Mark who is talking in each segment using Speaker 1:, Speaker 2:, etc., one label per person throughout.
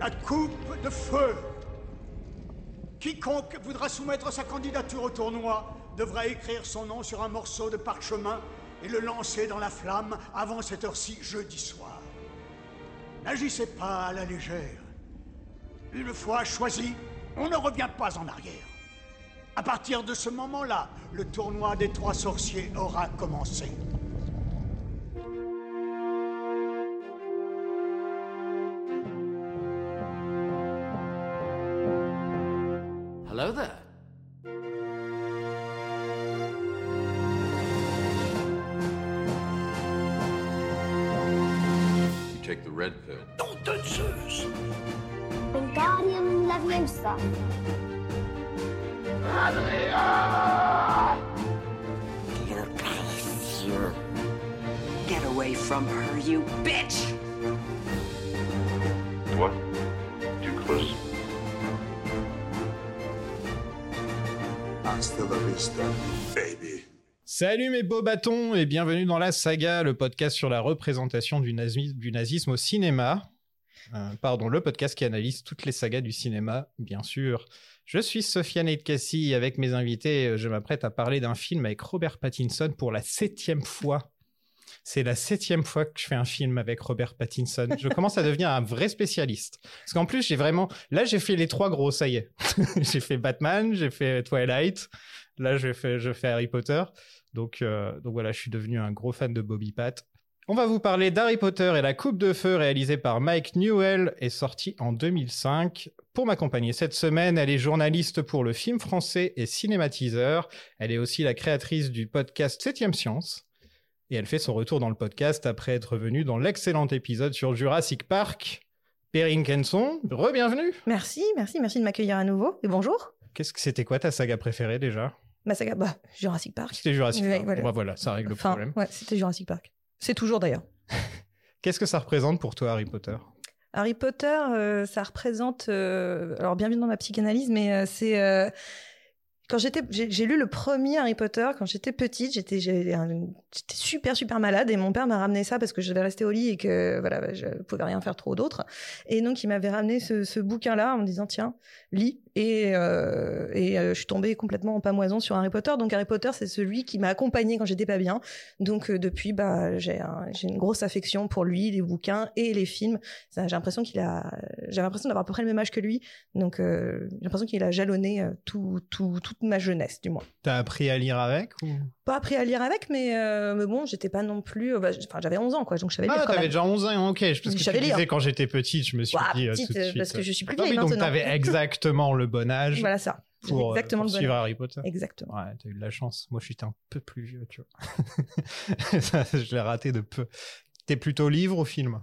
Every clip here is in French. Speaker 1: à coupe de feu. Quiconque voudra soumettre sa candidature au tournoi devra écrire son nom sur un morceau de parchemin et le lancer dans la flamme avant cette heure-ci jeudi soir. N'agissez pas à la légère. Une fois choisi, on ne revient pas en arrière. À partir de ce moment-là, le tournoi des trois sorciers aura commencé.
Speaker 2: Hello there.
Speaker 3: You take the red pill.
Speaker 4: Wingardium Leviosa.
Speaker 5: Your you. Get away from her, you bitch!
Speaker 6: What? Too close.
Speaker 7: Hasta la vista, baby.
Speaker 8: Salut mes beaux bâtons et bienvenue dans La Saga, le podcast sur la représentation du, nazi- du nazisme au cinéma. Euh, pardon, le podcast qui analyse toutes les sagas du cinéma, bien sûr. Je suis Sofiane Edkassi et avec mes invités, euh, je m'apprête à parler d'un film avec Robert Pattinson pour la septième fois. C'est la septième fois que je fais un film avec Robert Pattinson. Je commence à devenir un vrai spécialiste. Parce qu'en plus, j'ai vraiment... Là, j'ai fait les trois gros, ça y est. j'ai fait Batman, j'ai fait Twilight, là, je fais, je fais Harry Potter. Donc, euh, donc voilà, je suis devenu un gros fan de Bobby Pat. On va vous parler d'Harry Potter et la Coupe de Feu réalisée par Mike Newell et sorti en 2005. Pour m'accompagner cette semaine, elle est journaliste pour le film français et cinématiseur. Elle est aussi la créatrice du podcast Septième Science. Et elle fait son retour dans le podcast après être venue dans l'excellent épisode sur Jurassic Park. Perrine Kenson, re-bienvenue
Speaker 9: Merci, merci, merci de m'accueillir à nouveau et bonjour.
Speaker 8: Qu'est-ce que c'était quoi ta saga préférée déjà
Speaker 9: Ma saga, bah, Jurassic Park.
Speaker 8: C'était Jurassic
Speaker 9: Ouais,
Speaker 8: Park.
Speaker 9: voilà.
Speaker 8: Bon, bah voilà, ça règle le
Speaker 9: Enfin,
Speaker 8: problème.
Speaker 9: ouais, c'était Jurassic Park. C'est toujours d'ailleurs.
Speaker 8: Qu'est-ce que ça représente pour toi Harry Potter
Speaker 9: Harry Potter, euh, ça représente. euh, alors, bienvenue dans ma psychanalyse, mais euh, c'est. euh, quand j'étais, j'ai j'ai lu le premier Harry Potter quand j'étais petite. J'étais, j'ai un- j'étais super super malade et mon père m'a ramené ça parce que je devais rester au lit et que voilà, bah, je pouvais rien faire trop d'autre. Et donc il m'avait ramené ce, ce bouquin-là en me disant tiens, lis. Et euh, et euh, je suis tombée complètement en pamoison sur Harry Potter. Donc Harry Potter, c'est celui qui m'a accompagnée quand j'étais pas bien. Donc euh, depuis, bah j'ai un- j'ai une grosse affection pour lui, les bouquins et les films. Ça, J'ai l'impression qu'il a, j'ai l'impression d'avoir à peu près le même âge que lui, donc euh, j'ai l'impression qu'il a jalonné euh, tout, tout, toute ma jeunesse, du moins.
Speaker 8: T'as appris à lire avec ou...
Speaker 9: Pas appris à lire avec, mais, euh, mais bon, j'étais pas non plus, euh, bah, j- enfin j'avais 11 ans quoi, donc je savais
Speaker 8: Ah,
Speaker 9: lire quand
Speaker 8: t'avais
Speaker 9: même.
Speaker 8: déjà 11 ans, ok. Parce que
Speaker 9: Je
Speaker 8: tu
Speaker 9: savais lire.
Speaker 8: disais quand j'étais petite, je me suis
Speaker 9: Ouah,
Speaker 8: dit euh,
Speaker 9: petite,
Speaker 8: tout de
Speaker 9: euh,
Speaker 8: suite.
Speaker 9: parce que je suis plus
Speaker 8: Non,
Speaker 9: vieille
Speaker 8: mais donc
Speaker 9: maintenant.
Speaker 8: t'avais exactement le bon âge
Speaker 9: Voilà ça. J'avais
Speaker 8: pour, euh,
Speaker 9: exactement
Speaker 8: pour
Speaker 9: le bon
Speaker 8: suivre
Speaker 9: âge.
Speaker 8: Harry Potter.
Speaker 9: Exactement.
Speaker 8: Ouais, t'as eu de la chance. Moi, j'étais un peu plus vieux, tu vois. Ça, je l'ai raté de peu. T'es plutôt livre ou film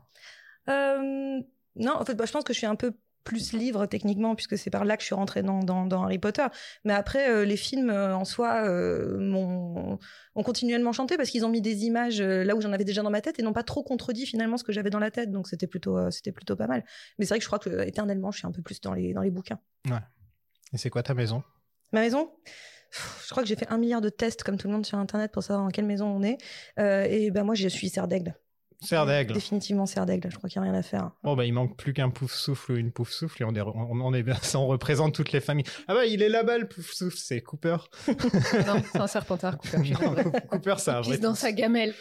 Speaker 9: Euh, non, en fait, bah, je pense que je suis un peu plus livre techniquement puisque c'est par là que je suis rentrée dans, dans, dans Harry Potter. Mais après, euh, les films euh, en soi euh, m'ont ont continuellement chanté parce qu'ils ont mis des images euh, là où j'en avais déjà dans ma tête et n'ont pas trop contredit finalement ce que j'avais dans la tête. Donc c'était plutôt euh, c'était plutôt pas mal. Mais c'est vrai que je crois que euh, éternellement, je suis un peu plus dans les dans les bouquins.
Speaker 8: Et c'est quoi ta maison
Speaker 9: Ma maison Pff, Je crois que j'ai fait un milliard de tests comme tout le monde sur internet pour savoir dans quelle maison on est. Euh, et ben moi, je suis serre d'aigle.
Speaker 8: Serre d'aigle.
Speaker 9: Définitivement serre d'aigle. Je crois qu'il n'y a rien à faire.
Speaker 8: Bon, bah, il manque plus qu'un pouf souffle ou une pouf souffle et on est, on, on est bien, ça, on représente toutes les familles. Ah bah, il est là-bas, le pouf souffle, c'est Cooper.
Speaker 10: Non, c'est un serpentard, Cooper. je suis
Speaker 8: Non,
Speaker 10: désolée.
Speaker 8: Cooper, c'est un
Speaker 10: Pisse
Speaker 8: vrai.
Speaker 10: dans sa gamelle.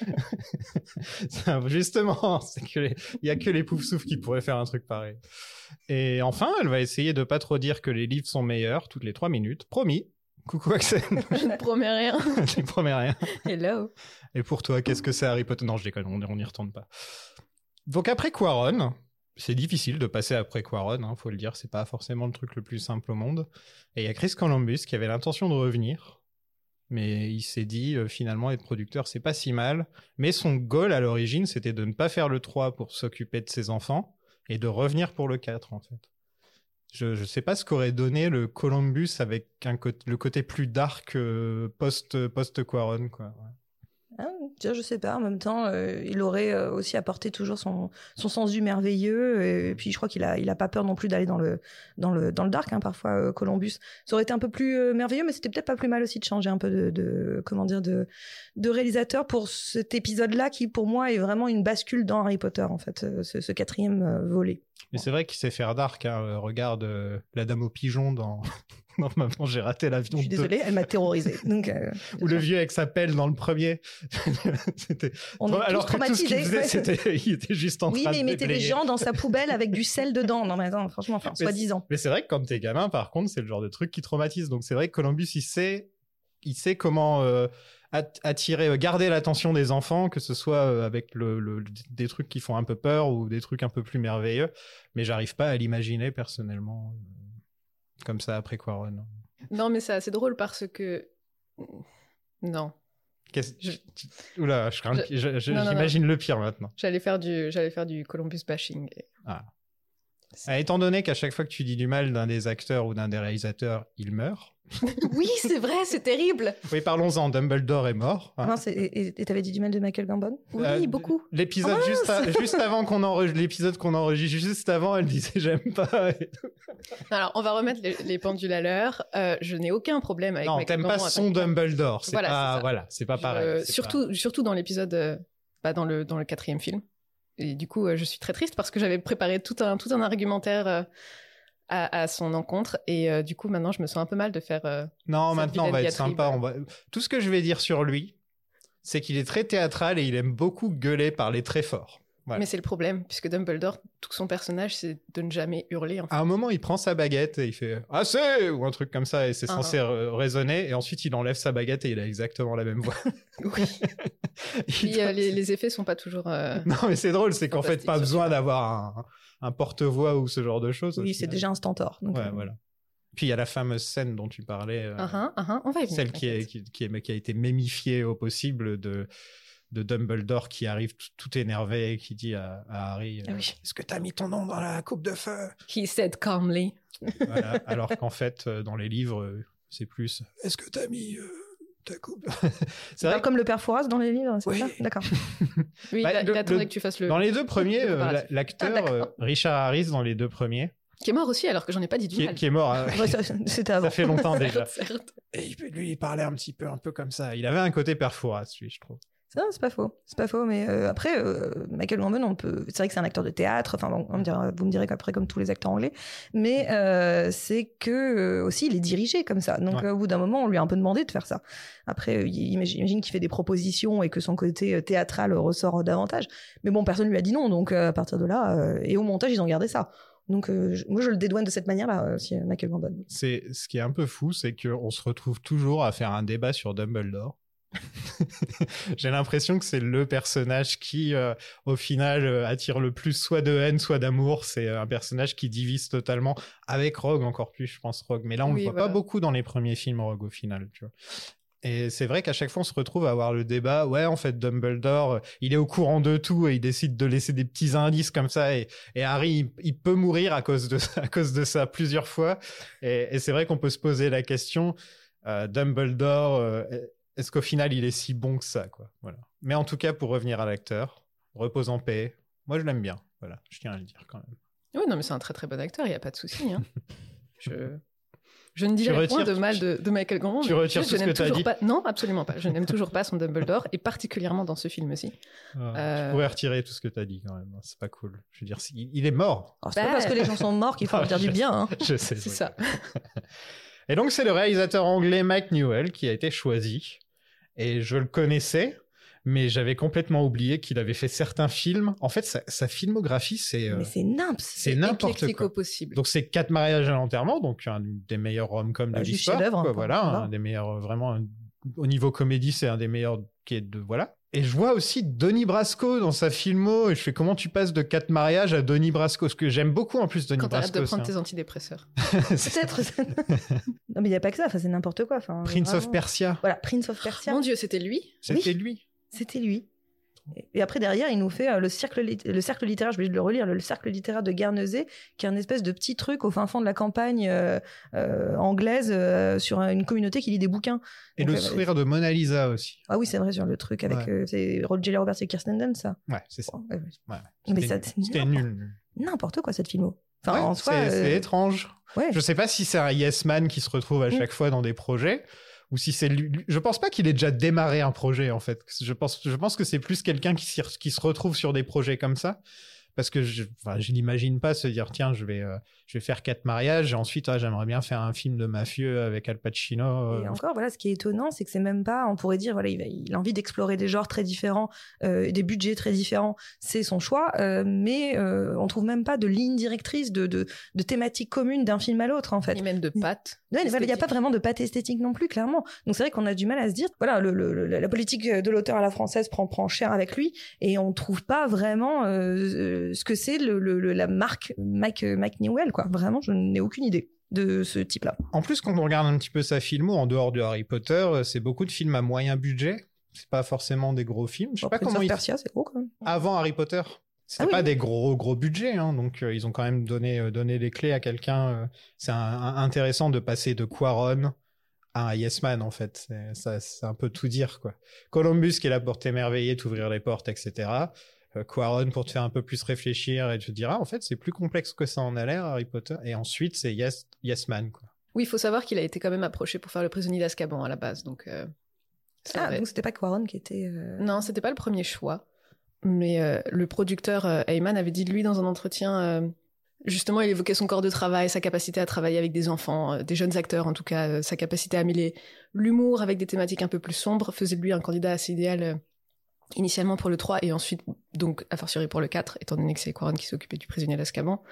Speaker 8: Ça, Justement, c'est que les- il y a que les poufs souffles qui pourraient faire un truc pareil. Et enfin, elle va essayer de pas trop dire que les livres sont meilleurs toutes les trois minutes, promis. Coucou Axel,
Speaker 10: Je ne promets rien.
Speaker 8: je lui promets rien.
Speaker 10: Hello.
Speaker 8: Et pour toi, qu'est-ce que c'est Harry Potter Non, je déconne, on on n'y retourne pas. Donc après Quaron, c'est difficile de passer après Quaron, hein, faut le dire, c'est pas forcément le truc le plus simple au monde. Et il y a Chris Columbus qui avait l'intention de revenir, mais il s'est dit euh, finalement être producteur c'est pas si mal. Mais son goal à l'origine c'était de ne pas faire le 3 pour s'occuper de ses enfants et de revenir pour le 4 en fait. Je, je sais pas ce qu'aurait donné le Columbus avec un côté- le côté plus dark euh, post post Quaron quoi. ouais.
Speaker 9: Hein Tiens, je sais pas. En même temps, euh, il aurait euh, aussi apporté toujours son, son sens du merveilleux. Et, puis, je crois qu'il a, il a pas peur non plus d'aller dans le, dans le, dans le dark, hein, parfois, euh, Columbus. Ça aurait été un peu plus euh, merveilleux, mais c'était peut-être pas plus mal aussi de changer un peu de, de comment dire, de, de réalisateur pour cet épisode-là qui, pour moi, est vraiment une bascule dans Harry Potter, en fait, euh, ce, ce quatrième euh, volet.
Speaker 8: Mais c'est vrai qu'il sait faire dark. hein. Euh, Regarde euh, la dame au pigeon dans. dans Maman, j'ai raté l'avion.
Speaker 9: Je suis
Speaker 8: deux.
Speaker 9: désolée, elle m'a terrorisée. Donc, euh,
Speaker 8: Ou le vieux avec sa pelle dans le premier. C'était.
Speaker 9: on est
Speaker 8: Alors
Speaker 9: tous
Speaker 8: que tout ce qu'il
Speaker 9: traumatisés.
Speaker 8: faisait, c'était. Il était juste en
Speaker 9: Oui,
Speaker 8: train
Speaker 9: mais il
Speaker 8: de
Speaker 9: mettait des
Speaker 8: déblayer.
Speaker 9: gens dans sa poubelle avec du sel dedans. Non, mais attends, franchement, enfin,
Speaker 8: Mais-
Speaker 9: soi-disant.
Speaker 8: Mais c'est vrai que quand t'es gamin, par contre, c'est le genre de truc qui traumatise. Donc c'est vrai que Columbus, il sait, il sait comment euh, at- attirer, euh, garder l'attention des enfants, que ce soit euh, avec le, le- des trucs qui font un peu peur ou des trucs un peu plus merveilleux. Mais j'arrive pas à l'imaginer personnellement euh, comme ça après Quaron.
Speaker 10: Non, mais c'est assez drôle parce que. Non.
Speaker 8: Qu'est-ce-
Speaker 10: Je-
Speaker 8: Oula, je crains
Speaker 10: Je-
Speaker 8: le pi- je- je-
Speaker 10: non, non,
Speaker 8: j'imagine le pire maintenant.
Speaker 10: J'allais faire du, j'allais faire du Columbus bashing. et-
Speaker 8: Ah, étant donné qu'à chaque fois que tu dis du mal d'un des acteurs ou d'un des réalisateurs, il meurt.
Speaker 10: Oui, c'est vrai, c'est terrible. Ah.
Speaker 8: Oui, parlons-en. Dumbledore est mort. hein.
Speaker 9: Non, c'est- et et t'avais dit du mal de Michael Gambon
Speaker 10: Oui,
Speaker 8: Euh,
Speaker 10: beaucoup.
Speaker 8: L'épisode
Speaker 10: Oh
Speaker 8: juste,
Speaker 10: mince
Speaker 8: a- juste avant qu'on enregistre, l'épisode qu'on enregistre juste avant, elle disait j'aime pas. et tout.
Speaker 10: Alors, on va remettre les, les pendules à l'heure. Euh, je n'ai aucun problème avec.
Speaker 8: Non,
Speaker 10: Michael
Speaker 8: t'aimes pas
Speaker 10: Gambon,
Speaker 8: son
Speaker 10: avec-
Speaker 8: Dumbledore. C'est
Speaker 10: Voilà, c'est
Speaker 8: pas,
Speaker 10: ça.
Speaker 8: voilà, c'est pas
Speaker 10: Je- euh,
Speaker 8: pareil. c'est pas-
Speaker 10: surtout, surtout dans l'épisode, euh, bah, dans le dans le quatrième film. Et du coup, euh, je suis très triste parce que j'avais préparé tout un tout un argumentaire euh, à, à son encontre et euh, du coup, maintenant, je me sens un peu mal de faire. euh,
Speaker 8: Non,
Speaker 10: cette
Speaker 8: maintenant on va
Speaker 10: vilaine
Speaker 8: être sympa. On va... Tout ce que je vais dire sur lui, c'est qu'il est très théâtral et il aime beaucoup gueuler, parler très fort. Voilà.
Speaker 10: Mais c'est le problème puisque Dumbledore, tout son personnage, c'est de ne jamais hurler. En fait.
Speaker 8: À un moment, il prend sa baguette et il fait assez ou un truc comme ça et c'est
Speaker 10: Ah.
Speaker 8: censé euh, résonner et ensuite il enlève sa baguette et il a exactement la même voix.
Speaker 10: Oui.
Speaker 8: Il
Speaker 10: Puis, euh, les, les effets sont pas toujours. euh,
Speaker 8: Non, mais c'est drôle, c'est qu'en fait,
Speaker 10: Fantastique,
Speaker 8: pas
Speaker 10: surtout.
Speaker 8: besoin d'avoir un, un porte-voix ou ce genre de choses. au
Speaker 9: Oui, c'est
Speaker 8: final.
Speaker 9: déjà un stentor. Donc,
Speaker 8: Ouais,
Speaker 9: euh,
Speaker 8: voilà. Puis il y a la fameuse scène dont tu parlais, euh,
Speaker 10: ah, ah, ah, ah, on va y venir.
Speaker 8: celle qui, est,
Speaker 10: t'inquiète.
Speaker 8: qui, qui est- qui a été mémifiée au possible de, de Dumbledore qui arrive tout, tout énervé et qui dit à, à Harry
Speaker 10: Ah
Speaker 8: euh,
Speaker 10: oui.
Speaker 8: Est-ce que t'as mis ton nom dans la coupe de feu
Speaker 10: He said calmly.
Speaker 8: Voilà. Alors qu'en fait, euh, dans les livres, euh, c'est plus Est-ce que t'as mis euh, ta coupe C'est
Speaker 9: Alors,
Speaker 8: vrai que
Speaker 9: Comme le père Fouras dans les livres, c'est
Speaker 8: Oui.
Speaker 9: ça D'accord.
Speaker 10: Oui,
Speaker 8: Bah,
Speaker 10: il, a-
Speaker 8: le-
Speaker 10: il attendait
Speaker 8: le-
Speaker 10: que tu fasses le.
Speaker 8: dans les deux premiers, euh,
Speaker 10: comparatif.
Speaker 8: la- l'acteur
Speaker 10: Ah,
Speaker 8: euh,
Speaker 10: d'accord.
Speaker 8: Richard Harris, dans les deux premiers,
Speaker 10: Qui est mort aussi alors que j'en ai pas dit du
Speaker 8: qui, est-
Speaker 10: mal.
Speaker 8: qui est mort. euh,
Speaker 9: Ouais, ça- C'était avant.
Speaker 8: Ça fait longtemps déjà.
Speaker 10: Certes.
Speaker 8: Et il- lui, il parlait un petit peu, un peu comme ça. Il avait un côté perforas, lui, je trouve.
Speaker 9: Non, c'est pas faux. C'est pas faux, mais euh, après, euh, Michael Gambon, on peut. C'est vrai que c'est un acteur de théâtre. Enfin, bon, on me dira- vous me direz qu'après, comme tous les acteurs anglais, mais euh, c'est que euh, aussi, il est dirigé comme ça. Donc,
Speaker 8: Ouais.
Speaker 9: euh, au bout d'un moment, on lui a un peu demandé de faire ça. Après, euh, il- imagine j'imagine qu'il fait des propositions et que son côté euh, théâtral ressort davantage. Mais bon, personne lui a dit non. Donc, euh, à partir de là, euh, et au montage, ils ont gardé ça. Donc, euh, je- moi, je le dédouane de cette manière-là, euh, si euh, Michael Gambon.
Speaker 8: C'est ce qui est un peu fou, c'est qu'on se retrouve toujours à faire un débat sur Dumbledore. J'ai l'impression que c'est le personnage qui, euh, au final, euh, attire le plus soit de haine, soit d'amour. C'est euh, un personnage qui divise totalement, avec Rogue encore plus, je pense, Rogue. Mais là, on le
Speaker 10: Oui,
Speaker 8: voit
Speaker 10: voilà.
Speaker 8: pas beaucoup dans les premiers films Rogue, au final, tu vois. Et c'est vrai qu'à chaque fois, on se retrouve à avoir le débat. Ouais, en fait, Dumbledore, euh, il est au courant de tout et il décide de laisser des petits indices comme ça. Et, et Harry, il, il peut mourir à cause de ça, à cause de ça plusieurs fois. Et, et c'est vrai qu'on peut se poser la question, euh, Dumbledore, euh, est-ce qu'au final il est si bon que ça, quoi Voilà. Mais en tout cas, pour revenir à l'acteur, repose en paix. Moi, je l'aime bien. Voilà, je tiens à le dire quand même.
Speaker 10: Oui, non, mais c'est un très très bon acteur, il n'y a pas de souci. hein. Je... je ne
Speaker 8: Tu
Speaker 10: dirai point
Speaker 8: retires-
Speaker 10: de mal de, de Michael Gambon.
Speaker 8: tu
Speaker 10: mais
Speaker 8: retires
Speaker 10: juste,
Speaker 8: tout
Speaker 10: je
Speaker 8: ce
Speaker 10: n'aime
Speaker 8: que t'as
Speaker 10: toujours
Speaker 8: dit.
Speaker 10: pas- Non, absolument pas. Je n'aime toujours pas son Dumbledore, et particulièrement dans ce film aussi.
Speaker 8: Euh, Tu pourrais retirer tout ce que tu as dit quand même. hein. C'est pas cool. Je veux dire, si- il est mort.
Speaker 9: Alors, c'est
Speaker 10: Bah.
Speaker 9: pas parce que les gens sont morts qu'il faut leur dire du bien. hein.
Speaker 8: Ah, Je sais.
Speaker 10: C'est
Speaker 8: oui.
Speaker 10: ça.
Speaker 8: Et donc, c'est le réalisateur anglais Mike Newell qui a été choisi. Et je le connaissais, mais j'avais complètement oublié qu'il avait fait certains films. En fait, sa, sa filmographie, c'est euh,
Speaker 9: Mais c'est nimps.
Speaker 8: c'est n'importe
Speaker 10: Éclectique
Speaker 8: quoi.
Speaker 10: au possible.
Speaker 8: Donc, c'est Quatre mariages à l'enterrement, donc un des meilleurs rom-coms
Speaker 9: Bah,
Speaker 8: de
Speaker 9: du
Speaker 8: l'histoire.
Speaker 9: chef-d'œuvre,
Speaker 8: quoi,
Speaker 9: hein,
Speaker 8: Voilà,
Speaker 9: point
Speaker 8: un
Speaker 9: barre.
Speaker 8: des meilleurs, euh, vraiment, un- au niveau comédie, c'est un des meilleurs qui est de. Voilà. Et je vois aussi Donnie Brasco dans sa filmo, et je fais comment tu passes de Quatre mariages à Donnie Brasco Ce que j'aime beaucoup en plus, Donnie
Speaker 10: Quand t'arrêtes
Speaker 8: Brasco.
Speaker 10: de prendre
Speaker 8: c'est
Speaker 10: tes antidépresseurs.
Speaker 8: un- c'est-
Speaker 9: Peut-être. non, mais il n'y a pas que ça. Enfin, c'est n'importe quoi. Enfin,
Speaker 8: Prince of
Speaker 9: vraiment.
Speaker 8: Persia.
Speaker 10: Oh,
Speaker 9: Voilà, Prince of Persia.
Speaker 10: Mon Dieu, c'était lui
Speaker 8: C'était lui.
Speaker 9: C'était lui. Et après, derrière, il nous fait euh, le, cercle lit- le cercle littéraire, je suis obligée de le relire, le, le cercle littéraire de Guernesey, qui est un espèce de petit truc au fin fond de la campagne euh, euh, anglaise euh, sur une communauté qui lit des bouquins.
Speaker 8: Et
Speaker 9: Donc,
Speaker 8: le
Speaker 9: euh,
Speaker 8: sourire de Mona Lisa aussi.
Speaker 9: Ah oui, c'est vrai, sur le truc avec
Speaker 8: Ouais.
Speaker 9: euh, c'est Roger Roberts et Kirsten Dunst, ça.
Speaker 8: Ouais, c'est ça.
Speaker 9: Oh, ouais, ouais.
Speaker 8: Ouais.
Speaker 9: Mais
Speaker 8: C'était-
Speaker 9: ça, c'est
Speaker 8: c'était nul.
Speaker 9: N'importe quoi, cette filmo. Enfin,
Speaker 8: Ouais,
Speaker 9: en soi.
Speaker 8: c'est c'est
Speaker 9: euh,
Speaker 8: étrange.
Speaker 9: ouais.
Speaker 8: Je sais pas si c'est un yes man qui se retrouve à
Speaker 9: Mm.
Speaker 8: chaque fois dans des projets ou si c'est lui- lui- Je pense pas qu'il ait déjà démarré un projet en fait. Je pense, je pense que c'est plus quelqu'un qui, s'y re- qui se retrouve sur des projets comme ça. Parce que je, enfin, je l'imagine pas se dire tiens je vais euh, je vais faire quatre mariages et ensuite ah, j'aimerais bien faire un film de mafieux avec Al Pacino. euh,
Speaker 9: Et encore, voilà, ce qui est étonnant, c'est que c'est même pas, on pourrait dire, voilà, il, va- il a envie d'explorer des genres très différents, euh, et des budgets très différents, c'est son choix, euh, mais euh, on trouve même pas de ligne directrice, de, de, de thématique commune d'un film à l'autre, en fait.
Speaker 10: Ni même de pâtes.
Speaker 9: Ouais, Il n'y a pas vraiment de pâté esthétique non plus, clairement. Donc c'est vrai qu'on a du mal à se dire, voilà, le- le- le- la politique de l'auteur à la française prend, prend cher avec lui, et on trouve pas vraiment euh, euh, ce que c'est le, le- le- la marque Mike, Mike Newell, quoi. Vraiment, je n'ai aucune idée de ce type-là.
Speaker 8: En plus, quand on regarde un petit peu sa filmo, en dehors de Harry Potter, euh, c'est beaucoup de films à moyen budget. C'est pas forcément des gros films. Je sais
Speaker 9: Bon,
Speaker 8: pas
Speaker 9: Prince
Speaker 8: comment
Speaker 9: of
Speaker 8: ils...
Speaker 9: Persia, c'est gros quand même.
Speaker 8: Avant Harry Potter, c'était
Speaker 9: Ah oui.
Speaker 8: pas des gros gros budgets. hein, donc euh, ils ont quand même donné euh, donné les clés à quelqu'un. euh, c'est un- un- intéressant de passer de Quaron à un Yes Man en fait. C'est- Ça, c'est un peu tout dire quoi. Columbus qui est là pour t'émerveiller, t'ouvrir les portes, etc. Euh, Quaron pour te faire un peu plus réfléchir et te dire ah, en fait c'est plus complexe que ça en a l'air Harry Potter. Et ensuite c'est Yes Yes Man quoi.
Speaker 10: Oui, il faut savoir qu'il a été quand même approché pour faire le prisonnier d'Azkaban à la base, donc. euh, ça
Speaker 9: Ah,
Speaker 10: avait-
Speaker 9: donc c'était pas Quaron qui était. euh,
Speaker 10: Non, c'était pas le premier choix. Mais euh, le producteur euh, Heyman avait dit de lui dans un entretien, euh, justement, il évoquait son corps de travail, sa capacité à travailler avec des enfants, euh, des jeunes acteurs en tout cas, euh, sa capacité à mêler l'humour avec des thématiques un peu plus sombres, faisait de lui un candidat assez idéal euh, initialement pour le 3 et ensuite, donc, a fortiori pour le 4, étant donné que c'est Quaron qui s'occupait du prisonnier d'Azkaban.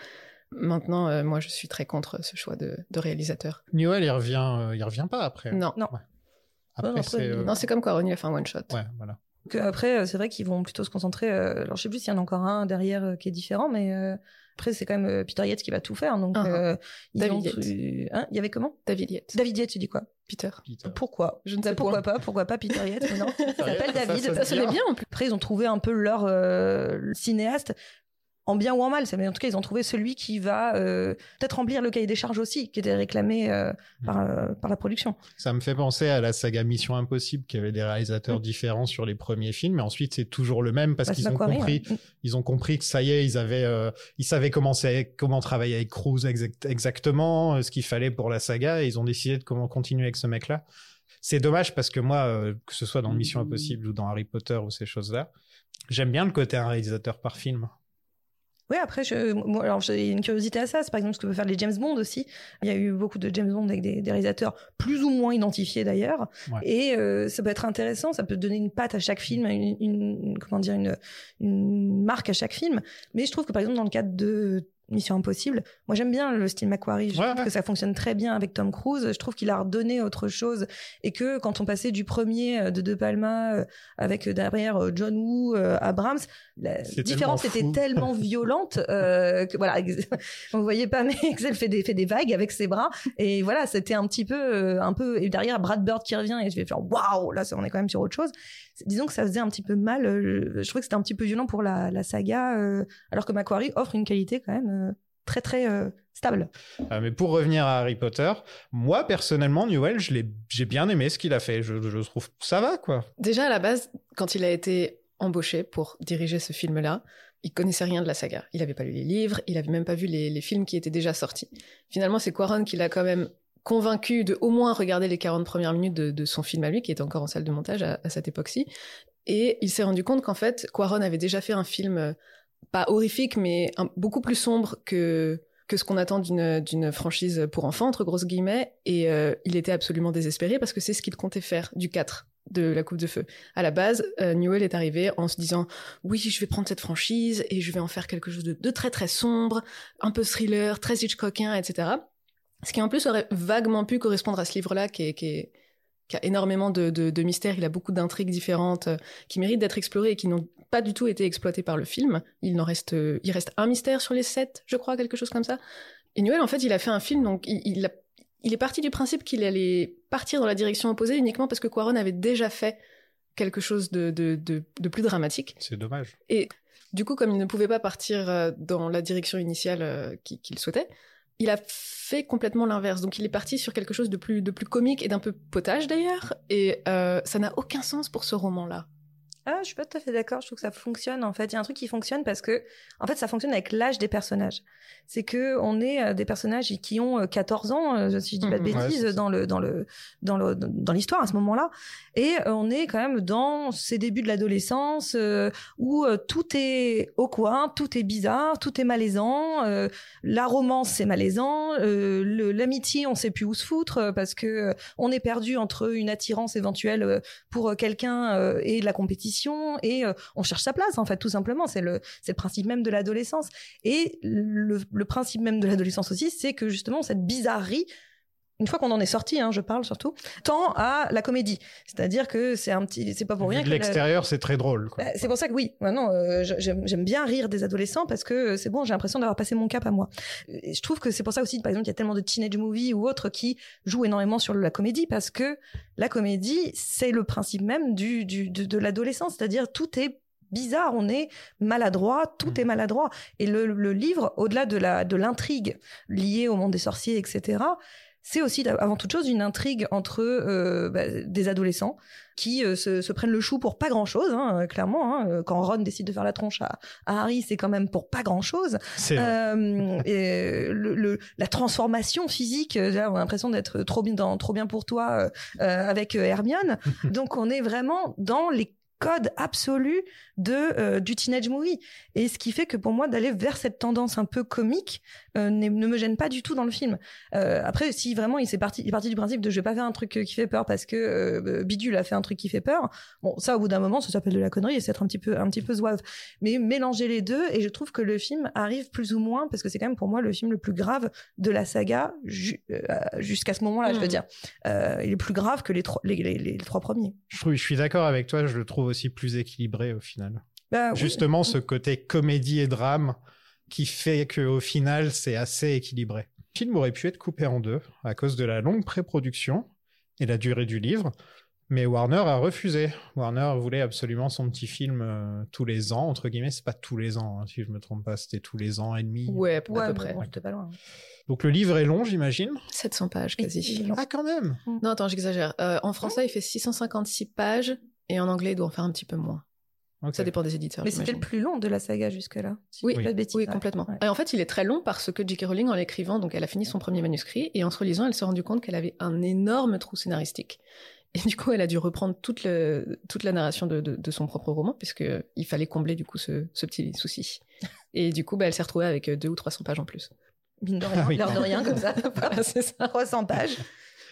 Speaker 10: Maintenant, euh, moi, je suis très contre ce choix de, de réalisateur.
Speaker 8: Newell il revient euh, il revient pas après.
Speaker 10: Non.
Speaker 9: Non.
Speaker 8: Après,
Speaker 9: Ouais, après,
Speaker 8: c'est euh,
Speaker 10: Non, c'est comme Quaron, il a fait un one-shot.
Speaker 8: ouais voilà.
Speaker 9: que après, euh, c'est vrai qu'ils vont plutôt se concentrer. euh, Alors, je sais plus s'il y en a encore un derrière euh, qui est différent, mais euh, après, c'est quand même euh, Peter Yates qui va tout faire. Donc,
Speaker 10: Ah, ah.
Speaker 9: euh, ils
Speaker 10: David
Speaker 9: vont-
Speaker 10: Yates.
Speaker 9: Hein, il y avait comment
Speaker 10: David Yates.
Speaker 9: David Yates, tu dis quoi
Speaker 10: Peter.
Speaker 8: Peter.
Speaker 9: Pourquoi
Speaker 10: Je ne sais
Speaker 9: Pourquoi pas Pourquoi pas Peter Yates mais Non, il s'appelle
Speaker 8: Ça
Speaker 9: David.
Speaker 8: sonne
Speaker 10: Ça sonnait bien en plus.
Speaker 9: Après, ils ont trouvé un peu leur euh, cinéaste, en bien ou en mal. Mais en tout cas, ils ont trouvé celui qui va euh, peut-être remplir le cahier des charges aussi, qui était réclamé euh,
Speaker 10: Mm.
Speaker 9: par, euh, par la production.
Speaker 8: Ça me fait penser à la saga Mission Impossible qui avait des réalisateurs différents sur les premiers films, mais ensuite c'est toujours le même parce
Speaker 9: Mm. Bah, c'est
Speaker 8: qu'ils ont
Speaker 9: Macquarie,
Speaker 8: compris,
Speaker 9: hein.
Speaker 8: ils ont compris que ça y est, ils avaient, euh, ils savaient comment c'est- comment travailler avec Cruise exact- exactement, euh, ce qu'il fallait pour la saga, et ils ont décidé de comment continuer avec ce mec-là. C'est dommage parce que moi, euh, que ce soit dans
Speaker 9: Mm.
Speaker 8: Mission Impossible ou dans Harry Potter ou ces choses-là, j'aime bien le côté un réalisateur par film.
Speaker 9: Oui, après, je, moi, alors, j'ai une curiosité à ça. C'est par exemple ce que peuvent faire les James Bond aussi. Il y a eu beaucoup de James Bond avec des, des réalisateurs plus ou moins identifiés d'ailleurs.
Speaker 8: Ouais.
Speaker 9: Et euh, ça peut être intéressant. Ça peut donner une patte à chaque film, une, une- comment dire, une, une marque à chaque film. Mais je trouve que par exemple, dans le cadre de Mission Impossible, moi j'aime bien le style Macquarie. Je
Speaker 8: Ouais,
Speaker 9: trouve
Speaker 8: ouais.
Speaker 9: que ça fonctionne très bien avec Tom Cruise. Je trouve qu'il a redonné autre chose. Et que quand on passait du premier euh, de De Palma euh, avec euh, derrière euh, John Woo, euh, Abrams, la
Speaker 8: C'est
Speaker 9: différence
Speaker 8: tellement
Speaker 9: était
Speaker 8: fou.
Speaker 9: tellement violente euh, que voilà, on voyait pas, mais Axel fait des, fait des vagues avec ses bras. Et voilà, c'était un petit peu, euh, un peu. Et derrière, Brad Bird qui revient et je vais faire waouh, là, ça, on est quand même sur autre chose. C'est- Disons que ça faisait un petit peu mal. euh, je trouvais que c'était un petit peu violent pour la, la saga, euh, alors que Macquarie offre une qualité quand même euh, très très euh, stable.
Speaker 8: Euh, mais pour revenir à Harry Potter, moi personnellement, Newell, je l'ai, j'ai bien aimé ce qu'il a fait. Je, je trouve ça va quoi.
Speaker 10: Déjà, à la base, quand il a été embauché pour diriger ce film-là, il connaissait rien de la saga. Il n'avait pas lu les livres, il n'avait même pas vu les, les films qui étaient déjà sortis. Finalement, c'est Quaron qui l'a quand même convaincu de au moins regarder les 40 premières minutes de, de son film à lui, qui était encore en salle de montage à, à cette époque-ci. Et il s'est rendu compte qu'en fait, Quaron avait déjà fait un film euh, pas horrifique, mais un- beaucoup plus sombre que que ce qu'on attend d'une d'une franchise pour enfants, entre grosses guillemets. Et euh, il était absolument désespéré parce que c'est ce qu'il comptait faire du 4 de la Coupe de Feu. À la base, euh, Newell est arrivé en se disant oui, je vais prendre cette franchise et je vais en faire quelque chose de, de très très sombre, un peu thriller, très Hitchcockien, etc. Ce qui en plus aurait vaguement pu correspondre à ce livre-là qui est, qui est- qui a énormément de, de, de mystères, il a beaucoup d'intrigues différentes euh, qui méritent d'être explorées et qui n'ont pas du tout été exploitées par le film. Il n'en reste, euh, il reste un mystère sur les sept, je crois, quelque chose comme ça. Et Newell, en fait, il a fait un film, donc il, il a- il est parti du principe qu'il allait partir dans la direction opposée uniquement parce que Quaron avait déjà fait quelque chose de, de, de, de plus dramatique.
Speaker 8: C'est dommage.
Speaker 10: Et du coup, comme il ne pouvait pas partir euh, dans la direction initiale euh, qui- qu'il souhaitait, il a fait complètement l'inverse. Donc il est parti sur quelque chose de plus, de plus comique et d'un peu potage d'ailleurs. Et euh, ça n'a aucun sens pour ce roman-là.
Speaker 9: Ah, je suis pas tout à fait d'accord. Je trouve que ça fonctionne en fait. Il y a un truc qui fonctionne parce que, en fait, ça fonctionne avec l'âge des personnages. C'est que on est euh, des personnages qui ont euh, 14 ans, euh, si je dis pas de
Speaker 10: Mhm. Ouais,
Speaker 9: bêtises,
Speaker 8: c'est ça.
Speaker 9: dans le dans le dans le dans l'histoire à ce moment-là, et euh, on est quand même dans ces débuts de l'adolescence euh, où euh, tout est au coin, tout est bizarre, tout est malaisant. euh, la romance c'est malaisant, euh, le- l'amitié on sait plus où se foutre euh, parce que euh, on est perdu entre une attirance éventuelle euh, pour euh, quelqu'un euh, et de la compétition et euh, on cherche sa place en fait tout simplement c'est le c'est le principe même de l'adolescence et le, le principe même de l'adolescence aussi c'est que justement cette bizarrerie une fois qu'on en est sorti, hein, je parle surtout, tend à la comédie. C'est-à-dire que c'est un petit, c'est pas pour
Speaker 8: Vu
Speaker 9: rien
Speaker 8: de
Speaker 9: que la-
Speaker 8: l'extérieur, c'est très drôle. quoi.
Speaker 9: bah, C'est pour ça que oui, maintenant euh, je- j'aime j'aime bien rire des adolescents parce que euh, c'est bon, j'ai l'impression d'avoir passé mon cap à moi. Et je trouve que c'est pour ça aussi, par exemple, il y a tellement de teenage movies ou autres qui jouent énormément sur la comédie parce que la comédie, c'est le principe même du, du- de, de l'adolescence, c'est-à-dire tout est bizarre, on est maladroit, tout
Speaker 8: Mhm.
Speaker 9: est maladroit. Et le, le livre, au-delà de la de l'intrigue liée au monde des sorciers, etc., c'est aussi d'av- avant toute chose une intrigue entre euh, bah, des adolescents qui euh, se, se prennent le chou pour pas grand chose, clairement. hein. Euh, Quand Ron décide de faire la tronche à, à Harry, c'est quand même pour pas grand chose.
Speaker 8: C'est vrai.
Speaker 9: et euh, le, le- la transformation physique, euh, là, on a l'impression d'être trop bien, dans, trop bien pour toi euh, euh, avec euh, Hermione. Donc on est vraiment dans les codes absolus de euh, du teenage movie et ce qui fait que pour moi d'aller vers cette tendance un peu comique euh, n'est- ne me gêne pas du tout dans le film euh, après, si vraiment il, s'est parti, il est parti du principe de je vais pas faire un truc euh, qui fait peur parce que euh, Bidule a fait un truc qui fait peur, bon, ça au bout d'un moment, ça s'appelle de la connerie et c'est être un petit peu, un petit peu zouave. Mais mélanger les deux, et je trouve que le film arrive plus ou moins, parce que c'est quand même pour moi le film le plus grave de la saga ju- euh, jusqu'à ce moment-là, je veux
Speaker 10: Mhm.
Speaker 9: dire. Euh, il est plus grave que les, trois- les, les- les trois premiers.
Speaker 8: Je, trouve- je suis d'accord avec toi, je le trouve aussi plus équilibré au final.
Speaker 9: Bah, oui.
Speaker 8: Justement, ce côté comédie et drame qui fait qu'au final, c'est assez équilibré. Le film aurait pu être coupé en deux à cause de la longue pré-production et la durée du livre, mais Warner a refusé. Warner voulait absolument son petit film euh, tous les ans, entre guillemets, c'est pas tous les ans, hein, si je me trompe pas, c'était tous les ans et demi.
Speaker 10: Ouais, à peu,
Speaker 9: Ouais,
Speaker 10: à peu
Speaker 9: mais
Speaker 10: près.
Speaker 9: bon, c'était pas loin. hein,
Speaker 8: Donc le livre est long, j'imagine.
Speaker 10: 700 pages quasi.
Speaker 9: Il- il-
Speaker 8: Ah, quand même
Speaker 10: Non, attends, j'exagère. Euh, en français, il fait 656 pages et en anglais, il doit en faire un petit peu moins.
Speaker 8: Ok.
Speaker 10: Ça dépend des éditeurs.
Speaker 9: Mais c'était
Speaker 10: j'imagine.
Speaker 9: le plus long de la saga jusque-là. si
Speaker 10: Oui.
Speaker 9: je dis pas de bêtises,
Speaker 10: Oui,
Speaker 9: ouais.
Speaker 10: complètement.
Speaker 9: Ouais.
Speaker 10: Et en fait, il est très long parce que J.K. Rowling, en l'écrivant, donc elle a fini son premier manuscrit et en se relisant, elle s'est rendue compte qu'elle avait un énorme trou scénaristique. Et du coup, elle a dû reprendre toute, le- toute la narration de, de- de son propre roman puisque il fallait combler du coup ce, ce petit souci. Et du coup, bah, elle s'est retrouvée avec euh, deux ou 300 pages en plus.
Speaker 9: Mine de
Speaker 8: Ah
Speaker 9: rien,
Speaker 8: oui.
Speaker 9: l'air de rien, comme ça.
Speaker 10: Voilà, c'est ça.
Speaker 9: 300 pages.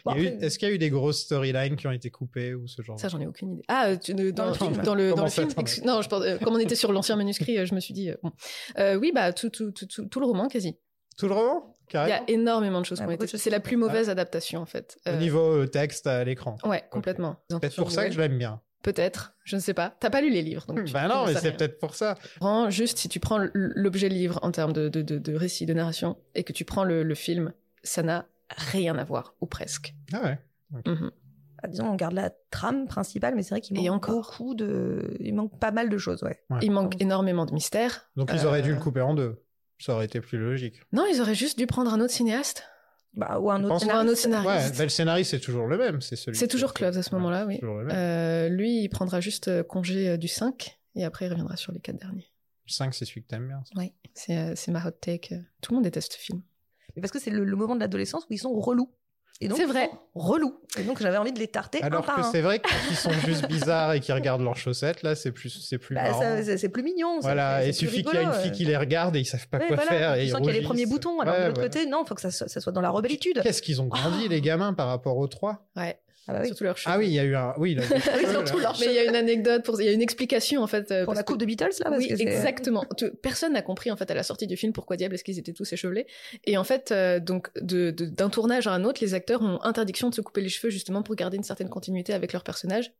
Speaker 9: Bon,
Speaker 8: Il y a eu-
Speaker 9: après-
Speaker 8: Est-ce qu'il y a eu des grosses storylines qui ont été coupées ou ce genre
Speaker 10: Ça, j'en ai aucune idée. Ah, euh, tu- euh, dans,
Speaker 9: Dans
Speaker 10: le
Speaker 9: le
Speaker 10: film,
Speaker 9: film.
Speaker 10: dans le, dans
Speaker 8: Comment
Speaker 10: le
Speaker 8: ça,
Speaker 10: film.
Speaker 8: attends,
Speaker 10: excuse- Non, je pense, euh, comme on était sur l'ancien manuscrit, euh, je me suis dit, euh, bon. Euh, oui, bah, tout, tout, tout, tout, tout le roman quasi.
Speaker 8: Tout le roman
Speaker 10: Il y
Speaker 8: Carrément
Speaker 10: a énormément de choses
Speaker 9: Ah,
Speaker 10: qui ont
Speaker 9: beaucoup
Speaker 10: été.
Speaker 9: de choses
Speaker 10: C'est la plus mauvaise adaptation, en fait.
Speaker 8: Au
Speaker 10: Euh,
Speaker 8: niveau euh, texte à l'écran.
Speaker 10: Ouais, complètement. Ils ont
Speaker 8: C'est
Speaker 10: fait
Speaker 8: pour
Speaker 10: une
Speaker 8: ça que
Speaker 10: nouvelle.
Speaker 8: je l'aime bien.
Speaker 10: Peut-être, je ne sais pas. T'as pas lu les livres, donc. tu- tu
Speaker 8: Bah non,
Speaker 10: ne
Speaker 8: mais
Speaker 10: sais
Speaker 8: c'est
Speaker 10: rien.
Speaker 8: peut-être pour ça.
Speaker 10: Prends juste si tu prends l- l'objet livre en termes de, de, de, de récit, de narration, et que tu prends le, le film, ça n'a rien à voir, ou presque.
Speaker 8: Ah ouais.
Speaker 10: Mhm.
Speaker 9: Ah, disons, on garde la trame principale, mais c'est vrai qu'il
Speaker 10: Et
Speaker 9: manque
Speaker 10: encore.
Speaker 9: beaucoup de. Il manque pas mal de choses, ouais.
Speaker 10: Il manque énormément de mystères.
Speaker 8: Donc ils
Speaker 10: Euh,
Speaker 8: auraient dû le couper en deux. Ça aurait été plus logique.
Speaker 10: Non, ils auraient juste dû prendre un autre cinéaste.
Speaker 9: Bah, ou un autre.
Speaker 8: pense-
Speaker 10: Ou un autre
Speaker 8: Ouais,
Speaker 10: scénariste.
Speaker 8: bah, le scénariste c'est toujours le même, c'est celui.
Speaker 10: C'est
Speaker 8: qui-
Speaker 10: toujours Klaus à ce moment-là,
Speaker 8: c'est
Speaker 10: oui.
Speaker 8: Toujours le même.
Speaker 10: Euh, lui, il prendra juste euh, congé euh, du 5 et après il reviendra sur les 4 derniers.
Speaker 8: Le 5 c'est celui que t'aimes bien. ça.
Speaker 10: Oui. C'est euh, c'est ma hot take. euh. Tout le monde déteste ce film.
Speaker 9: Mais parce que c'est le, le moment de l'adolescence où ils sont relous. Et donc,
Speaker 10: C'est vrai.
Speaker 9: relous. Et donc, j'avais envie de les tarter un
Speaker 8: Alors
Speaker 9: par
Speaker 8: que
Speaker 9: un.
Speaker 8: c'est vrai qu'ils sont juste bizarres et qu'ils regardent leurs chaussettes là, c'est plus c'est plus
Speaker 9: Bah,
Speaker 8: marrant.
Speaker 9: ça- c'est c'est plus mignon. ça
Speaker 8: voilà,
Speaker 9: fait-
Speaker 8: et
Speaker 9: c'est plus
Speaker 8: suffit qu'il y ait une
Speaker 9: rigolo,
Speaker 8: fille
Speaker 9: euh.
Speaker 8: qui les regarde et ils savent pas
Speaker 9: Ouais,
Speaker 8: quoi
Speaker 9: voilà,
Speaker 8: faire et
Speaker 9: Tu
Speaker 8: ils
Speaker 9: sens qu'il y a les
Speaker 8: rougissent.
Speaker 9: premiers boutons. Alors,
Speaker 8: Ouais,
Speaker 9: de l'autre
Speaker 8: voilà.
Speaker 9: côté, Oh non, faut que ça, soit- ça soit dans la rebellitude.
Speaker 8: Qu'est-ce qu'ils ont grandi les gamins par rapport aux trois
Speaker 10: Ouais.
Speaker 9: Ah, bah oui.
Speaker 10: Surtout leur cheveux.
Speaker 8: Ah oui, il y a eu un oui, il a eu des cheveux, là.
Speaker 9: surtout leur
Speaker 10: Mais il y a une anecdote, pour... il y a une explication en fait. euh,
Speaker 9: Pour
Speaker 10: parce
Speaker 9: la
Speaker 10: que-
Speaker 9: coupe de Beatles, là parce
Speaker 10: oui,
Speaker 9: que c'est- euh,
Speaker 10: exactement. Tu- Personne n'a compris en fait à la sortie du film pourquoi diable est-ce qu'ils étaient tous échevelés. Et en fait, euh, donc de- de- d'un tournage à un autre, les acteurs ont interdiction de se couper les cheveux justement pour garder une certaine continuité avec leur personnage.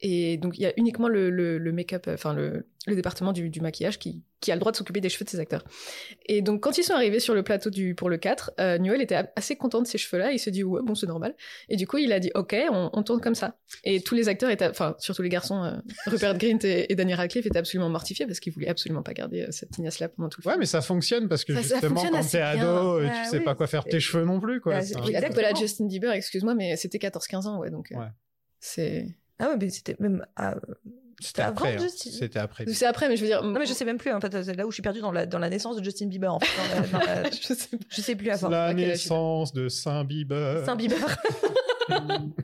Speaker 10: Et donc, il y a uniquement le, le, le make-up, euh, enfin, le, le département du, du maquillage qui, qui a le droit de s'occuper des cheveux de ses acteurs. Et donc, quand ils sont arrivés sur le plateau du, pour le 4, euh, Newell était a- assez content de ses cheveux-là. Il se dit, ouais, bon, c'est normal. Et du coup, il a dit, OK, on, on tourne comme ça. Et tous les acteurs étaient, enfin, surtout les garçons, euh, Rupert Grint et, et Daniel Radcliffe étaient absolument mortifiés parce qu'ils voulaient absolument pas garder euh, cette ignace-là pendant tout le
Speaker 8: Ouais, mais ça fonctionne parce que
Speaker 10: Ça- ça
Speaker 8: justement,
Speaker 10: fonctionne
Speaker 8: quand
Speaker 10: assez
Speaker 8: t'es ado,
Speaker 9: bien.
Speaker 8: et
Speaker 9: Bah
Speaker 8: tu sais
Speaker 9: oui,
Speaker 8: pas quoi faire
Speaker 9: c'est-
Speaker 8: tes cheveux non plus, quoi.
Speaker 9: Bah,
Speaker 8: C'est un-
Speaker 9: oui,
Speaker 10: film. Il a
Speaker 9: Exactement.
Speaker 10: coupé la Justin Bieber, excuse-moi, mais c'était 14-15 ans, ouais, donc. euh,
Speaker 8: Ouais.
Speaker 10: C'est.
Speaker 9: Ah ouais, mais c'était même. ah,
Speaker 8: C'était
Speaker 9: avant
Speaker 8: après. hein.
Speaker 9: Justin.
Speaker 8: C'était après.
Speaker 10: C'est après, mais je veux dire.
Speaker 9: Non, mais je sais même plus. hein, en fait, c'est là où je suis perdue dans la, dans la naissance de Justin Bieber. En fait, dans la- dans la-
Speaker 10: je sais pas.
Speaker 9: je sais plus à force.
Speaker 10: à
Speaker 8: La
Speaker 10: quel âge il a-
Speaker 8: naissance de Saint Bieber.
Speaker 9: Saint Bieber.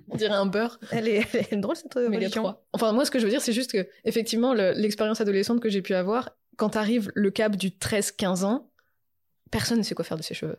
Speaker 10: On dirait un beurre.
Speaker 9: euh. Elle est, elle est drôle cette
Speaker 10: Mais il y a
Speaker 9: religion.
Speaker 10: trois. Enfin, moi, ce que je veux dire, c'est juste que, effectivement, le- l'expérience adolescente que j'ai pu avoir, quand arrive le cap du 13-15 ans, personne ne sait quoi faire de ses cheveux.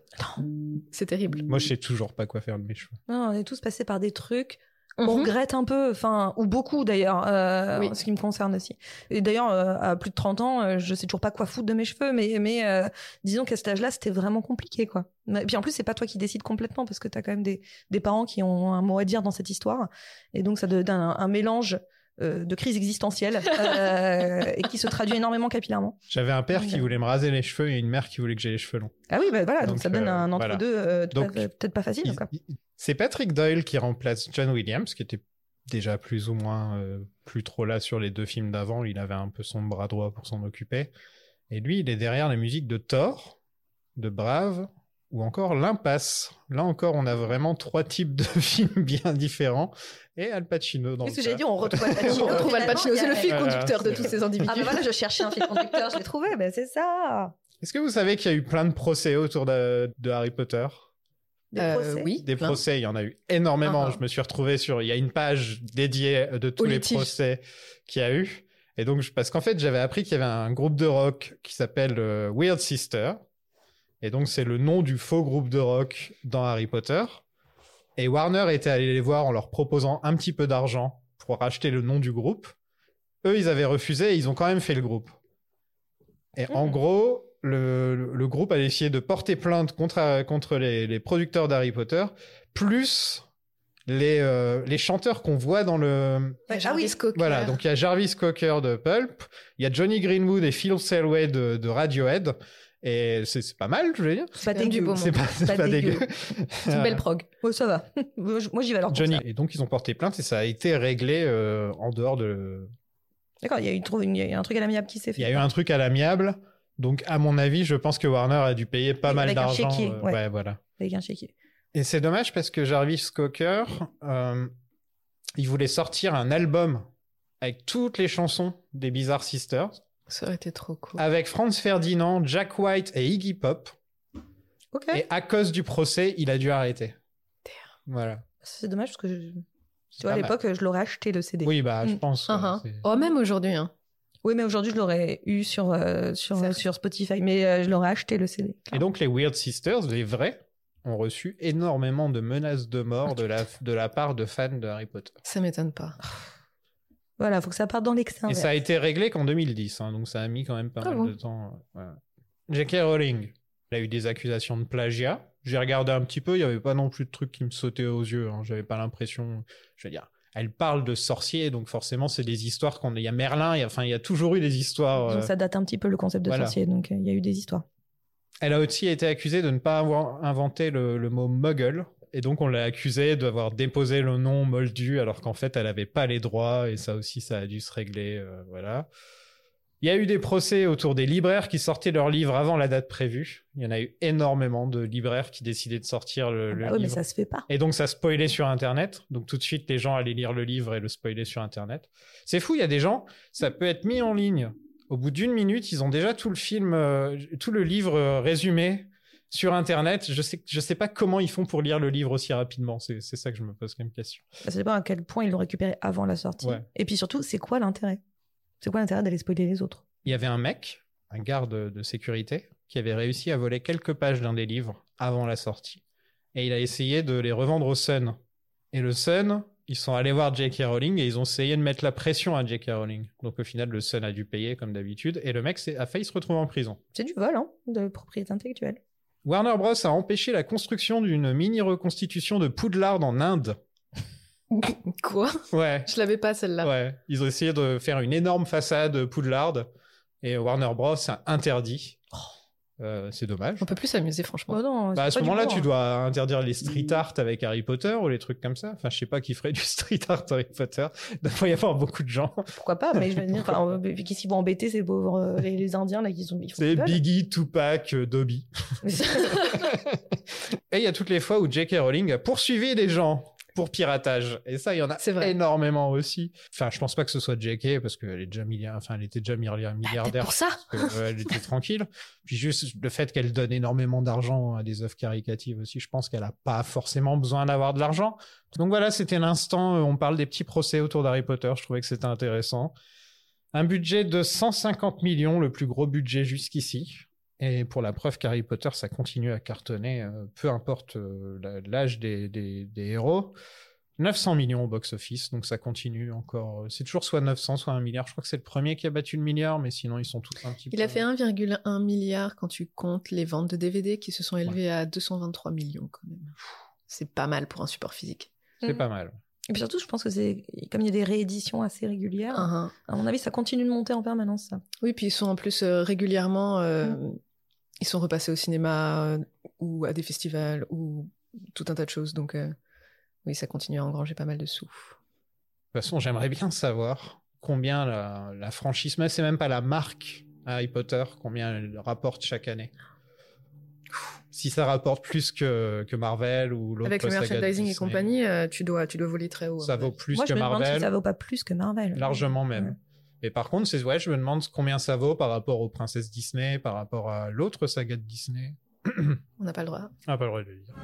Speaker 10: C'est terrible.
Speaker 8: Moi, je sais toujours pas quoi faire de mes cheveux.
Speaker 9: Non, on est tous passés par des trucs qu'on
Speaker 10: Mhm.
Speaker 9: regrette un peu, enfin, ou beaucoup d'ailleurs, euh,
Speaker 10: Oui.
Speaker 9: en ce qui me concerne aussi. Et d'ailleurs, euh, à plus de 30 ans, euh, je sais toujours pas quoi foutre de mes cheveux, mais, mais euh, disons qu'à cet âge-là, c'était vraiment compliqué, quoi. Mais- Et puis en plus, c'est pas toi qui décides complètement, parce que t'as quand même des, des parents qui ont un mot à dire dans cette histoire. Et donc, ça donne un, un mélange euh, de crise existentielle euh, et qui se traduit énormément capillairement.
Speaker 8: J'avais un père qui
Speaker 9: Ouais.
Speaker 8: voulait me raser les cheveux et une mère qui voulait que j'ai les cheveux longs.
Speaker 9: Ah oui, bah, voilà, donc,
Speaker 8: Donc,
Speaker 9: ça donne
Speaker 8: euh,
Speaker 9: un
Speaker 8: voilà.
Speaker 9: entre-deux euh, tout à
Speaker 8: Donc,
Speaker 9: fait- peut-être pas facile,
Speaker 8: Il-
Speaker 9: quoi.
Speaker 8: il- C'est Patrick Doyle qui remplace John Williams, qui était déjà plus ou moins euh, plus trop là sur les deux films d'avant. Il avait un peu son bras droit pour s'en occuper. Et lui, il est derrière la musique de Thor, de Brave ou encore L'Impasse. Là encore, on a vraiment trois types de films bien différents. Et Al Pacino dans
Speaker 9: Qu'est-ce que
Speaker 8: le
Speaker 9: j'ai
Speaker 8: tas.
Speaker 9: dit On retrouve Al
Speaker 10: On
Speaker 9: Pacino.
Speaker 10: retrouve Al Pacino, c'est le fil
Speaker 8: Voilà,
Speaker 10: conducteur de
Speaker 8: c'est-
Speaker 10: tous ces individus.
Speaker 9: Ah ben voilà, je cherchais un fil conducteur, je l'ai trouvé, ben c'est ça.
Speaker 8: Est-ce que vous savez qu'il y a eu plein de procès autour de, de Harry Potter
Speaker 9: Des
Speaker 10: Euh,
Speaker 9: procès.
Speaker 10: oui,
Speaker 8: Des
Speaker 10: plein.
Speaker 8: procès, il y en a eu énormément.
Speaker 10: Ah.
Speaker 8: Je me suis retrouvé sur. Il y a une page dédiée de tous
Speaker 10: Au
Speaker 8: les
Speaker 10: litige.
Speaker 8: procès qu'il y a eu. Et donc, je- parce qu'en fait, j'avais appris qu'il y avait un groupe de rock qui s'appelle euh, Weird Sister. Et donc, c'est le nom du faux groupe de rock dans Harry Potter. Et Warner était allé les voir en leur proposant un petit peu d'argent pour racheter le nom du groupe. Eux, ils avaient refusé et ils ont quand même fait le groupe. Et en gros, le, le- le groupe a essayé de porter plainte contre, contre les, les producteurs d'Harry Potter, plus les, euh, les chanteurs qu'on voit dans le...
Speaker 10: Ah,
Speaker 9: Ah oui,
Speaker 10: Jarvis Cocker.
Speaker 8: Voilà, donc il y a Jarvis Cocker de Pulp, il y a Johnny Greenwood et Phil Selway de, de Radiohead, et c'est c'est pas mal, je veux dire.
Speaker 9: c'est pas
Speaker 10: quand même du
Speaker 9: dégueu.
Speaker 10: beau
Speaker 8: C'est pas, c'est
Speaker 9: pas
Speaker 8: pas
Speaker 9: dégueu.
Speaker 8: dégueu.
Speaker 10: C'est une belle prog.
Speaker 9: Oh, ça va. Moi je- moi, j'y vais alors. pour
Speaker 8: Johnny.
Speaker 9: ça.
Speaker 8: Et donc ils ont porté plainte et ça a été réglé euh, en dehors de...
Speaker 9: D'accord, il y, a eu trop- il y a eu un truc à l'amiable qui s'est
Speaker 8: Il
Speaker 9: fait.
Speaker 8: y a eu un truc à l'amiable. Donc, à mon avis, je pense que Warner a dû payer pas
Speaker 9: Avec
Speaker 8: mal
Speaker 9: un
Speaker 8: d'argent.
Speaker 9: chéquier,
Speaker 8: euh,
Speaker 9: ouais.
Speaker 8: ouais, voilà.
Speaker 9: Avec un chéquier.
Speaker 8: Et c'est dommage parce que Jarvis Cocker, euh, il voulait sortir un album avec toutes les chansons des Bizarre Sisters,
Speaker 10: Ça aurait été trop cool.
Speaker 8: avec Franz Ferdinand, Jack White et Iggy Pop.
Speaker 9: Ok.
Speaker 8: Et à cause du procès, il a dû arrêter.
Speaker 10: Damn.
Speaker 8: Voilà.
Speaker 9: C'est dommage parce que je-
Speaker 8: C'est
Speaker 9: tu vois, à
Speaker 8: pas mal.
Speaker 9: l'époque, je l'aurais acheté le CD. Oui,
Speaker 8: Oui, bah, je
Speaker 9: Mm.
Speaker 8: pense. ouais,
Speaker 10: Ah, ah.
Speaker 8: c'est-
Speaker 10: Oh, même aujourd'hui, hein.
Speaker 9: mais aujourd'hui, je l'aurais eu sur, euh,
Speaker 10: Certes.
Speaker 9: sur, sur Spotify, mais euh, je l'aurais acheté le CD.
Speaker 8: Et donc, les Weird Sisters, les vrais, ont reçu énormément de menaces de mort de la, de la part de fans de Harry Potter.
Speaker 10: Ça m'étonne pas.
Speaker 9: Voilà, faut que ça parte dans l'excès.
Speaker 8: Et
Speaker 9: inverse.
Speaker 8: ça a été réglé qu'en 2010, hein, donc ça a mis quand même pas
Speaker 10: Ah
Speaker 8: mal
Speaker 10: bon
Speaker 8: de temps. euh, ouais. J.K. Rowling, elle a eu des accusations de plagiat. J'ai regardé un petit peu, il n'y avait pas non plus de trucs qui me sautaient aux yeux. hein, J'avais pas l'impression. Je veux dire, elle parle de sorciers, donc forcément, c'est des histoires qu'on. Il y a Merlin, il y a, enfin, il y a toujours eu des histoires.
Speaker 9: Donc
Speaker 8: euh,
Speaker 9: ça date un petit peu le concept de
Speaker 8: Voilà.
Speaker 9: sorcier, donc euh, il y a eu des histoires.
Speaker 8: Elle a aussi été accusée de ne pas avoir inventé le, le mot muggle. Et donc, on l'a accusée d'avoir déposé le nom Moldu, alors qu'en fait, elle n'avait pas les droits. Et ça aussi, ça a dû se régler. euh, voilà. Il y a eu des procès autour des libraires qui sortaient leurs livres avant la date prévue. Il y en a eu énormément de libraires qui décidaient de sortir le, le
Speaker 9: Ah bah oui, mais
Speaker 8: livre.
Speaker 9: ça se fait pas.
Speaker 8: Et donc, ça spoilait sur Internet. Donc, tout de suite, les gens allaient lire le livre et le spoiler sur Internet. C'est fou, il y a des gens, ça peut être mis en ligne. Au bout d'une minute, ils ont déjà tout le film, euh, tout le livre euh, résumé sur Internet. Je sais, je sais pas comment ils font pour lire le livre aussi rapidement. C'est c'est ça que je me pose comme question.
Speaker 9: Bah, Ça dépend à quel point ils l'ont récupéré avant la sortie.
Speaker 8: Ouais.
Speaker 9: Et puis surtout, c'est quoi l'intérêt C'est quoi l'intérêt d'aller spoiler les autres
Speaker 8: Il y avait un mec, un garde de sécurité, qui avait réussi à voler quelques pages d'un des livres avant la sortie. Et il a essayé de les revendre au Sun. Et le Sun, ils sont allés voir J.K. Rowling et ils ont essayé de mettre la pression à J.K. Rowling. Donc au final, le Sun a dû payer comme d'habitude. Et le mec s'est- a failli se retrouver en prison.
Speaker 9: C'est du vol, hein, de propriété intellectuelle.
Speaker 8: Warner Bros. a empêché la construction d'une mini-reconstitution de Poudlard en Inde.
Speaker 10: Quoi
Speaker 8: Ouais,
Speaker 10: Je l'avais pas celle-là.
Speaker 8: ouais. Ils ont essayé de faire une énorme façade Poudlard et Warner Bros a interdit. Euh, c'est dommage.
Speaker 10: On peut plus s'amuser, franchement.
Speaker 9: Oh non,
Speaker 8: Bah,
Speaker 9: c'est
Speaker 8: à ce
Speaker 9: pas du
Speaker 8: moment-là,
Speaker 9: bois,
Speaker 8: tu
Speaker 9: hein. Mm.
Speaker 8: dois interdire les street art avec Harry Potter ou les trucs comme ça. Enfin, je sais pas qui ferait du street art Harry Potter. Il doit y avoir beaucoup de gens.
Speaker 9: Pourquoi pas Mais je veux dire, enfin, euh, qu'est-ce qu'ils vont embêter ces pauvres euh, les, les Indiens là qu'ils ont ils font
Speaker 8: C'est
Speaker 9: ce qu'ils veulent.
Speaker 8: Biggie, Tupac, euh, Dobby.
Speaker 9: Mais c'est-
Speaker 8: Et il y a toutes les fois où J.K. Rowling a poursuivi des gens pour piratage. Et ça, il y en a
Speaker 10: C'est vrai.
Speaker 8: énormément aussi. Enfin, je pense pas que ce soit J.K. parce qu'elle est déjà milliard... enfin, elle était déjà
Speaker 9: Bah,
Speaker 8: milliard-
Speaker 10: Peut-être
Speaker 8: milliardaire.
Speaker 10: pour ça.
Speaker 8: parce que, euh, elle était tranquille. Puis juste le fait qu'elle donne énormément d'argent à des œuvres caricatives aussi, je pense qu'elle a pas forcément besoin d'avoir de l'argent. Donc voilà, c'était l'instant. euh, On parle des petits procès autour d'Harry Potter. Je trouvais que c'était intéressant. Un budget de 150 millions, le plus gros budget jusqu'ici. Et pour la preuve qu'Harry Potter, ça continue à cartonner, euh, peu importe euh, la- l'âge des, des- des héros. 900 millions au box-office, donc ça continue encore. euh, C'est toujours soit 900, soit 1 milliard. Je crois que c'est le premier qui a battu le milliard, mais sinon ils sont tous un petit peu.
Speaker 10: Il a fait 1,1 milliard quand tu comptes les ventes de DVD qui se sont élevées à 223 millions quand même. C'est pas mal pour un support physique.
Speaker 8: C'est pas mal.
Speaker 9: Et puis surtout, je pense que c'est comme il y a des rééditions assez régulières.
Speaker 10: Hein, hein.
Speaker 9: À mon avis, ça continue de monter en permanence. Ça.
Speaker 10: Oui, puis ils sont en plus euh, régulièrement, euh, ils sont repassés au cinéma euh, ou à des festivals ou tout un tas de choses. Donc euh, oui, ça continue à engranger pas mal de sous.
Speaker 8: De toute façon, j'aimerais bien savoir combien la, la franchise, mais c'est même pas la marque Harry Potter, combien elle rapporte chaque année. Si ça rapporte plus que, que Marvel ou l'autre
Speaker 10: Avec le
Speaker 8: saga
Speaker 10: merchandising et
Speaker 8: Disney,
Speaker 10: compagnie, euh, tu dois, tu dois voler très haut.
Speaker 8: ça
Speaker 10: hein.
Speaker 8: vaut plus
Speaker 9: euh, Moi,
Speaker 8: que
Speaker 9: je me demande si
Speaker 8: Marvel,
Speaker 9: ça vaut pas plus que Marvel.
Speaker 8: largement même.
Speaker 9: Ouais.
Speaker 8: Mais par contre, c'est ouais, je me demande combien ça vaut par rapport aux princesses Disney, par rapport à l'autre saga de Disney.
Speaker 10: On n'a pas le droit.
Speaker 8: Ah, pas le droit de le dire.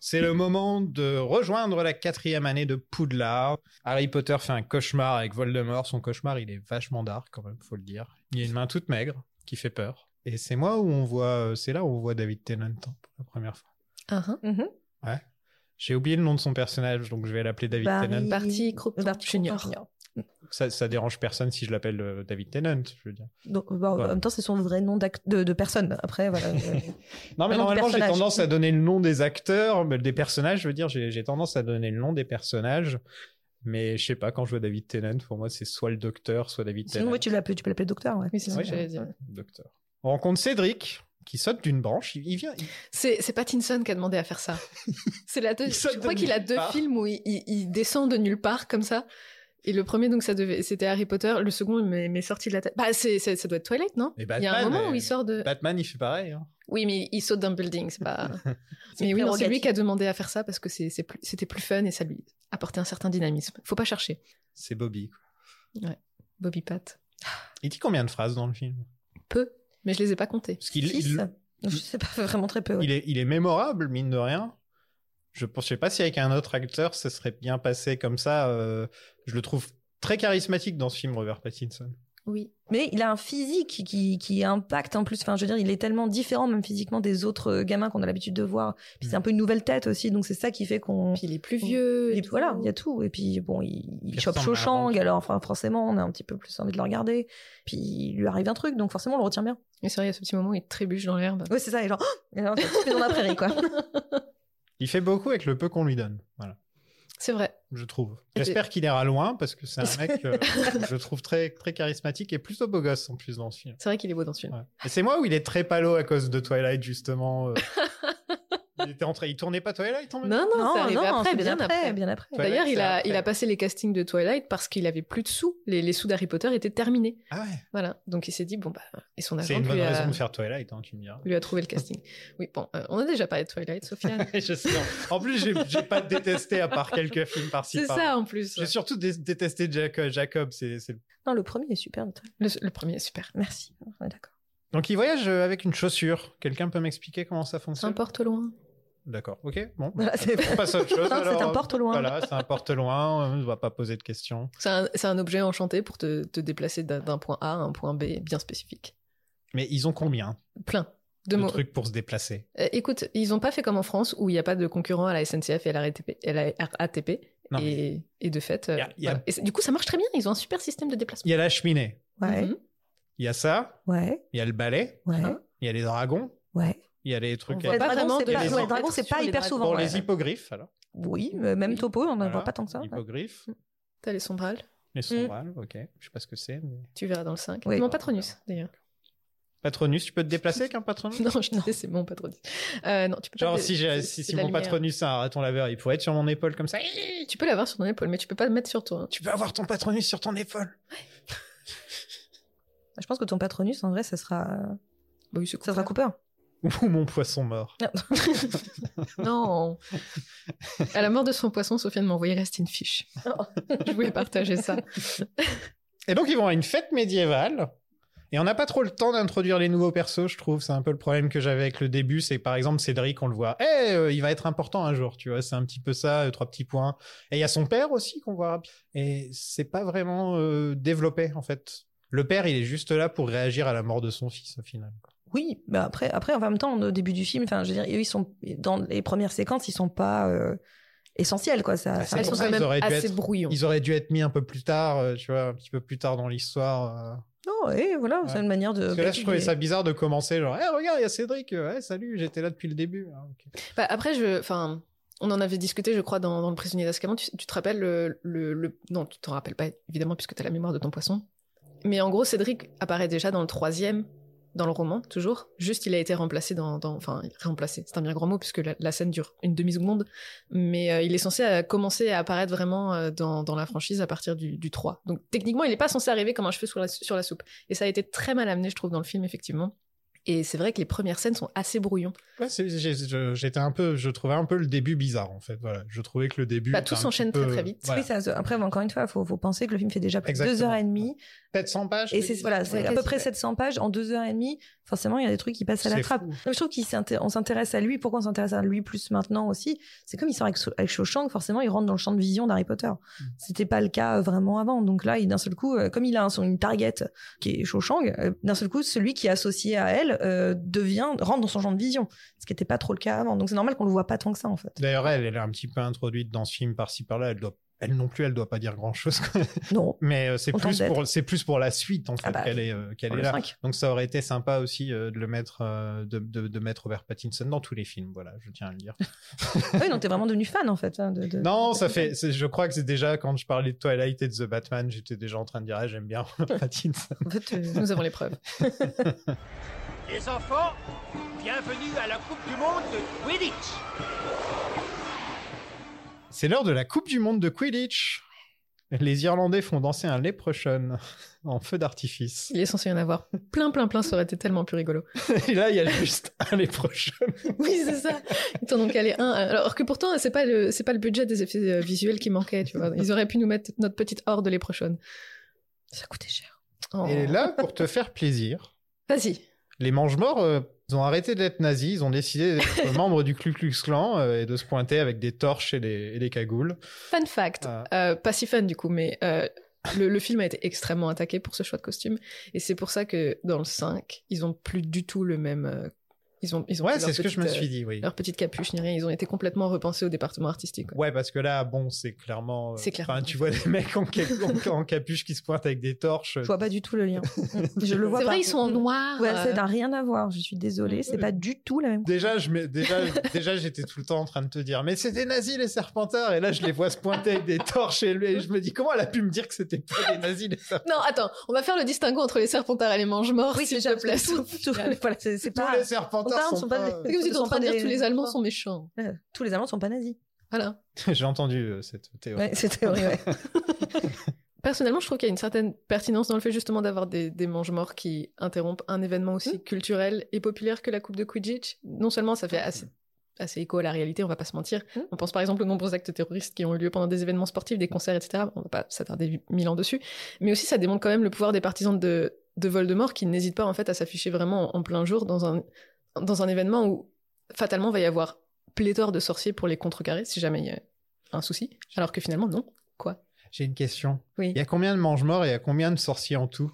Speaker 8: C'est le moment de rejoindre la quatrième année de Poudlard. Harry Potter fait un cauchemar avec Voldemort. Son cauchemar, il est vachement dark quand même, faut le dire. Il y a une main toute maigre qui fait peur. Et c'est moi où on voit, euh, c'est là où on voit David Tennant hein, pour la première fois.
Speaker 10: Ah, hein.
Speaker 9: Mhm.
Speaker 8: J'ai oublié le nom de son personnage, donc je vais l'appeler David
Speaker 9: Barry.
Speaker 8: Tennant.
Speaker 10: Barty Crompton
Speaker 9: Barty
Speaker 10: Junior.
Speaker 9: Crompton.
Speaker 8: Ça, ça dérange personne si je l'appelle euh, David Tennant, je veux dire.
Speaker 9: Donc, bah,
Speaker 8: Ouais.
Speaker 9: En même temps, c'est son vrai nom d'ac- de, de personne. Après, voilà. euh,
Speaker 8: Non, mais
Speaker 9: Un nom de
Speaker 8: normalement, j'ai
Speaker 9: personnage.
Speaker 8: tendance à donner le nom des acteurs, mais des personnages, je veux dire, j'ai j'ai tendance à donner le nom des personnages. Mais je sais pas, quand je vois David Tennant, pour moi, c'est soit le docteur, soit David
Speaker 9: Sinon,
Speaker 8: Tennant.
Speaker 9: ouais, tu l'appelles, tu peux l'appeler docteur. Ouais.
Speaker 10: Oui, c'est ça
Speaker 8: Oui,
Speaker 10: que j'allais dire.
Speaker 8: Docteur. On rencontre Cédric, qui saute d'une branche. Il il vient. il-
Speaker 10: C'est c'est Pattinson qui a demandé à faire ça. C'est la deux-
Speaker 8: Il saute
Speaker 10: Je
Speaker 8: de
Speaker 10: crois qu'il a
Speaker 8: nulle
Speaker 10: deux
Speaker 8: part.
Speaker 10: films où il, il- il descend de nulle part comme ça. Et le premier, donc, ça devait, c'était Harry Potter. Le second, il m'est m'est sorti de la tête. Bah, c'est, c'est- ça doit être Twilight, non
Speaker 8: Et
Speaker 10: Il y a un
Speaker 8: Batman,
Speaker 10: moment où
Speaker 8: euh,
Speaker 10: il sort de.
Speaker 8: Batman, il fait pareil. hein.
Speaker 10: Oui, mais il saute d'un building, c'est pas.
Speaker 9: C'est
Speaker 10: mais oui, non, c'est
Speaker 9: prérogative.
Speaker 10: lui qui a demandé à faire ça parce que c'est- c'est plus- c'était plus fun et ça lui apportait un certain dynamisme. Faut pas chercher.
Speaker 8: C'est Bobby. quoi.
Speaker 10: Bobby Pat.
Speaker 8: Il dit combien de phrases dans le film
Speaker 10: Peu, mais je les ai pas comptés.
Speaker 8: Parce qu'il
Speaker 9: Six
Speaker 8: il-
Speaker 9: Non, Je sais pas, vraiment très peu. ouais.
Speaker 8: il est, il est mémorable, mine de rien. Je ne sais pas si avec un autre acteur, ça serait bien passé comme ça. euh, je le trouve très charismatique dans ce film, Robert Pattinson.
Speaker 10: Oui.
Speaker 9: Mais il a un physique qui, qui impacte en plus. Enfin, je veux dire, il est tellement différent, même physiquement, des autres euh, gamins qu'on a l'habitude de voir. Puis
Speaker 8: Mm.
Speaker 9: c'est un peu une nouvelle tête aussi, donc c'est ça qui fait qu'on.
Speaker 10: Puis il est plus vieux.
Speaker 9: Et
Speaker 10: et
Speaker 9: puis voilà,
Speaker 10: tout.
Speaker 9: il y a tout. Et puis bon, il, il
Speaker 8: Il
Speaker 9: chope
Speaker 8: ressemble à un
Speaker 9: Shawshank,
Speaker 8: rentre.
Speaker 9: alors enfin, forcément, on a un petit peu plus envie de le regarder. Puis il lui arrive un truc, donc forcément, on le retient bien.
Speaker 10: Mais c'est vrai, il y a ce petit moment où il trébuche dans l'herbe.
Speaker 9: Ouais, c'est ça, et genre, oh Et alors, tu te mets dans la prairie, quoi.
Speaker 8: Il fait beaucoup avec le peu qu'on lui donne. Voilà,
Speaker 10: C'est vrai.
Speaker 8: je trouve.
Speaker 10: Et
Speaker 8: J'espère qu'il ira loin parce que c'est un mec euh, que je trouve très, très charismatique et plutôt beau gosse en plus dans ce film.
Speaker 10: C'est vrai qu'il est beau dans ce film.
Speaker 8: Ouais. Et c'est moi où il est très palo à cause de Twilight, justement. euh. il, était en train- il tournait pas Twilight en même
Speaker 10: Non, non, c'est arrivé après,
Speaker 9: c'est
Speaker 10: bien, après.
Speaker 9: bien après.
Speaker 8: Twilight,
Speaker 10: D'ailleurs, il
Speaker 8: c'est
Speaker 10: a,
Speaker 8: après.
Speaker 10: il a passé les castings de Twilight parce qu'il avait plus de sous. Les, les sous d'Harry Potter étaient terminés.
Speaker 8: Ah ouais,
Speaker 10: Voilà. Donc il s'est dit, bon, bah, et son
Speaker 8: c'est
Speaker 10: agent
Speaker 8: une bonne
Speaker 10: lui a,
Speaker 8: raison de faire Twilight, hein, tu me diras.
Speaker 10: lui a trouvé le casting. oui, bon, euh, on a déjà parlé de Twilight, Sophia.
Speaker 8: Je sais, en en plus, j'ai j'ai pas détesté à part quelques films par-ci
Speaker 10: c'est
Speaker 8: par
Speaker 10: ça en plus.
Speaker 8: J'ai surtout dé- détesté Jaco- Jacob. c'est c'est-
Speaker 9: Non, le premier est super, le truc.
Speaker 10: Le, le premier, super.
Speaker 9: Merci. Ouais, D'accord.
Speaker 8: Donc il voyage euh, avec une chaussure. Quelqu'un peut m'expliquer comment
Speaker 10: C'est
Speaker 8: ça
Speaker 10: Bah,
Speaker 8: fonctionne
Speaker 10: un porte au loin.
Speaker 8: D'accord, ok. Bon, Bah,
Speaker 9: Voilà, c'est-
Speaker 8: on passe à autre chose.
Speaker 9: Non, c'est
Speaker 8: alors. hein.
Speaker 9: un porte-loin.
Speaker 8: Voilà, c'est un porte-loin. On ne va pas poser de questions.
Speaker 10: C'est un, c'est un objet enchanté pour te, te déplacer d'un- d'un point A à un point B bien spécifique.
Speaker 8: Mais ils ont combien
Speaker 10: Plein. Deux
Speaker 8: de
Speaker 10: mots.
Speaker 8: trucs pour se déplacer.
Speaker 10: Euh, écoute, ils n'ont pas fait comme en France où il n'y a pas de concurrent à la SNCF et à la RATP. à la RATP.
Speaker 8: Non,
Speaker 10: et, et de fait, euh,
Speaker 8: Y a- y a-
Speaker 10: voilà. Et c'est- du coup, ça marche très bien. Ils ont un super système de
Speaker 8: Il
Speaker 10: déplacement.
Speaker 8: y a la cheminée,
Speaker 9: Ouais,
Speaker 10: Mhm.
Speaker 8: il y a ça,
Speaker 9: ouais,
Speaker 8: il y a le ballet,
Speaker 9: ouais,
Speaker 10: Hein
Speaker 8: il y a les dragons,
Speaker 9: ouais.
Speaker 8: il y a les trucs.
Speaker 10: On voit
Speaker 8: avec-
Speaker 9: Le
Speaker 10: pas
Speaker 9: dragon,
Speaker 10: vraiment
Speaker 9: c'est
Speaker 10: de-
Speaker 9: pas,
Speaker 8: les
Speaker 9: ouais, le dragon,
Speaker 10: être
Speaker 9: c'est
Speaker 10: sur
Speaker 9: pas
Speaker 10: les
Speaker 9: hyper
Speaker 10: dragons.
Speaker 9: souvent.
Speaker 8: Bon,
Speaker 9: ouais,
Speaker 8: les
Speaker 9: ouais.
Speaker 8: hippogriffes, alors.
Speaker 9: Oui, euh, même topo, on n'en voit pas tant que ça. Mm. ouais.
Speaker 8: Hippogriffes,
Speaker 10: T'as les sombrales.
Speaker 8: les sombrales, ok. Je sais pas ce que c'est. Mais...
Speaker 10: Tu verras dans le 5.
Speaker 9: Oui.
Speaker 10: Mon patronus, d'ailleurs.
Speaker 8: Patronus, tu peux te déplacer avec un patronus
Speaker 10: Non, je te dis, c'est mon patronus. Euh, non, tu peux
Speaker 8: Genre,
Speaker 10: pas
Speaker 8: si, j'ai-
Speaker 10: j'ai
Speaker 8: si, si mon patronus a un raton laveur, il pourrait être sur mon épaule comme ça.
Speaker 10: Tu peux l'avoir sur ton épaule, mais tu peux pas le mettre sur toi. hein.
Speaker 8: Tu peux avoir ton patronus sur ton épaule.
Speaker 9: Bah, Je pense que ton patronus, en vrai, ça sera,
Speaker 10: Bah oui, c'est
Speaker 9: ça sera hein. Cooper.
Speaker 8: Ou mon poisson mort.
Speaker 10: Non. À la mort de son poisson, Sofiane m'a envoyé rester une fiche.
Speaker 9: Oh.
Speaker 10: Je voulais partager ça.
Speaker 8: Et donc, ils vont à une fête médiévale. Et on n'a pas trop le temps d'introduire les nouveaux persos, je trouve. C'est un peu le problème que j'avais avec le début. C'est que, par exemple, Cédric, on le voit. Eh, euh, il va être important un jour, tu vois. C'est un petit peu ça, euh, trois petits points. Et il y a son père aussi qu'on voit. rap- Et c'est pas vraiment euh, développé, en fait. Le père, il est juste là pour réagir à la mort de son fils, au final.
Speaker 9: Oui, mais après, après, en même temps, au début du film, enfin, je veux dire, eux, ils sont dans les premières séquences, ils sont pas euh, essentiels, quoi. Ça,
Speaker 8: Ah,
Speaker 9: ça
Speaker 8: c'est
Speaker 10: Elles
Speaker 8: pour
Speaker 10: sont
Speaker 8: ça
Speaker 10: quand
Speaker 8: qu'ils
Speaker 10: même
Speaker 8: auraient dû
Speaker 10: assez
Speaker 8: être-
Speaker 10: brouillons.
Speaker 8: Ils auraient dû être mis un peu plus tard, euh, tu vois, un petit peu plus tard dans l'histoire. euh.
Speaker 9: Non, et voilà, c'est
Speaker 8: Ouais.
Speaker 9: une manière de. bah,
Speaker 8: Parce que là, je trouvais ça bizarre de commencer genre, Eh, regarde, il y a Cédric, euh, Eh, salut, j'étais là depuis le début. Ah, ok.
Speaker 10: Bah, après, je, enfin, on en avait discuté, je crois, dans, dans le prisonnier d'Azkaban. Tu, tu te rappelles le, le, le- non, tu t'en rappelles pas évidemment puisque t'as la mémoire de ton poisson. Mais en gros, Cédric apparaît déjà dans le troisième, dans le roman, toujours. Juste, il a été remplacé dans, dans- enfin, remplacé. C'est un bien grand mot puisque la, la scène dure une demi seconde, mais euh, il est censé euh, commencer à apparaître vraiment euh, dans, dans la franchise à partir du, du 3. Donc techniquement, il n'est pas censé arriver comme un cheveu sur la, sur la soupe. Et ça a été très mal amené, je trouve, dans le film effectivement. Et c'est vrai que les premières scènes sont assez brouillons.
Speaker 8: Ouais, c'est- j'ai- je- j'étais un peu, je trouvais un peu le début bizarre en fait. Voilà, je trouvais que le début.
Speaker 10: Bah,
Speaker 8: était
Speaker 10: tout
Speaker 8: un
Speaker 10: s'enchaîne
Speaker 8: petit peu-
Speaker 10: très, très vite.
Speaker 8: voilà.
Speaker 9: Oui, ça, se- après, encore une fois, il faut, faut penser que le film fait déjà plus de deux
Speaker 8: Exactement.
Speaker 9: heures et demie.
Speaker 8: Peut-être 100 pages.
Speaker 9: Et
Speaker 8: oui.
Speaker 9: c'est voilà, c'est
Speaker 10: Ouais,
Speaker 9: à peu
Speaker 10: quasi,
Speaker 9: près
Speaker 10: ouais.
Speaker 9: 700 pages en deux heures et demie. Forcément, il y a des trucs qui passent à la
Speaker 8: C'est
Speaker 9: trappe.
Speaker 8: fou.
Speaker 9: Donc, je trouve qu'on s'intéresse à lui. Pourquoi on s'intéresse à lui plus maintenant aussi C'est comme il sort avec, So- avec Shawshank, forcément, il rentre dans le champ de vision d'Harry Potter.
Speaker 8: Mm.
Speaker 9: C'était pas le cas euh, vraiment avant. Donc là, il d'un seul coup, euh, comme il a un- son- une target qui est Shawshank, euh, d'un seul coup, celui qui est associé à elle euh, devient rentre dans son champ de vision, ce qui n'était pas trop le cas avant. Donc c'est normal qu'on le voit pas tant que ça en fait.
Speaker 8: D'ailleurs, elle, elle est un petit peu introduite dans ce film par-ci par-là. Elle doit, elle non plus, elle doit pas dire grand-chose. quoi.
Speaker 9: Non,
Speaker 8: Mais euh, c'est
Speaker 9: Autant
Speaker 8: plus
Speaker 9: d'être.
Speaker 8: pour, c'est plus pour la suite en fait
Speaker 9: Ah bah,
Speaker 8: qu'elle est, euh, qu'elle
Speaker 9: pour
Speaker 8: est
Speaker 9: le
Speaker 8: là.
Speaker 9: 5.
Speaker 8: Donc ça aurait été sympa aussi euh, de le mettre, euh, de, de, de mettre Robert Pattinson dans tous les films. Voilà, je tiens à le dire.
Speaker 9: oui, donc t'es vraiment devenu fan en fait. hein, de, de-
Speaker 8: Non,
Speaker 9: de-
Speaker 8: ça fait. c'est- Je crois que c'est déjà quand je parlais de Twilight et de The Batman, j'étais déjà en train de dire ah, j'aime bien Pattinson.
Speaker 9: En fait, euh,
Speaker 10: Nous avons les preuves.
Speaker 1: Les enfants, bienvenue à la Coupe du Monde de Quidditch.
Speaker 8: C'est l'heure de la Coupe du Monde de Quidditch. Les Irlandais font danser un leprechaun en feu d'artifice.
Speaker 10: Il est censé y en avoir plein, plein, plein. Ça aurait été tellement plus rigolo.
Speaker 8: Et là, il y a juste un leprechaun.
Speaker 10: Oui, c'est ça. Ils t'en ont calé un. Alors que pourtant, c'est pas le, c'est pas le budget des effets euh, visuels qui manquait, tu vois. Ils auraient pu nous mettre notre petite horde de les prochaines.
Speaker 9: ça coûtait cher.
Speaker 10: Oh.
Speaker 8: Et là, pour te faire plaisir,
Speaker 10: Vas-y.
Speaker 8: les mange-morts euh, ils ont arrêté d'être nazis. Ils ont décidé d'être membres du Ku Klux Klan euh, et de se pointer avec des torches et des, et des cagoules.
Speaker 10: Fun fact.
Speaker 8: Ah.
Speaker 10: Euh, pas si fun du coup, mais euh, le, le film a été extrêmement attaqué pour ce choix de costume. Et c'est pour ça que dans le 5, ils ont plus du tout le même. euh, ils ont, ils ont
Speaker 8: Ouais,
Speaker 10: plus leur
Speaker 8: c'est ce que je me
Speaker 10: petite,
Speaker 8: suis
Speaker 10: euh,
Speaker 8: dit. Oui.
Speaker 10: Leur petite capuche, ni rien. Ils ont été complètement repensés au département artistique. quoi.
Speaker 8: Ouais, parce que là, bon, c'est clairement. euh,
Speaker 10: C'est clairement-
Speaker 8: enfin, tu vois des mecs en, cap- en- en capuche qui se pointent avec des torches.
Speaker 9: Je vois pas du tout le lien. Je le vois
Speaker 10: C'est
Speaker 9: pas.
Speaker 10: vrai, ils sont en noir.
Speaker 9: Ouais,
Speaker 10: euh,
Speaker 9: ça n'a rien à voir. Je suis désolée, c'est pas du tout la même.
Speaker 8: Déjà, je mets- déjà, déjà, j'étais tout le temps en train de te dire, mais c'était nazi les serpentards. Et là, je les vois se pointer avec des torches et, le- et je me dis, comment elle a pu me dire que c'était pas les nazis les serpentards
Speaker 10: Non, attends, on va faire le distinguo entre les serpentards et les mange-morts,
Speaker 9: Oui, c'est
Speaker 10: s'il te
Speaker 9: déjà
Speaker 10: plaît.
Speaker 9: tout. tout- voilà, c'est c'est
Speaker 8: Tous
Speaker 10: Bah,
Speaker 9: pas.
Speaker 8: les serpentards
Speaker 9: Serpentards
Speaker 8: sont,
Speaker 9: sont pas
Speaker 8: pas.
Speaker 10: C'est comme si tu étais en train de dire que tous les Allemands sont méchants.
Speaker 9: Euh, Tous les Allemands sont pas nazis.
Speaker 10: Voilà.
Speaker 8: J'ai entendu euh, cette théorie.
Speaker 9: Ouais, c'est théorie. Ouais.
Speaker 10: Personnellement, je trouve qu'il y a une certaine pertinence dans le fait justement d'avoir des, des mange-morts qui interrompent un événement aussi culturel et populaire que la Coupe de Quidditch. Non seulement ça fait assez, assez écho à la réalité, on va pas se mentir.
Speaker 9: Mm.
Speaker 10: On pense par exemple aux nombreux actes terroristes qui ont eu lieu pendant des événements sportifs, des concerts, etc. On va pas s'attarder mille ans dessus. Mais aussi, ça démontre quand même le pouvoir des partisans de, de Voldemort qui n'hésitent pas en fait à s'afficher vraiment en, en plein jour dans un, dans un événement où fatalement va y avoir pléthore de sorciers pour les contrecarrer si jamais il y a un souci. Alors que finalement, non.
Speaker 8: J'ai une question.
Speaker 10: Oui.
Speaker 8: Il y a combien de mange-morts et il y a combien de sorciers en tout